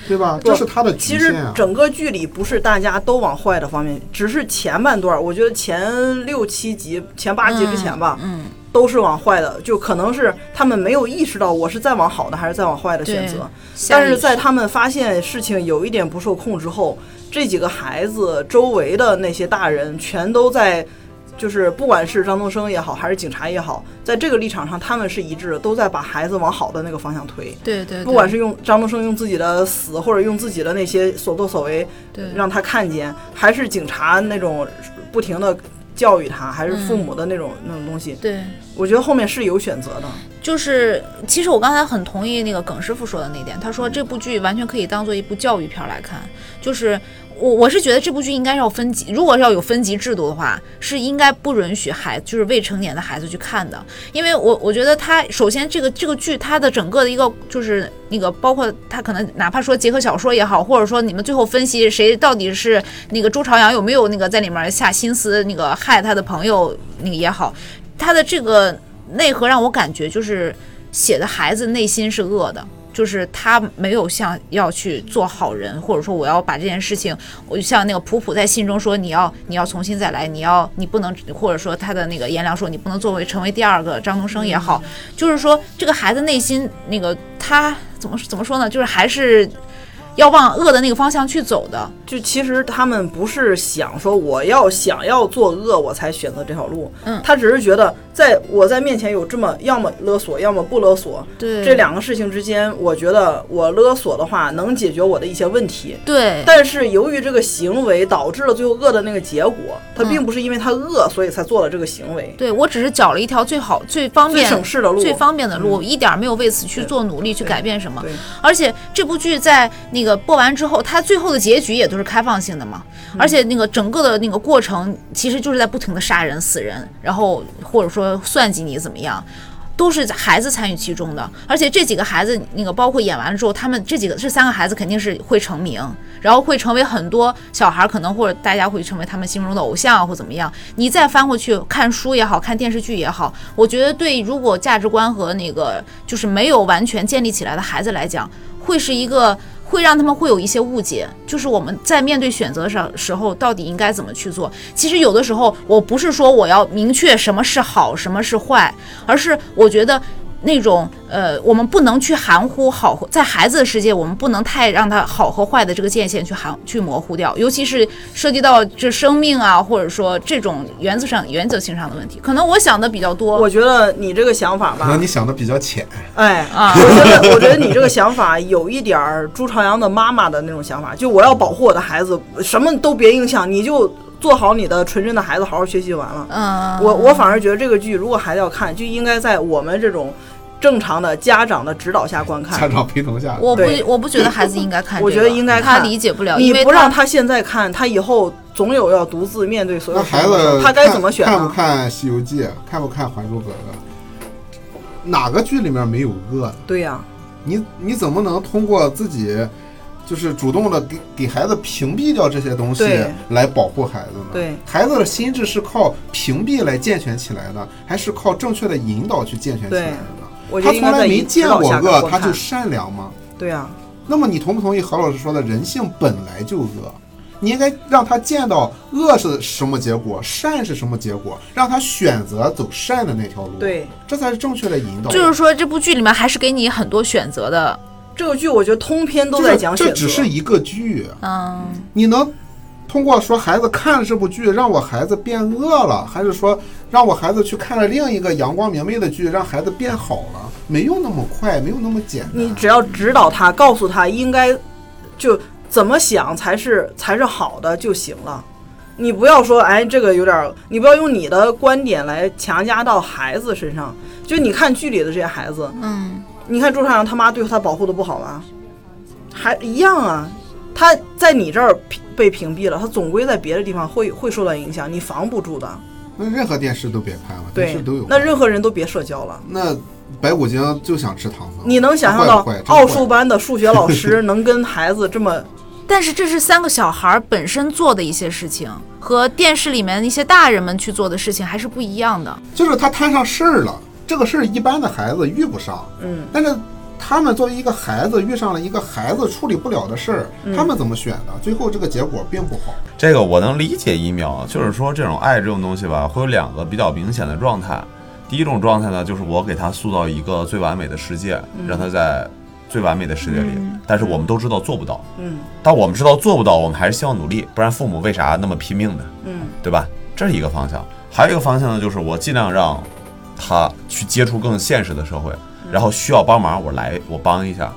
S5: 对吧？这是他的
S3: 其
S5: 局
S3: 实
S5: 限啊。
S3: 整个剧里不是大家都往坏的方面，只是前半段儿，我觉得前六七集、前八集之前吧，嗯，都是往坏的，就可能是他们没有意识到我是在往好的还是在往坏的选
S4: 对
S3: 择。
S4: 下
S3: 但
S4: 一
S3: 是在
S4: 集
S3: 他们发现事情有一点不受控之后，这几个孩子周围的那些大人全都在，就是不管是张东升也好，还是警察也好，在这个立场上，他们是一致的，都在把孩子往好的那个方向推。
S4: 对对，对
S3: 不管是用张东升用自己的死，或者用自己的那些所作所为
S4: 对
S3: 让他看见，还是警察那种不停的教育他，还是父母的那种、那种东西。
S4: 对，
S3: 我觉得后面是有选择的。
S4: 就是其实我刚才很同意那个耿师傅说的那一点，他说这部剧完全可以当做一部教育片儿来看，就是。我我是觉得这部剧应该要分级，如果要有分级制度的话，是应该不允许孩就是未成年的孩子去看的，因为我我觉得他首先这个这个剧它的整个的一个就是那个包括他可能哪怕说结合小说也好，或者说你们最后分析谁到底是那个周朝阳有没有那个在里面下心思那个害他的朋友那个也好，他的这个内核让我感觉就是写的孩子内心是恶的，就是他没有像要去做好人，或者说我要把这件事情，我就像那个普普在信中说，你要你要重新再来，你要你不能，或者说他的那个颜良说你不能作为成为第二个张东升也好，就是说这个孩子内心那个他怎么怎么说呢，就是还是。要往恶的那个方向去走的，
S3: 就其实他们不是想说我要想要作恶我才选择这条路，
S4: 嗯
S3: 他只是觉得在我在面前有这么要么勒索，要么不勒索，
S4: 对
S3: 这两个事情之间，我觉得我勒索的话能解决我的一些问题，
S4: 对
S3: 但是由于这个行为导致了最后恶的那个结果，他
S4: 嗯
S3: 并不是因为他恶所以才做了这个行为，
S4: 对我只是找了一条最好、最方便、
S3: 最省事的路嗯
S4: 最方便的路，一点儿没有为此去做努力、去改变什么
S3: 对。
S4: 而且这部剧在那个播完之后，它最后的结局也都是开放性的嘛。
S3: 嗯
S4: 而且那个整个的那个过程，其实就是在不停的杀人、死人，然后或者说算计你怎么样。都是孩子参与其中的，而且这几个孩子，那个包括演完了之后，他们这几个这三个孩子肯定是会成名，然后会成为很多小孩儿可能或者大家会成为他们心中的偶像或怎么样。你再翻过去看书也好看电视剧也好，我觉得对如果价值观和那个就是没有完全建立起来的孩子来讲，会是一个会让他们会有一些误解，就是我们在面对选择上时候到底应该怎么去做。其实有的时候我不是说我要明确什么是好，什么是坏，而是我觉得。那种呃，我们不能去含糊好和，在孩子的世界，我们不能太让他好和坏的这个界限去含去模糊掉，尤其是涉及到这生命啊，或者说这种原则上原则性上的问题。可能我想的比较多，
S3: 我觉得你这个想法
S5: 可能
S3: 吧
S5: 你，想的比较浅，
S3: 哎，
S4: 啊
S3: 我觉得我觉得你这个想法有一点儿朱朝阳的妈妈的那种想法，就我要保护我的孩子，什么都别影响，你就做好你的纯真的孩子，好好学习就完了。
S4: 嗯，
S3: 我我反而觉得这个剧如果孩子要看，就应该在我们这种正常的家长的指导下观看。
S5: 家长陪同下，
S4: 我不
S3: 对
S4: 我不觉得孩子应该看这个，
S3: 我觉得应该
S4: 他
S3: 看，
S4: 理解不了，
S3: 你
S4: 因为
S3: 不让
S4: 他
S3: 他现在看，他以后总有要独自面对所有
S5: 那
S3: 事情
S5: 孩
S3: 的时候
S5: 子
S3: 他该怎么选啊
S5: 看看
S3: 呢
S5: 不？看《西游记》？看不看《还珠格格》？啊哪个剧里面没有恶呢？
S3: 对呀、
S5: 你你怎么能通过自己就是主动的给给孩子屏蔽掉这些东西
S3: 对
S5: 来保护孩子呢？
S3: 对
S5: 孩子的心智是靠屏蔽来健全起来的，还是靠正确的引导去健全起来的呢？
S3: 我觉
S5: 他
S3: 得应
S5: 从
S3: 该
S5: 来
S3: 在
S5: 没
S3: 一
S5: 见
S3: 指导
S5: 过
S3: 下
S5: 恶，
S3: 观
S5: 他就
S3: 看
S5: 善良吗？
S3: 对呀、
S5: 那么你同不同意郝老师说的，人性本来就恶，你应该让他见到恶是什么结果，善是什么结果，让他选择走善的那条路。
S3: 对，
S5: 这才是正确的引导。
S4: 就是说这部剧里面还是给你很多选择的，
S3: 这个剧我觉得通篇都
S5: 就是
S3: 在讲选择，
S5: 这只是一个剧，
S4: 嗯，
S5: 你能通过说孩子看了这部剧，让我孩子变恶了，还是说让我孩子去看了另一个阳光明媚的剧，让孩子变好了？没有那么快，没有那么简单。
S3: 你只要指导他，告诉他应该就怎么想才是才是好的就行了。你不要说，哎，这个有点儿，你不要用你的观点来强加到孩子身上。就你看剧里的这些孩子，嗯，你看朱朝阳他妈对他保护的不好吧？还一样啊，他在你这儿屏被屏蔽了，他总归在别的地方会会受到影响，你防不住的。
S5: 那任何电视都别看了，电
S3: 对
S5: 视都有，。嗯
S3: 那任何人都别社交了。
S5: 那白骨精就想吃糖糖，
S3: 你能想象
S5: 坏
S3: 到
S5: 不坏真
S3: 奥
S5: 坏
S3: 数班的数学老 师能跟孩子这么
S4: 但是这是三个小孩儿本身做的一些事情，和电视里面一些大人们去做的事情还是不一样的。
S5: 就是他摊上事儿了，这个事儿一般的孩子遇不上，
S3: 嗯，
S5: 但是他们作为一个孩子遇上了一个孩子处理不了的事儿，
S3: 嗯
S5: 他们怎么选的？最后这个结果并不好。
S6: 这个我能理解一秒，就是说这种爱这种东西吧，会有两个比较明显的状态。第一种状态呢，就是我给他塑造一个最完美的世界，让他在最完美的世界里，但是我们都知道做不到。
S3: 嗯，
S6: 但我们知道做不到，我们还是希望努力，不然父母为啥那么拼命呢？
S3: 嗯，
S6: 对吧？这是一个方向。还有一个方向呢，就是我尽量让他去接触更现实的社会，然后需要帮忙我来我帮一下，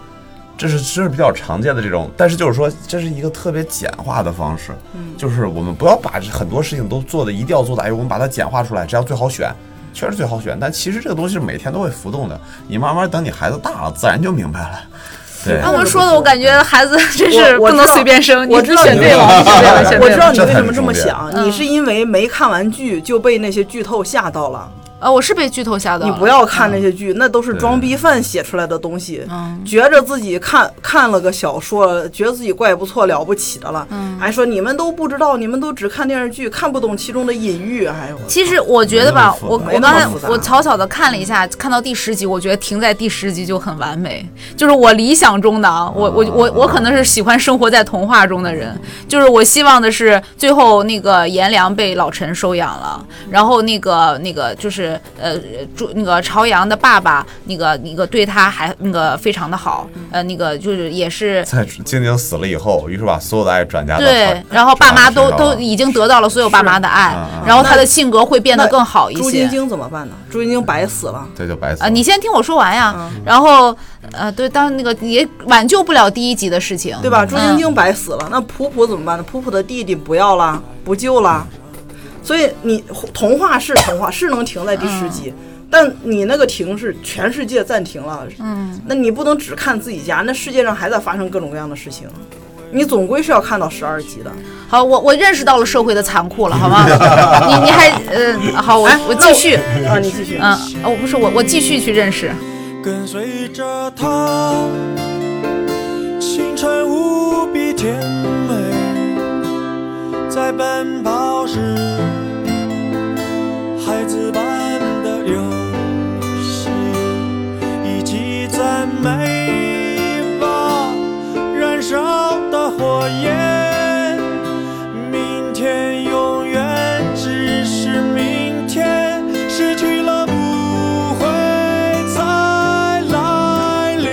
S6: 这是这是比较常见的这种，但是就是说，这是一个特别简化的方式，就是我们不要把很多事情都做的一定要做的，哎，我们把它简化出来，这样最好选，确实最好选。但其实这个东西是每天都会浮动的，你慢慢等你孩子大了，自然就明白了。对，
S4: 那我说的，我感觉孩子真是
S3: 我
S4: 不
S3: 我
S4: 能
S3: 知道
S4: 随便生，
S3: 我
S4: 你
S3: 知道
S4: 选
S3: 你
S4: 对了，你选对 了，选嗯
S3: 我
S4: 对
S3: 知
S4: 了。
S3: 道你为什么这么
S6: 这才是
S3: 想，你是因为没看完剧就被那些剧透吓到了。
S4: 啊，我是被剧透吓到
S3: 你
S4: 了。
S3: 不
S4: 嗯
S3: 要看那些剧，那都是装逼犯写出来的东西，觉着自己看看了个小说，觉得自己怪不错了不起的了，
S4: 嗯
S3: 还说你们都不知道，你们都只看电视剧，看不懂其中的隐喻，哎呦，
S4: 其实我觉得吧，我我
S3: 没
S6: 没那么复杂
S3: 那
S4: 刚
S3: 么
S4: 才
S3: 复杂
S4: 我草草的看了一下，看到第十集，我觉得停在第十集就很完美，就是我理想中的
S3: 哦
S4: 啊，我我我我可能是喜欢生活在童话中的人，就是我希望的是最后那个颜良被老陈收养了，然后那个那个就是呃朱那个朝阳的爸爸那个那个对他还那个非常的好，
S3: 嗯
S4: 呃那个就是也是
S6: 在晶晶死了以后，于是把所有的爱转嫁到
S4: 对
S6: 她，
S4: 然后爸妈
S6: 转
S4: 都
S6: 嫁到
S4: 都已经得到了所有爸妈的爱，
S3: 啊
S4: 然后他的性格会变得更好一些。
S3: 朱晶晶怎么办呢？朱晶晶白死了，
S6: 这就白死
S4: 啊，你先听我说完呀。然后，呃，对，当那个也挽救不了第一集的事情，
S3: 对
S4: 吧？
S3: 吧？朱晶晶白死了，那普普怎么办呢？普普的弟弟不要啦，不救啦。所以你童话是童话，是能停在第十集，
S4: 嗯
S3: 但你那个停是全世界暂停了，嗯，那你不能只看自己家，那世界上还在发生各种各样的事情，你总归是要看到十二集的。
S4: 好，我我认识到了社会的残酷了，好吗？你你还，呃，好，我我继续，
S3: 啊，你继续。
S4: 嗯，哦，不是我我继续去认识。
S7: 跟随着他，青春无比甜美，在奔跑时，孩子般的游戏，一起赞美吧，燃烧的火焰，明天永远只是明天，失去了不会再来临。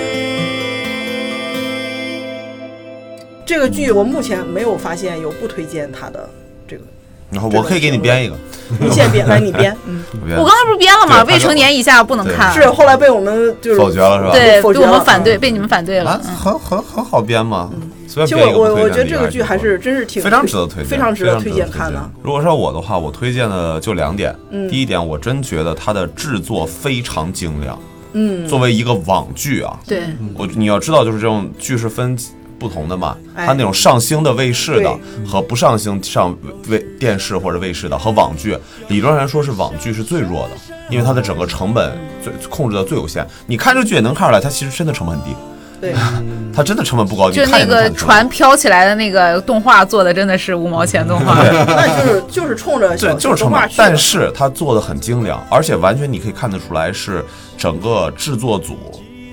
S3: 这个剧我目前没有发现有不推荐它的这个，
S6: 然后我可以给你编一个，
S3: 你先编，来你 编。嗯，
S6: 我编
S4: 我刚才不是编了
S6: 对
S4: 吗？
S6: 他就
S4: 未成年以下不能看，
S3: 是后来被我们就是
S6: 否决了是吧
S4: 对，
S3: 否
S4: 被
S3: 决
S4: 我们
S3: 了
S4: 反对，
S3: 嗯
S4: 被你们反对
S6: 啊
S4: 了。，嗯
S6: 很很很好编嘛，随
S3: 其
S6: 便
S3: 实
S6: 编一
S3: 我
S6: 呃个不
S3: 我
S6: 推荐
S3: 我觉得
S6: 的
S3: 这
S6: 一
S3: 个剧还是真是挺
S6: 非常值得推荐，
S3: 非常值得推荐
S6: 推
S3: 看
S6: 荐
S3: 的。嗯
S6: 如果说我的话，我推荐的就两点。第一点，我真觉得它的制作非常精良。嗯，作为一个网剧啊，
S4: 对，
S6: 我你要知道，就是这种剧是分不同的嘛，
S3: 哎
S6: 它那种上星的卫视的
S3: 对
S6: 和不上星上卫电视或者卫视的和网剧，理论上来说是网剧是最弱的，因为它的整个成本最控制的最有限。你看这剧也能看出来，它其实真的成本很低，
S3: 对，
S6: 它真的成本不高，你
S4: 就
S6: 看
S4: 那
S6: 也能
S4: 个
S6: 看出来
S4: 船飘起来的那个动画做的真的是五毛钱动画，
S3: 那就是就是冲着
S6: 对，
S3: 小
S6: 就是成
S3: 动
S4: 啊
S3: 画
S6: 本
S3: 去，的。
S6: 但是它做的很精良，而且完全你可以看得出来是整个制作组、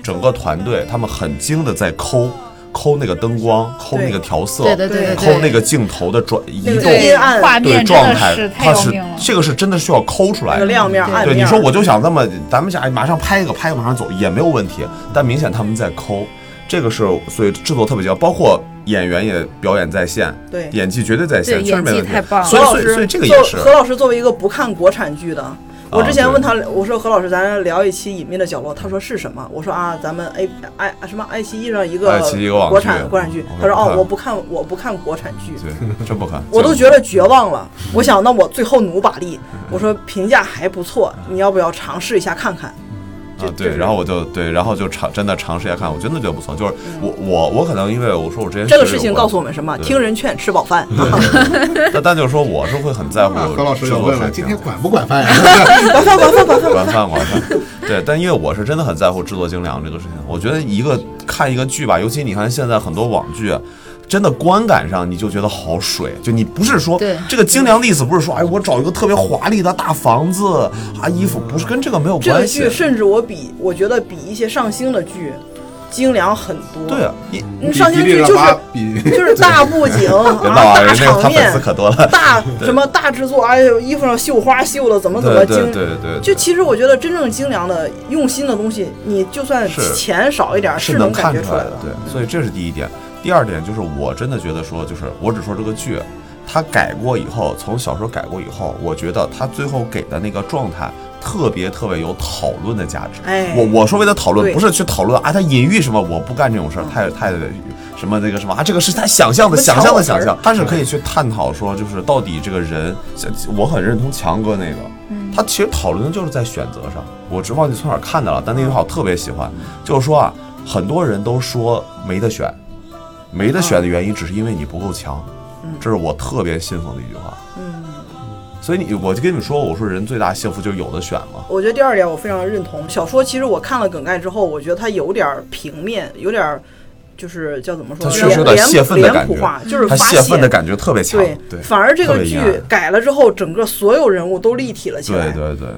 S6: 整个团队他们很精的在抠抠那个灯光、抠那个调色、
S4: 对对对对
S6: 抠那个镜头的转移
S3: 那
S6: 动
S3: 个阴暗
S4: 画
S6: 对
S4: 面真
S6: 状
S4: 的
S6: 态
S4: 是，太
S6: 它
S4: 要
S6: 是
S4: 命了。
S6: 这个是真的需要抠出来
S3: 那
S6: 的
S3: 个。亮面、暗
S6: 对，
S3: 面，
S6: 你说我就想这么，咱们想马上拍一个，拍一个马上走也没有问题，但明显他们在抠，这个是所以制作特别精，包括演员也表演在线，
S3: 对
S6: 演技绝对在线，
S4: 对
S6: 确实没
S4: 演技
S6: 问题
S4: 太棒了
S6: 所以
S3: 何老
S6: 所以
S3: 师
S6: 所以这个
S3: 作
S6: 也是啊
S3: 何老师作为一个不看国产剧的，我之前
S6: 对
S3: 问他，我说何老师，咱聊一期《隐秘的角落》，他说是什么？我说啊，咱们 A 爱什么爱奇艺上一个
S6: 爱奇艺一个网
S3: 国
S6: 剧
S3: 产国产剧
S6: 我，
S3: 他
S6: 不
S3: 说哦，
S6: 看
S3: 我不看我不看国产剧，
S6: 对，真不看，
S3: 我都
S6: 真
S3: 觉得绝望了。我想，那我最后努把力，我说评价还不错，你要不要尝试一下看看？
S6: 啊，
S3: 就
S6: 对，
S3: 是
S6: 然后我就对，然后就尝真的尝试一下看，我真的觉得不错。就是我我我可能因为我说我之前
S3: 嗯这个事
S6: 确实有
S3: 情
S6: 过
S3: 告诉我们什么？
S6: 对
S3: 听人劝，吃饱饭。
S6: 但但就是说我是会很在乎
S5: 那何老师
S6: 制
S5: 要
S6: 作
S5: 问
S6: 水
S5: 了，
S6: 平。
S5: 今天管不管饭呀？
S3: 管饭管饭管饭，
S6: 管饭管饭，对，但因为我是真的很在乎制作精良这个事情。我觉得一个看一个剧吧，尤其你看现在很多网剧，真的观感上你就觉得好水，就你不是说
S4: 对
S6: 这个精良的意思，不是说哎我找一个特别华丽的大房子啊衣服，不是跟这个没有
S3: 这个
S6: 关系
S3: 剧。甚至我比我觉得比一些上星的剧精良很多。
S6: 对啊，你
S3: 你 上星
S5: 比
S3: 剧就
S5: 比这
S3: 是
S5: 个吧比
S3: 就是大布 景
S6: 别
S3: 啊，
S6: 闹啊，
S3: 大
S6: 人家
S3: 场
S6: 他粉
S3: 面
S6: 丝，可多了。
S3: 大什么大制作，哎呦，衣服上绣花绣的怎么怎么
S6: 对对
S3: 精。
S6: 对对，
S3: 就其实我觉得真正精良的、用心的东西，你就算
S6: 是
S3: 钱少一点，
S6: 是
S3: 能感
S6: 看
S3: 觉
S6: 出来
S3: 的。
S6: 对，所以这是第一点。第二点就是，我真的觉得说，就是我只说这个剧，他改过以后，从小说改过以后，我觉得他最后给的那个状态特别特别有讨论的价值。
S3: 哎
S6: 我我所谓的讨论
S3: 对
S6: 不是去讨论啊，他隐喻什么，我不干这种事儿，太太什么那个什么啊，这个是他想象的，
S3: 我抢
S6: 想象
S3: 我
S6: 的
S3: 词儿
S6: 想象，他是可以去探讨说，就是到底这个人，像我很认同强哥那个。
S3: 嗯
S6: 他其实讨论的就是在选择上，我只忘记从哪儿看的了，但那句话我特别喜欢，就是说啊，很多人都说没得选，没得选的原因只是因为你不够强，
S3: 嗯
S6: 这是我特别信奉的一句话。嗯，所以你我就跟你说，我说人最大幸福就是有的选嘛。
S3: 我觉得第二点我非常认同，小说其实我看了梗概之后，我觉得它有点儿平面，有点儿就是叫怎么说，
S6: 它确实有点
S3: 脸
S6: 泄愤的
S3: 脸
S6: 感
S3: 谱
S6: 觉
S3: 化，就是
S6: 他
S3: 发
S6: 泄愤的感觉特别强，
S3: 对，
S6: 对，
S3: 反而这
S6: 特
S3: 个
S6: 别
S3: 剧
S6: 阴暗
S3: 改了之后，整个所有人物都立体了起来。
S6: 对对对，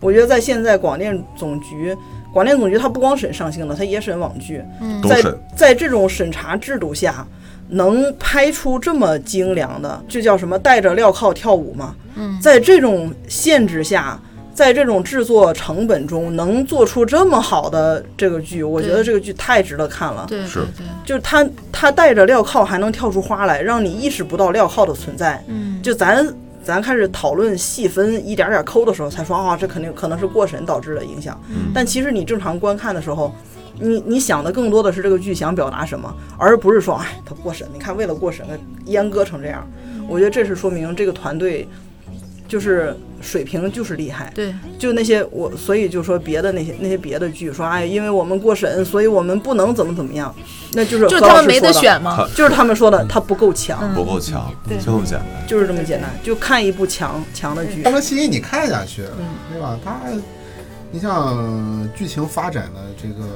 S3: 我觉得在现在广电总局，广电总局它不光审上性的，它也审网剧。
S6: 都
S3: 在
S6: 是
S3: 在这种审查制度下，能拍出这么精良的，就叫什么带着镣铐跳舞嘛。嗯，在这种限制下，在这种制作成本中，能做出这么好的这个剧，我觉得
S4: 对
S3: 这个剧太值得看了。
S4: 对
S6: 是
S4: 对对，
S3: 就是它它带着镣铐还能跳出花来，让你意识不到镣铐的存在。
S4: 嗯，
S3: 就咱咱开始讨论细分一点点抠的时候，才说啊，这肯定可能是过审导致的影响。但其实你正常观看的时候，你你想的更多的是这个剧想表达什么，而不是说哎，他过审，你看为了过审阉割成这样，我觉得这是说明这个团队就是水平就是厉害。
S4: 对，
S3: 就那些我，所以就说别的那些那些别的剧说，哎，因为我们过审，所以我们不能怎么怎么样，那就是
S4: 就是他
S3: 何老
S4: 们
S3: 师
S4: 没得
S3: 说的，
S4: 选嗯嘛。
S3: 就是他们说的他不够强，
S6: 不够强，就这么简单。
S3: 就是这么简单，就看一部强强的剧嗯
S5: 他，能吸引你看下去，对吧？他，你像剧情发展的这个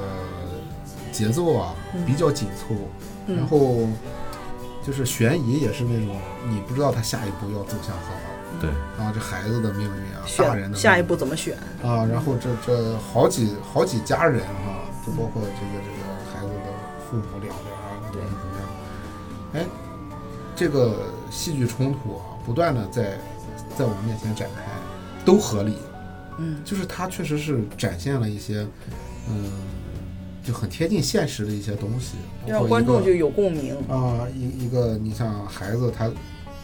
S5: 节奏啊，
S3: 嗯
S5: 比较紧凑，然后就是悬疑也是那种你不知道他下一步要走向何方，
S6: 对，
S5: 然后这孩子的命运啊，大人
S3: 选
S5: 的
S3: 下一
S5: 命运
S3: 步怎么选，
S5: 啊，然后这这好几好几家人哈、就包括这个这个孩子的父母两边啊，怎么怎么样？哎，这个戏剧冲突啊，不断的在在我们面前展开，都合理。
S3: 嗯，
S5: 就是它确实是展现了一些，嗯，就很贴近现实的一些东西，包
S3: 让
S5: 括
S3: 观
S5: 一个
S3: 众就有共鸣。
S5: 啊、一一个你像孩子他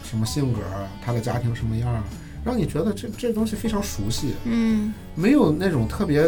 S5: 什么性格啊，他的家庭什么样啊，让你觉得这这东西非常熟悉。
S4: 嗯，
S5: 没有那种特别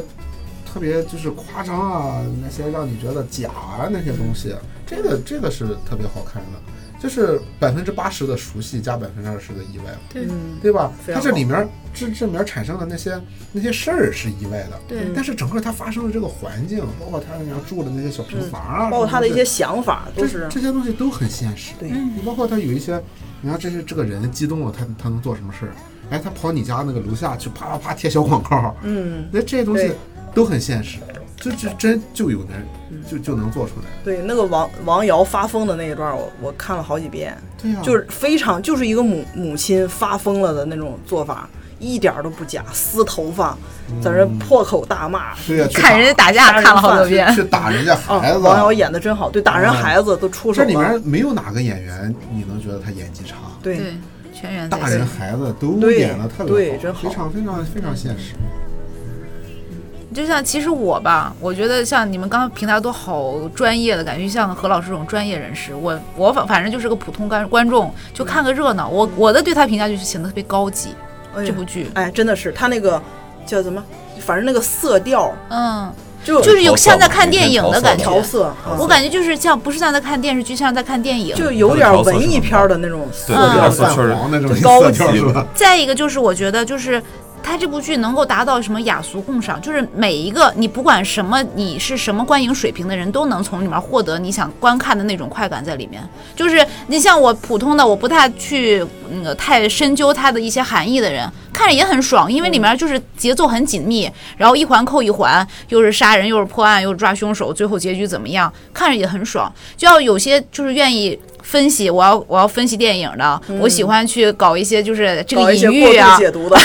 S5: 特别就是夸张啊，那些让你觉得假啊那些东西，这个这个是特别好看的，就是百分之八十的熟悉加百分之二十的意外，
S3: 嗯，
S5: 对吧？
S3: 非
S5: 它
S3: 常
S5: 这里面这这里面产生的那些那些事儿是意外的，
S4: 对
S5: 但是整个它发生的这个环境，包括他那样住的那些小平房啊，
S3: 嗯包括他的一些
S5: 这些
S3: 想法都
S5: 这
S3: 是
S5: 这些东西都很现实，嗯
S3: 对
S5: 你包括他有一些，你看这是这个人激动了，他他能做什么事儿？哎，他跑你家那个楼下去啪啪啪贴小广告，
S3: 嗯，
S5: 那这些东西
S3: 对
S5: 都很现实，就就真就有人
S3: 嗯
S5: 就就能做出来。
S3: 对那个王王瑶发疯的那一段我，我看了好几遍，
S5: 对呀、
S3: 就是非常就是一个母母亲发疯了的那种做法，一点儿都不假，撕头发，在那
S5: 嗯
S3: 破口大骂。
S5: 对呀、去
S4: 看人家打架
S3: 杀人
S4: 看了好多
S3: 犯
S4: 遍，
S5: 去打 人家
S3: 啊
S5: 孩，子
S3: 王，瑶演的真好，对，打人
S5: 嗯
S3: 孩子都出手了。
S5: 这里面没有哪个演员你能觉得他演技差，
S3: 对
S4: 对，全员在
S5: 大
S4: 线
S5: 人孩子都
S3: 对
S5: 演的特别
S3: 对真好
S5: 非常非常非常现实。
S4: 就像其实我吧，我觉得像你们刚刚评价都好专业的感觉，像何老师这种专业人士，我我反反正就是个普通观观众，就看个热闹。我我的对他评价就是显得特别高级，
S3: 哎呀
S4: 这部剧，
S3: 哎，真的是他那个叫什么，反正那个色调
S4: 嗯，
S3: 就
S4: 就是有像在看电影的感
S3: 调
S4: 觉。
S3: 色，
S5: 嗯
S3: 啊
S4: 我感觉就是像不是像在看电视剧，像在看电影。
S3: 就有点文艺片儿的那种色
S6: 对，
S4: 嗯
S6: 这
S3: 调
S6: 个
S5: 泛
S3: 感。
S6: 色确实
S5: 黄那种
S3: 就高
S5: 色调
S6: 级
S5: 是吧？
S4: 再一个就是，我觉得就是他这部剧能够达到什么雅俗共赏，就是每一个你不管什么你是什么观影水平的人，都能从里面获得你想观看的那种快感在里面。就是你像我普通的，我不太去那个、太深究它的一些含义的人，看着也很爽，因为里面就是节奏很紧密，然后一环扣一环，又是杀人，又是破案，又是抓凶手，最后结局怎么样，看着也很爽。就要有些就是愿意。分析，我要我要分析电影的，我喜欢去搞一些就是这
S3: 搞
S4: 个
S3: 一些
S4: 隐
S3: 过
S4: 喻啊
S3: 度，解读的，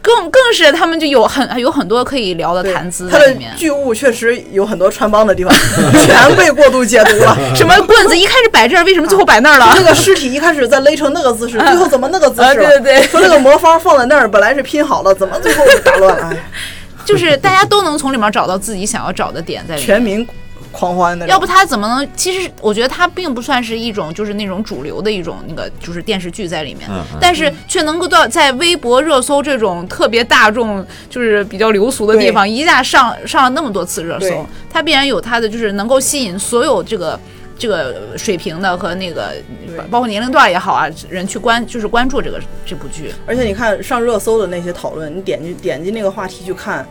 S4: 更更是他们就有很有很多可以聊的
S3: 对
S4: 谈资
S3: 他
S4: 在
S3: 的
S4: 里面。
S3: 剧务确实有很多穿帮的地方， 全被过度解读了。
S4: 什么棍子一开始摆这儿，为什么最后摆那儿
S3: 那
S4: 了？
S3: 个尸体一开始在勒成那个姿势，最后怎么那个姿
S4: 啊
S3: 势？
S4: 对对对
S3: 说那个魔方放在那儿，本来是拼好了，怎么最后打乱了？哎，
S4: 就是大家都能从里面找到自己想要找的点在里面。
S3: 全民狂欢的那种。
S4: 要不他怎么能？其实我觉得他并不算是一种就是那种主流的一种那个就是电视剧在里面，
S6: 嗯嗯
S4: 但是却能够到在微博热搜这种特别大众就是比较流俗的地方，一下上上了那么多次热
S3: 对
S4: 搜，他必然有他的就是能够吸引所有这个。这个水平的和那个
S3: 对
S4: 包括年龄段也好啊，人去关就是关注这个这部剧，
S3: 而且你看上热搜的那些讨论，你点进点进那个话题去看，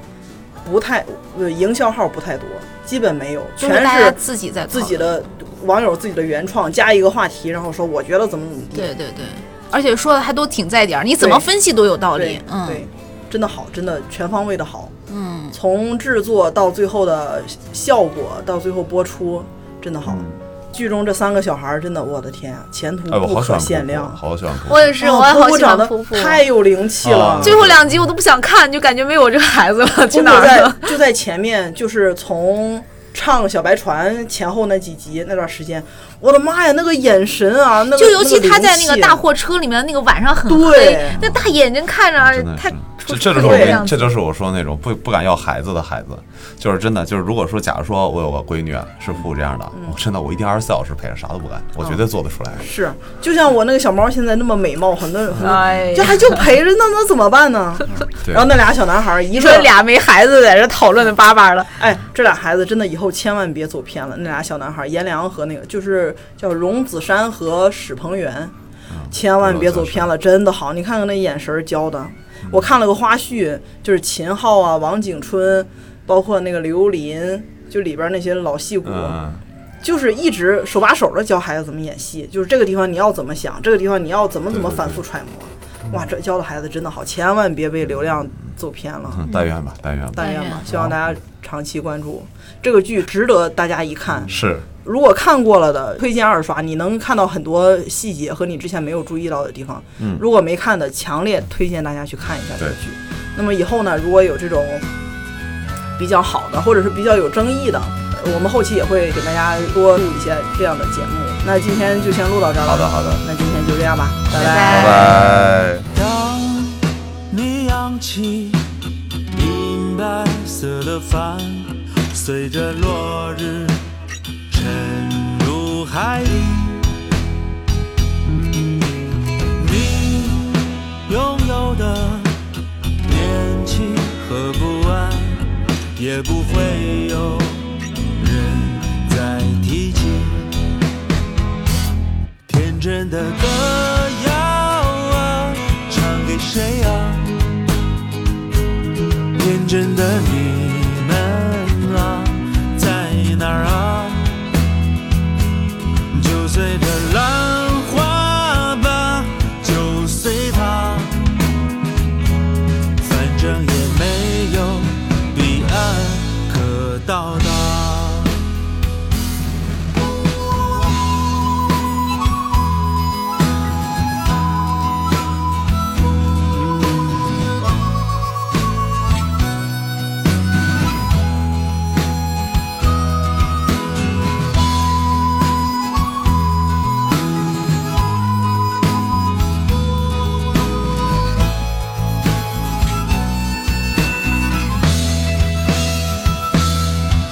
S3: 不太呃营销号不太多，基本没有，
S4: 就是
S3: 全
S4: 大家
S3: 是
S4: 自己在
S3: 自
S4: 讨
S3: 己
S4: 论
S3: 的网友自己的原创，加一个话题，然后说我觉得怎么怎么地。
S4: 对对对，而且说的还都挺在点儿，你怎么
S3: 对
S4: 分析都有道
S3: 对
S4: 理，嗯，
S3: 对，真的好，真的全方位的好。嗯，从制作到最后的效果，到最后播出，真的好。剧中这三个小孩儿真的，我的天啊，前途
S6: 嗯哎，我
S3: 不
S6: 好喜
S3: 可
S6: 欢
S3: 限
S6: 瀑布，
S3: 量。
S6: 好喜欢瀑布。
S4: 我也是，我也
S3: 瀑
S4: 好
S3: 布
S4: 喜
S3: 嗯长
S4: 欢
S3: 得
S4: 瀑布，
S3: 太有灵气了
S6: 啊。
S4: 最后两集我都不想看，就感觉没有我这个孩子了，去
S3: 瀑布
S4: 哪儿
S3: 在
S4: 了？
S3: 就在前面，就是从唱小白船前后那几集那段时间，我的妈呀，那个眼神啊，那个
S4: 就尤其他在那
S3: 那
S4: 个
S3: 灵气啊
S4: 大货车里面，那个晚上很黑
S3: 对，
S4: 那大眼睛看着
S6: 真的
S4: 太
S6: 是，
S4: 出
S6: 这这就是
S4: 出
S6: 我
S4: 这个
S3: 对
S4: 样
S6: 跟
S4: 子
S6: 这就是我说那种不不敢要孩子的孩子，就是真的就是如果说假如说我有个闺女啊是父这样的，
S4: 嗯
S6: 我真的我一天二十四小时陪着，啥都不干，我绝对做得出来。
S3: 是，就像我那个小猫现在那么美貌，很多人很多人
S4: 哎
S3: 就
S4: 呀，
S3: 还就陪着，那能怎么办呢？
S6: 对
S3: 然后那俩小男孩儿一
S4: 你
S3: 个
S4: 说，俩没孩子在这讨论的巴巴的，
S3: 哎，这俩孩子真的以后千万别走偏了。那俩小男孩儿，颜良和那个就是叫荣子山和史鹏元，
S6: 嗯
S3: 千万别走偏了，真的好。你看看那眼神儿教的，
S6: 嗯
S3: 我看了个花絮，就是秦昊啊、王景春，包括那个刘琳，就里边儿那些老戏骨，
S6: 嗯，
S3: 就是一直手把手的教孩子怎么演戏，就是这个地方你要怎么想，这个地方你要怎么怎么反复揣摩。哇，这教的孩子真的好，千但万别被流量走偏了。
S6: 嗯但愿吧，但愿吧。
S3: 但愿吧，希望大家长期关注这个剧，值得大家一看。
S6: 是，
S3: 如果看过了的，推荐二刷，你能看到很多细节和你之前没有注意到的地方。
S6: 嗯
S3: 如果没看的，强烈推荐大家去看一下这
S6: 对
S3: 个剧。那么以后呢，如果有这种比较好的，或者是比较有争议的，呃我们后期也会给大家多录一些这样的节目。那今天就先录到这儿了。
S6: 好的，好的，
S3: 那今天就这样吧，拜
S4: 拜
S6: 拜拜。
S7: 当你扬起银白色的帆，随着落日沉入海底。你拥有的年轻和不安，也不会有人再提起。天真的歌谣啊，唱给谁啊？天真的你们啊，在哪儿啊？就随着浪花吧，就随它，反正也没有彼岸可到达。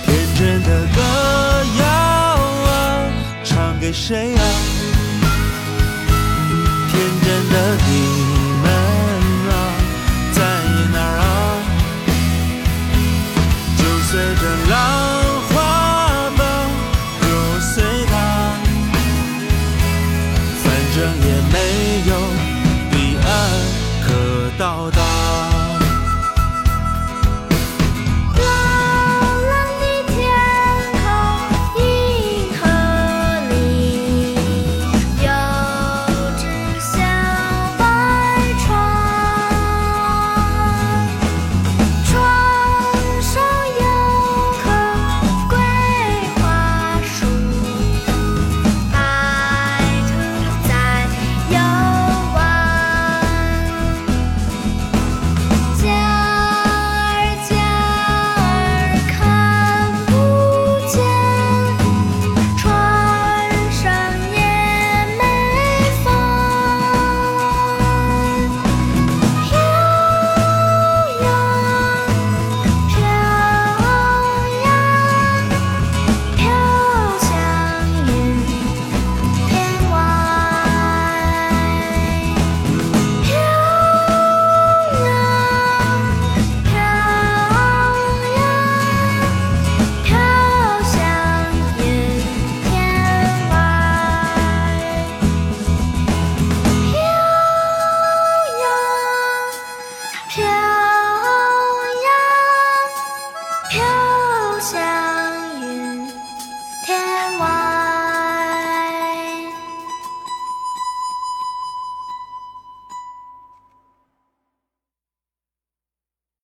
S7: 天真的歌谣啊，唱给谁啊？啊